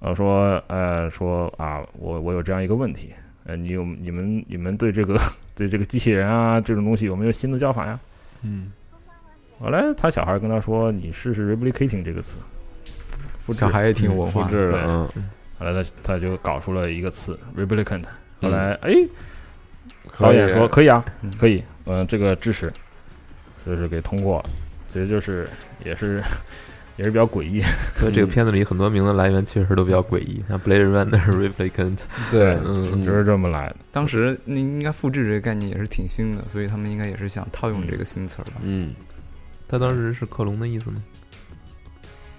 [SPEAKER 2] 呃，说呃说啊，我我有这样一个问题，呃，你有你们你们对这个 <laughs> 对这个机器人啊这种东西有没有新的叫法呀？
[SPEAKER 4] 嗯，
[SPEAKER 2] 后来他小孩跟他说，你试试 replicating 这个词，复制
[SPEAKER 4] 小。孩也挺有文
[SPEAKER 1] 复
[SPEAKER 4] 化，
[SPEAKER 1] 制了，嗯
[SPEAKER 2] 后来他他就搞出了一个词 replicant。后来哎，
[SPEAKER 1] 可
[SPEAKER 2] 导
[SPEAKER 1] 以
[SPEAKER 2] 演说可以啊
[SPEAKER 4] 嗯，
[SPEAKER 2] 可以，嗯、这个支持，就是给通过了。其实就是也是也是比较诡异，
[SPEAKER 3] 所
[SPEAKER 1] 嗯
[SPEAKER 2] 嗯
[SPEAKER 3] 以这个片子里很多名字来源确实都比较诡异，像 Blade Runner、Replicant， <laughs>
[SPEAKER 2] <laughs>
[SPEAKER 1] 对，
[SPEAKER 3] 嗯，
[SPEAKER 2] 就是这么来的。
[SPEAKER 4] 当时那应该复制这个概念也是挺新的，所以他们应该也是想套用这个新词儿吧？
[SPEAKER 1] 嗯
[SPEAKER 3] 他当时是克隆的意思吗？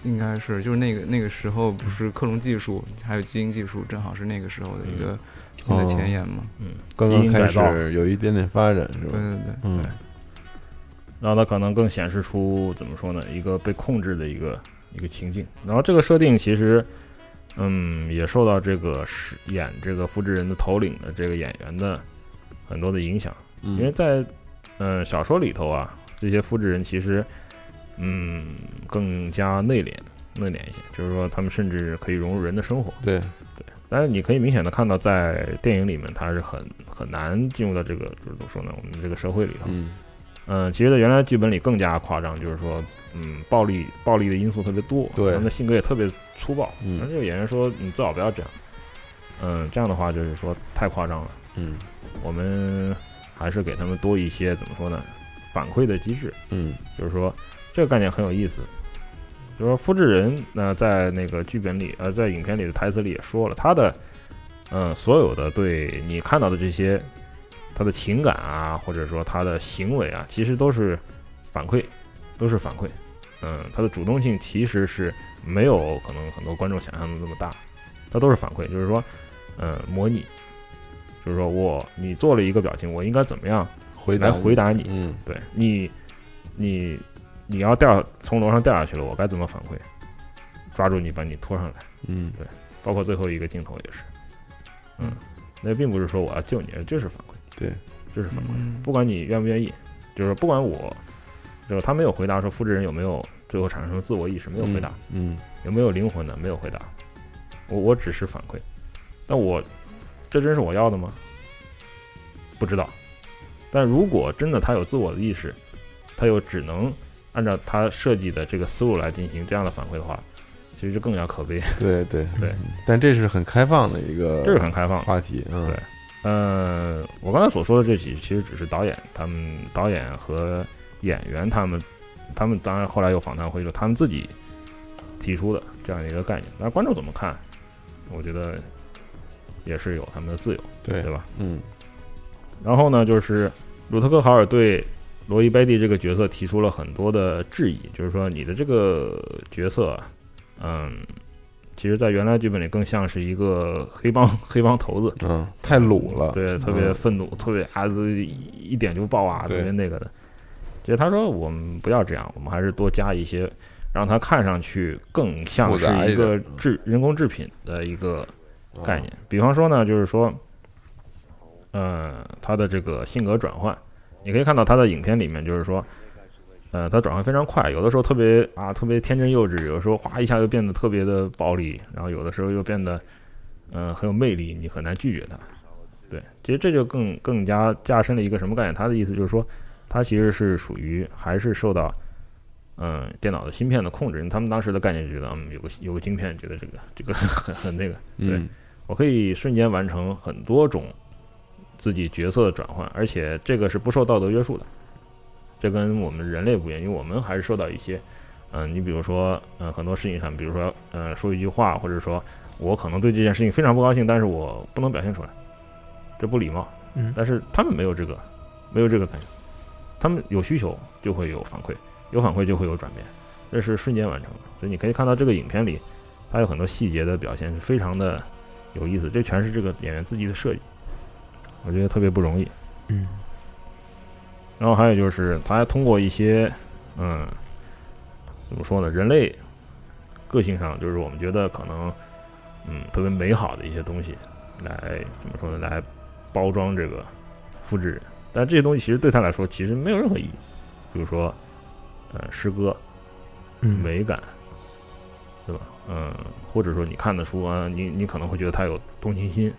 [SPEAKER 4] 应该是，就是那个那个时候不是克隆技术还有基因技术，正好是那个时候的一
[SPEAKER 1] 嗯
[SPEAKER 4] 个新的
[SPEAKER 1] 哦
[SPEAKER 4] 前沿嘛。
[SPEAKER 2] 嗯，
[SPEAKER 1] 刚刚
[SPEAKER 2] 基因
[SPEAKER 1] 开
[SPEAKER 2] 改造
[SPEAKER 1] 始有一点点发展是
[SPEAKER 4] 对
[SPEAKER 1] 吧？
[SPEAKER 4] 对对，
[SPEAKER 1] 嗯
[SPEAKER 2] 然后它可能更显示出怎么说呢，一个被控制的一个一个情境。然后这个设定其实，嗯，也受到这个饰演这个复制人的头领的这个演员的很多的影响，
[SPEAKER 1] 嗯，
[SPEAKER 2] 因为在嗯、呃小说里头啊，这些复制人其实嗯更加内敛内敛一些，就是说他们甚至可以融入人的生活。
[SPEAKER 1] 对，
[SPEAKER 2] 但是你可以明显的看到，在电影里面，它是很很难进入到这个，就是怎么说呢，我们这个社会里头。
[SPEAKER 1] 嗯
[SPEAKER 2] 嗯，其实在原来剧本里更加夸张，就是说，嗯，暴力暴力的因素特别多，
[SPEAKER 1] 对
[SPEAKER 2] 人的性格也特别粗暴。
[SPEAKER 1] 嗯
[SPEAKER 2] 而这个演员说，你最好不要这样，嗯，这样的话就是说太夸张了。
[SPEAKER 1] 嗯
[SPEAKER 2] 我们还是给他们多一些怎么说呢，反馈的机制，
[SPEAKER 1] 嗯
[SPEAKER 2] 就是说这个概念很有意思。就是说复制人，那、在那个剧本里，呃，在影片里的台词里也说了，他的，嗯、所有的对你看到的这些，他的情感啊，或者说他的行为啊，其实都是反馈，都是反馈。嗯，他的主动性其实是没有可能很多观众想象的那么大，它都是反馈，就是说，嗯，模拟，就是说我你做了一个表情，我应该怎么样
[SPEAKER 1] 回答
[SPEAKER 2] 来回答你？
[SPEAKER 1] 嗯
[SPEAKER 2] 对你，你你要掉从楼上掉下去了，我该怎么反馈？抓住你，把你拖上来。
[SPEAKER 1] 嗯
[SPEAKER 2] 包括最后一个镜头也是，嗯，那并不是说我要救你，就是反馈，
[SPEAKER 1] 对，
[SPEAKER 2] 就是反馈，
[SPEAKER 4] 嗯
[SPEAKER 2] 不管你愿不愿意，就是不管我，就是他没有回答说复制人有没有最后产生自我意识，没有回答，
[SPEAKER 1] 嗯
[SPEAKER 2] 有没有灵魂呢？没有回答，我我只是反馈，但我这真是我要的吗？不知道。但如果真的他有自我的意识，他又只能按照他设计的这个思路来进行这样的反馈的话，其实就更加可悲。 <laughs>
[SPEAKER 1] 对对
[SPEAKER 2] 对，
[SPEAKER 1] 但这是很开放的一个
[SPEAKER 2] 这是很开放的。
[SPEAKER 1] 话题，嗯
[SPEAKER 2] 对呃，我刚才所说的这几，其实只是导演他们、导演和演员他们，他们当然后来有访谈会说他们自己提出的这样一个概念。那观众怎么看？我觉得也是有他们的自由，
[SPEAKER 1] 对
[SPEAKER 2] 对吧？
[SPEAKER 1] 嗯
[SPEAKER 2] 然后呢，就是鲁特克豪尔对罗伊贝蒂这个角色提出了很多的质疑，就是说你的这个角色啊，嗯，其实在原来剧本里更像是一个黑帮 <laughs> 黑帮头子，
[SPEAKER 1] 嗯，太鲁了，嗯
[SPEAKER 2] 对，特别愤怒，特别啊，一一点就爆啊，特
[SPEAKER 1] 对
[SPEAKER 2] 别那个的。其实他说我们不要这样，我们还是多加一些，让它看上去更像
[SPEAKER 1] 复
[SPEAKER 2] 是
[SPEAKER 1] 杂一
[SPEAKER 2] 一个
[SPEAKER 1] 点
[SPEAKER 2] 制人工制品的一个
[SPEAKER 1] 嗯
[SPEAKER 2] 概念。比方说呢，就是说，呃，他的这个性格转换，你可以看到他在影片里面就是说。呃，他转换非常快，有的时候特别啊，特别天真幼稚，有的时候哗一下又变得特别的暴力，然后有的时候又变得，嗯、很有魅力，你很难拒绝他。对，其实这就更更加加深了一个什么概念？他的意思就是说，他其实是属于还是受到嗯，电脑的芯片的控制，因为他们当时的概念就觉得，嗯，有个有个晶片，觉得这个这个 <laughs> 很很那个，对
[SPEAKER 1] 嗯
[SPEAKER 2] 我可以瞬间完成很多种自己角色的转换，而且这个是不受道德约束的。这跟我们人类不一样，因为我们还是受到一些，嗯、你比如说，嗯、很多事情上，比如说，嗯、说一句话，或者说我可能对这件事情非常不高兴，但是我不能表现出来，这不礼貌。
[SPEAKER 3] 嗯
[SPEAKER 2] 但是他们没有这个，没有这个感觉，他们有需求就会有反馈，有反馈就会有转变，这是瞬间完成的。所以你可以看到这个影片里，它有很多细节的表现是非常的有意思，这全是这个演员自己的设计，我觉得特别不容易。
[SPEAKER 3] 嗯
[SPEAKER 2] 然后还有就是，他还通过一些，嗯，怎么说呢，人类个性上，就是我们觉得可能，嗯，特别美好的一些东西，来怎么说呢，来包装这个复制人。但这些东西其实对他来说其实没有任何意义，比如说，呃，诗歌，
[SPEAKER 3] 嗯，
[SPEAKER 2] 美感，对吧？嗯，或者说你看的书啊，你你可能会觉得他有同情心，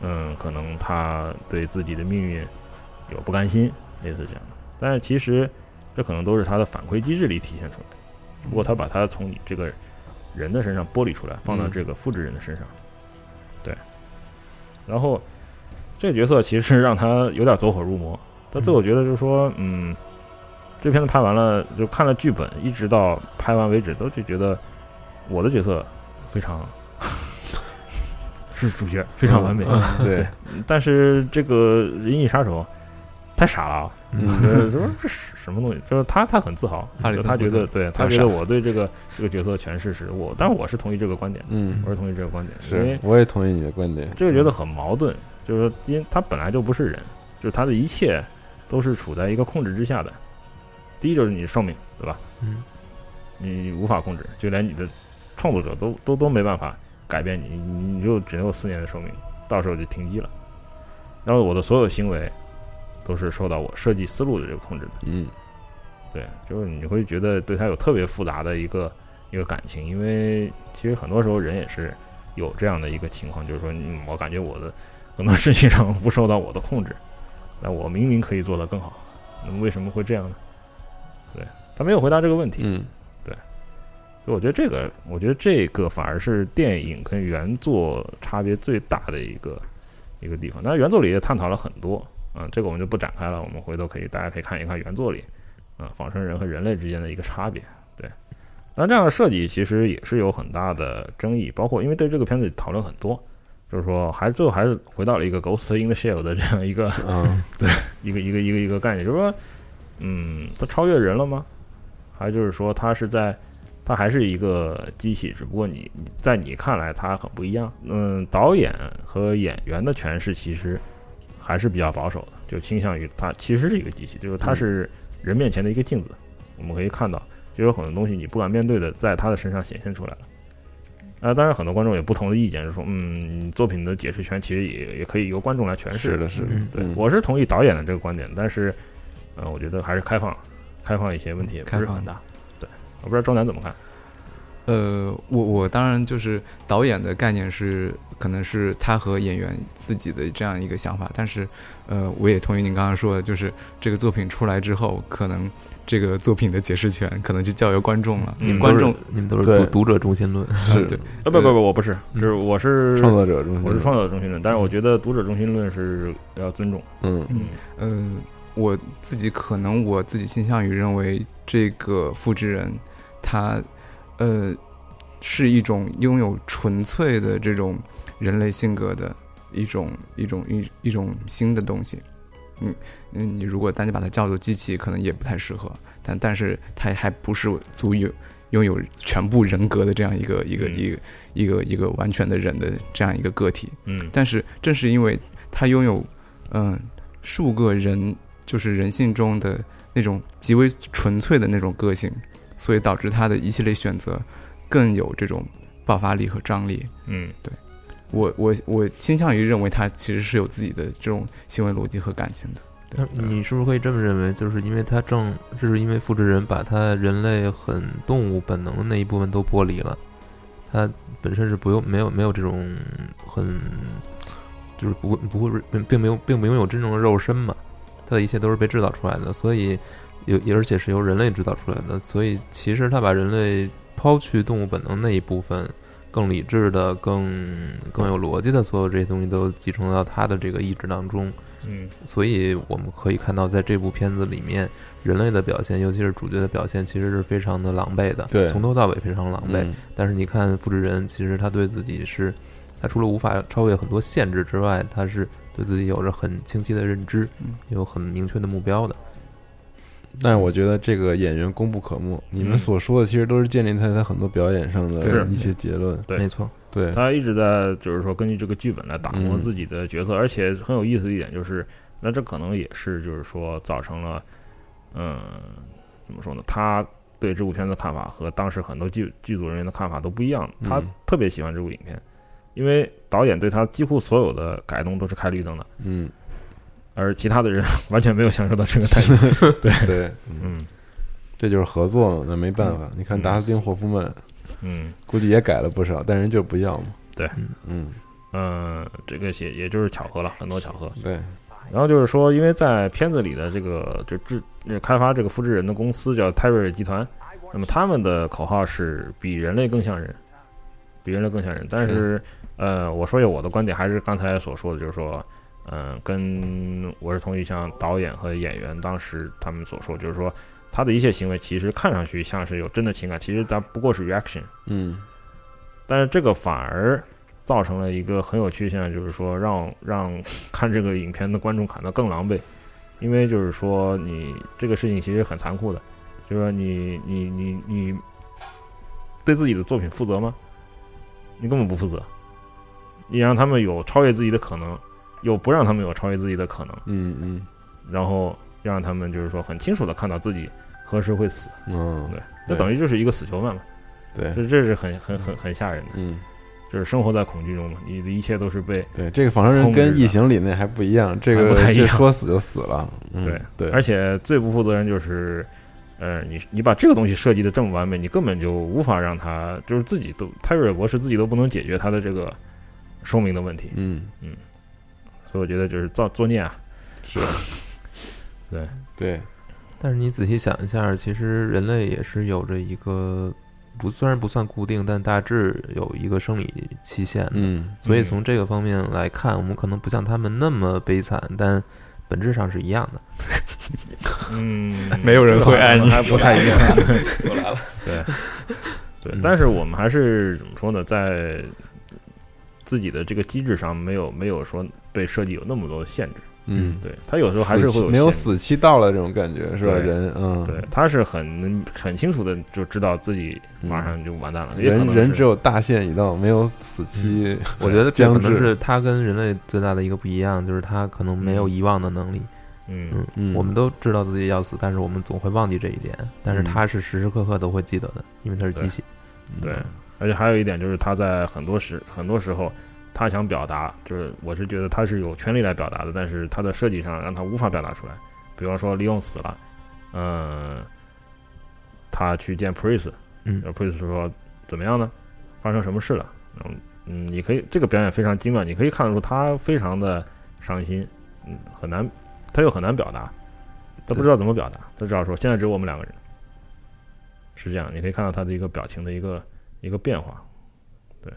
[SPEAKER 2] 嗯，可能他对自己的命运有不甘心，类似这样的。但是其实这可能都是他的反馈机制里体现出来，只不过他把它从你这个人的身上剥离出来，放到
[SPEAKER 1] 嗯
[SPEAKER 2] 这个复制人的身上，对。然后这个角色其实让他有点走火入魔，他最后觉得就是说，嗯这片子拍完了，就看了剧本，一直到拍完为止，都就觉得我的角色非常 <laughs> 是主角，非常完美。
[SPEAKER 4] 嗯
[SPEAKER 2] <laughs>
[SPEAKER 1] 对，
[SPEAKER 2] 但是这个《银翼杀手》太傻了啊，
[SPEAKER 1] 嗯 <laughs>
[SPEAKER 2] 就是说这是什么东西？就是他他很自豪，
[SPEAKER 4] 哈里森
[SPEAKER 2] 他觉
[SPEAKER 4] 福
[SPEAKER 2] 得
[SPEAKER 4] 特
[SPEAKER 2] 对他
[SPEAKER 4] 太
[SPEAKER 2] 觉
[SPEAKER 4] 傻
[SPEAKER 2] 得
[SPEAKER 4] 了
[SPEAKER 2] 我对这个这个角色的诠释是我，但我是同意这个观点，
[SPEAKER 1] 嗯
[SPEAKER 2] 我，是同意这个观点，因为
[SPEAKER 1] 是，我也同意你的观点。
[SPEAKER 2] 这个角色很矛盾，就是说，因为他本来就不是人，就是他的一切都是处在一个控制之下的。第一就是你的寿命，对吧？
[SPEAKER 3] 嗯，
[SPEAKER 2] 你无法控制，就连你的创作者都都都没办法改变你，你你就只有四年的寿命，到时候就停机了。然后我的所有行为都是受到我设计思路的这个控制的。
[SPEAKER 1] 嗯
[SPEAKER 2] 对，就是你会觉得对他有特别复杂的一个一个感情，因为其实很多时候人也是有这样的一个情况，就是说，嗯我感觉我的很多事情上不受到我的控制，那我明明可以做得更好，那么为什么会这样呢？对他没有回答这个问题，
[SPEAKER 1] 嗯
[SPEAKER 2] 所以我觉得这个，我觉得这个反而是电影跟原作差别最大的一个一个地方。当然，原作里也探讨了很多，啊、这个我们就不展开了，我们回头可以大家可以看一看原作里，啊、仿生人和人类之间的一个差别。对，那这样的设计其实也是有很大的争议，包括因为对这个片子讨论很多，就是说还最后还是回到了一个 “ghost in the shell” 的这样一个
[SPEAKER 1] 啊，
[SPEAKER 2] 一个一个一个一个概念，就是说，嗯，它超越人了吗？还就是说，它是在，它还是一个机器，只不过你你在你看来它很不一样。嗯，导演和演员的诠释其实还是比较保守的，就倾向于它其实是一个机器，就是
[SPEAKER 1] 嗯
[SPEAKER 2] 它是人面前的一个镜子。我们可以看到，就有很多东西你不敢面对的，在他的身上显现出来了。啊、当然，很多观众有不同的意见，就说，嗯，作品的解释权其实也也可以由观众来诠释
[SPEAKER 1] 是的，是的，
[SPEAKER 3] 嗯
[SPEAKER 2] 对
[SPEAKER 1] 嗯，
[SPEAKER 2] 我是同意导演的这个观点，但是，呃，我觉得还是开放，开放一些问题也不是
[SPEAKER 4] 开放
[SPEAKER 2] 很大。对，我不知道周楠怎么看。
[SPEAKER 4] 呃，我我当然就是导演的概念是，可能是他和演员自己的这样一个想法，但是，呃，我也同意您刚刚说的，就是这个作品出来之后，可能这个作品的解释权可能就交由观众了，
[SPEAKER 2] 嗯
[SPEAKER 4] 观众
[SPEAKER 3] 你们都是
[SPEAKER 1] 对
[SPEAKER 3] 读读者中心论，
[SPEAKER 4] 呃对
[SPEAKER 2] 呃，不不不，我不是，就是我是
[SPEAKER 1] 创作者中心，
[SPEAKER 2] 我是创作中心论，但是我觉得读者中心论是要尊重。
[SPEAKER 1] 嗯
[SPEAKER 2] 嗯
[SPEAKER 4] 嗯，我自己可能我自己倾向于认为这个复制人，他呃是一种拥有纯粹的这种人类性格的一种一种一一种新的东西。你嗯，你如果单就把它叫做机器，可能也不太适合，但但是它还不是足以拥有全部人格的这样一个一个
[SPEAKER 2] 嗯
[SPEAKER 4] 一个一个一个完全的人的这样一个个体。
[SPEAKER 2] 嗯
[SPEAKER 4] 但是正是因为他拥有，嗯、数个人就是人性中的那种极为纯粹的那种个性，所以导致他的一系列选择更有这种爆发力和张力。
[SPEAKER 2] 嗯
[SPEAKER 4] 我我我倾向于认为他其实是有自己的这种行为逻辑和感情的。
[SPEAKER 3] 那你是不是可以这么认为？就是因为他正，这是因为复制人把他人类很动物本能的那一部分都剥离了，他本身是不用没有没有这种很，就是不会不会并并没有并不拥有真正的肉身嘛，他的一切都是被制造出来的，所以有也而且是由人类制造出来的，所以其实他把人类抛去动物本能那一部分，更理智的、更更有逻辑的所有这些东西都集中到他的这个意志当中。
[SPEAKER 2] 嗯，
[SPEAKER 3] 所以我们可以看到，在这部片子里面，人类的表现，尤其是主角的表现，其实是非常的狼狈的，
[SPEAKER 1] 对
[SPEAKER 3] 从头到尾非常狼狈。
[SPEAKER 1] 嗯
[SPEAKER 3] 但是你看复制人，其实他对自己是，他除了无法超越很多限制之外，他是对自己有着很清晰的认知
[SPEAKER 4] 嗯，
[SPEAKER 3] 有很明确的目标的。
[SPEAKER 1] 但是我觉得这个演员功不可没，你们
[SPEAKER 2] 嗯
[SPEAKER 1] 所说的其实都是建立在他很多表演上的
[SPEAKER 2] 是
[SPEAKER 1] 一些结论。
[SPEAKER 2] 对
[SPEAKER 3] 没错，
[SPEAKER 1] 对，
[SPEAKER 2] 他一直在就是说根据这个剧本来打磨
[SPEAKER 1] 嗯
[SPEAKER 2] 自己的角色，而且很有意思的一点就是，那这可能也是就是说造成了，嗯，怎么说呢？他对这部片子的看法和当时很多剧剧组人员的看法都不一样，他
[SPEAKER 1] 嗯
[SPEAKER 2] 特别喜欢这部影片，因为导演对他几乎所有的改动都是开绿灯的，
[SPEAKER 1] 嗯，
[SPEAKER 2] 而其他的人 <laughs> 完全没有享受到这个
[SPEAKER 1] <laughs>
[SPEAKER 2] 待遇。
[SPEAKER 1] 对，
[SPEAKER 2] 嗯
[SPEAKER 1] 这就是合作嘛，那没办法。你看达斯汀·霍夫曼
[SPEAKER 2] 嗯
[SPEAKER 1] 估计也改了不少，但人就不要嘛。
[SPEAKER 2] 对，
[SPEAKER 1] 嗯，
[SPEAKER 2] 嗯，这个也也就是巧合了，很多巧合。
[SPEAKER 1] 对，
[SPEAKER 2] 然后就是说，因为在片子里的这个就制呃开发这个复制人的公司叫泰瑞尔集团，那么他们的口号是比人类更像人，比人类更像人。但是，呃，我说有我的观点，还是刚才所说的，就是说，嗯、跟我是同意像导演和演员当时他们所说，就是说他的一切行为其实看上去像是有真的情感，其实它不过是 reaction。
[SPEAKER 1] 嗯，
[SPEAKER 2] 但是这个反而造成了一个很有趣现象，就是说让让看这个影片的观众感到更狼狈，因为就是说你这个事情其实很残酷的，就是说你你你你对自己的作品负责吗？你根本不负责，你让他们有超越自己的可能，又不让他们有超越自己的可能，
[SPEAKER 1] 嗯嗯
[SPEAKER 2] 然后让他们就是说很清楚的看到自己何时会死，
[SPEAKER 1] 嗯，哦
[SPEAKER 2] 那
[SPEAKER 1] 对
[SPEAKER 2] 等于就是一个死囚犯嘛，
[SPEAKER 1] 对，
[SPEAKER 2] 这这是很很很很吓人的。
[SPEAKER 1] 嗯，
[SPEAKER 2] 就是生活在恐惧中嘛，你的一切都是被，
[SPEAKER 1] 对，这个仿生人
[SPEAKER 2] 控制
[SPEAKER 1] 跟
[SPEAKER 2] 的
[SPEAKER 1] 异形里那还不一样，这个
[SPEAKER 2] 还不太一
[SPEAKER 1] 这
[SPEAKER 2] 样
[SPEAKER 1] 说死就死了。嗯
[SPEAKER 2] 对
[SPEAKER 1] 对，
[SPEAKER 2] 而且最不负责任就是，呃，你你把这个东西设计的这么完美，你根本就无法让他就是自己都泰瑞尔博士自己都不能解决他的这个说明的问题，
[SPEAKER 1] 嗯，
[SPEAKER 2] 所以我觉得就是造作孽啊，
[SPEAKER 1] 是，
[SPEAKER 2] 对
[SPEAKER 1] 对，
[SPEAKER 3] 但是你仔细想一下，其实人类也是有着一个不虽然不算固定，但大致有一个生理期限的。
[SPEAKER 1] 嗯
[SPEAKER 3] 所以
[SPEAKER 2] 嗯
[SPEAKER 3] 从这个方面来看，我们可能不像他们那么悲惨，但本质上是一
[SPEAKER 1] <laughs>
[SPEAKER 3] 样的。
[SPEAKER 2] 嗯，
[SPEAKER 4] 没有人会爱你
[SPEAKER 2] 还不太一样，
[SPEAKER 3] 又来了，
[SPEAKER 2] 对
[SPEAKER 3] 嗯，
[SPEAKER 2] 但是我们还是怎么说呢，在自己的这个机制上没有没有说对设计有那么多的限制，
[SPEAKER 1] 嗯，
[SPEAKER 2] 对他有时候还是
[SPEAKER 1] 死
[SPEAKER 2] 会
[SPEAKER 1] 期没有
[SPEAKER 2] 限制
[SPEAKER 1] 死期到了这种感觉是吧？
[SPEAKER 2] 对
[SPEAKER 1] 人，嗯，
[SPEAKER 2] 对，他是很很清楚的就知道自己马上就完蛋了，也可
[SPEAKER 1] 嗯人
[SPEAKER 2] 能
[SPEAKER 1] 人
[SPEAKER 2] 是
[SPEAKER 1] 只有大限已到，没有死期。
[SPEAKER 3] 我觉得这
[SPEAKER 1] 僵
[SPEAKER 3] 可能
[SPEAKER 1] 直
[SPEAKER 3] 是他跟人类最大的一个不一样，就是他可能没有遗忘的能力。
[SPEAKER 2] 嗯
[SPEAKER 1] <laughs> 嗯
[SPEAKER 3] 我们都知道自己要死，但是我们总会忘记这一点。但是
[SPEAKER 1] 嗯
[SPEAKER 3] 他是时时刻刻都会记得的，因为他是机器。
[SPEAKER 2] 对，而且还有一点就是他在很多时很多时候他想表达，就是我是觉得他是有权利来表达的，但是他的设计上让他无法表达出来。比方说利用死了，嗯，他去见 Priest，
[SPEAKER 3] 嗯
[SPEAKER 2] 然后 Priest 说怎么样呢？发生什么事了？然后嗯，你可以这个表演非常精妙，你可以看得出他非常的伤心，嗯，很难，他又很难表达，他不知道怎么表达，他只好说现在只有我们两个人，是这样，你可以看到他的一个表情的一个一个变化，对，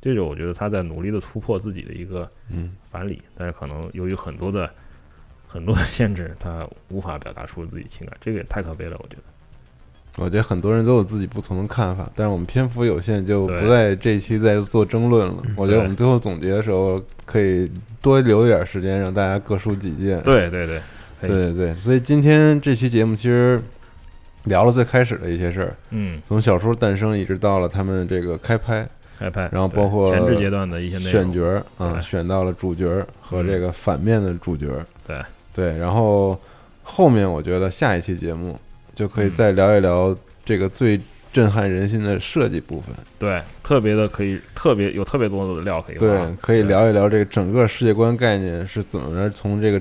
[SPEAKER 2] 这就我觉得他在努力的突破自己的一个
[SPEAKER 1] 嗯
[SPEAKER 2] 反理，但是可能由于很多的很多的限制，他无法表达出自己情感，这个也太可悲了，我觉得。
[SPEAKER 1] 我觉得很多人都有自己不同的看法，但是我们篇幅有限，就
[SPEAKER 2] 对嗯
[SPEAKER 1] 不在这一期再做争论了。我觉得我们最后总结的时候，可以多留一点时间让大家各抒己见。
[SPEAKER 2] 对对对，可以
[SPEAKER 1] 对对对，所以今天这期节目其实聊了最开始的一些事儿，
[SPEAKER 2] 嗯，
[SPEAKER 1] 从小说诞生一直到了他们这个开拍、
[SPEAKER 2] 开拍，
[SPEAKER 1] 然后
[SPEAKER 2] 对
[SPEAKER 1] 包括
[SPEAKER 2] 前置阶段的一些内容
[SPEAKER 1] 选角儿啊，
[SPEAKER 2] 对嗯
[SPEAKER 1] 选到了主角儿和这个反面的主角儿。
[SPEAKER 2] 对
[SPEAKER 1] 对，然后后面我觉得下一期节目就可以
[SPEAKER 2] 嗯
[SPEAKER 1] 再聊一聊这个最震撼人心的设计部分。
[SPEAKER 2] 对，特别的可以，特别有特别多的料可以挖
[SPEAKER 1] 对，可以聊一聊这个整个世界观概念是怎么着从这个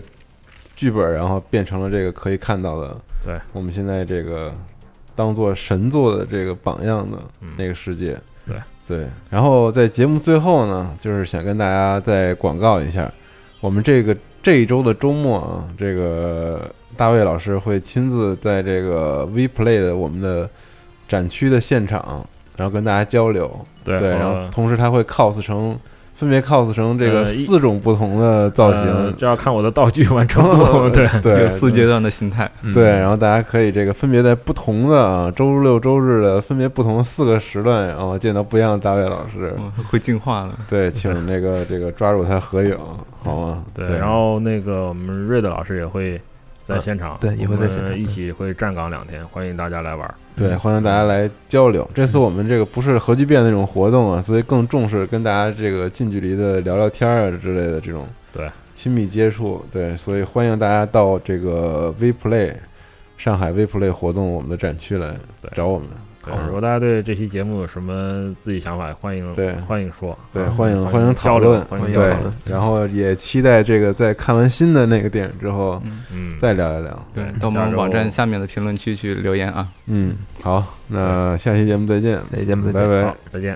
[SPEAKER 1] 剧本，然后变成了这个可以看到的，
[SPEAKER 2] 对
[SPEAKER 1] 我们现在这个当做神作的这个榜样的
[SPEAKER 2] 嗯
[SPEAKER 1] 那个世界。
[SPEAKER 2] 对
[SPEAKER 1] 对，然后在节目最后呢，就是想跟大家再广告一下，我们这个这一周的周末啊，这个大卫老师会亲自在这个 V Play 的我们的展区的现场，然后跟大家交流。
[SPEAKER 2] 对
[SPEAKER 1] 对，
[SPEAKER 2] 呃
[SPEAKER 1] 然后同时他会 cos 成分别 cos 成这个
[SPEAKER 2] 呃一
[SPEAKER 1] 四种不同的造型，
[SPEAKER 2] 呃这要看我的道具完成
[SPEAKER 1] <laughs>
[SPEAKER 2] 度。对，
[SPEAKER 1] 对
[SPEAKER 4] 有四阶段的心态，
[SPEAKER 3] 嗯
[SPEAKER 1] 对，然后大家可以这个分别在不同的啊周六周日的分别不同的四个时段，然后见到不一样的大卫老师。
[SPEAKER 2] 哦
[SPEAKER 4] 哇会进化了。
[SPEAKER 1] 对，请这个这个抓住他合影，好吗？
[SPEAKER 2] 对，然后那个我们瑞德老师也会
[SPEAKER 1] 啊
[SPEAKER 2] 在现场，
[SPEAKER 3] 对也会在现场
[SPEAKER 2] 我们一起会站岗两天，欢迎大家来玩。
[SPEAKER 1] 对，欢迎大家来交流。这次我们这个不是核聚变那种活动啊，所以更重视跟大家这个近距离的聊聊天啊之类的这种
[SPEAKER 2] 对
[SPEAKER 1] 亲密接触。对，所以欢迎大家到这个 V Play 上海 V Play 活动我们的展区来
[SPEAKER 2] 对
[SPEAKER 1] 找我们。
[SPEAKER 2] 对
[SPEAKER 1] 好，
[SPEAKER 2] 如果大家对这期节目有什么自己想法，欢迎
[SPEAKER 1] 对
[SPEAKER 2] 欢迎说，
[SPEAKER 1] 对，
[SPEAKER 2] 啊
[SPEAKER 1] 欢迎
[SPEAKER 2] 欢
[SPEAKER 1] 迎讨
[SPEAKER 2] 交流
[SPEAKER 1] 论，，
[SPEAKER 2] 欢
[SPEAKER 3] 迎
[SPEAKER 2] 迎
[SPEAKER 3] 交
[SPEAKER 2] 讨
[SPEAKER 1] 对
[SPEAKER 3] 流
[SPEAKER 2] 论。，
[SPEAKER 1] 然后也期待这个在看完新的那个电影之后
[SPEAKER 4] 嗯，
[SPEAKER 2] 嗯，
[SPEAKER 1] 再聊一聊。
[SPEAKER 4] 对，
[SPEAKER 2] 对
[SPEAKER 4] 到我
[SPEAKER 2] 下
[SPEAKER 4] 们
[SPEAKER 2] 周
[SPEAKER 4] 网站下面的评论区去留言啊。
[SPEAKER 1] 嗯，好，那下期节目再见，
[SPEAKER 3] 再见吧，再见
[SPEAKER 1] 嗯拜。拜
[SPEAKER 2] 好。，再见。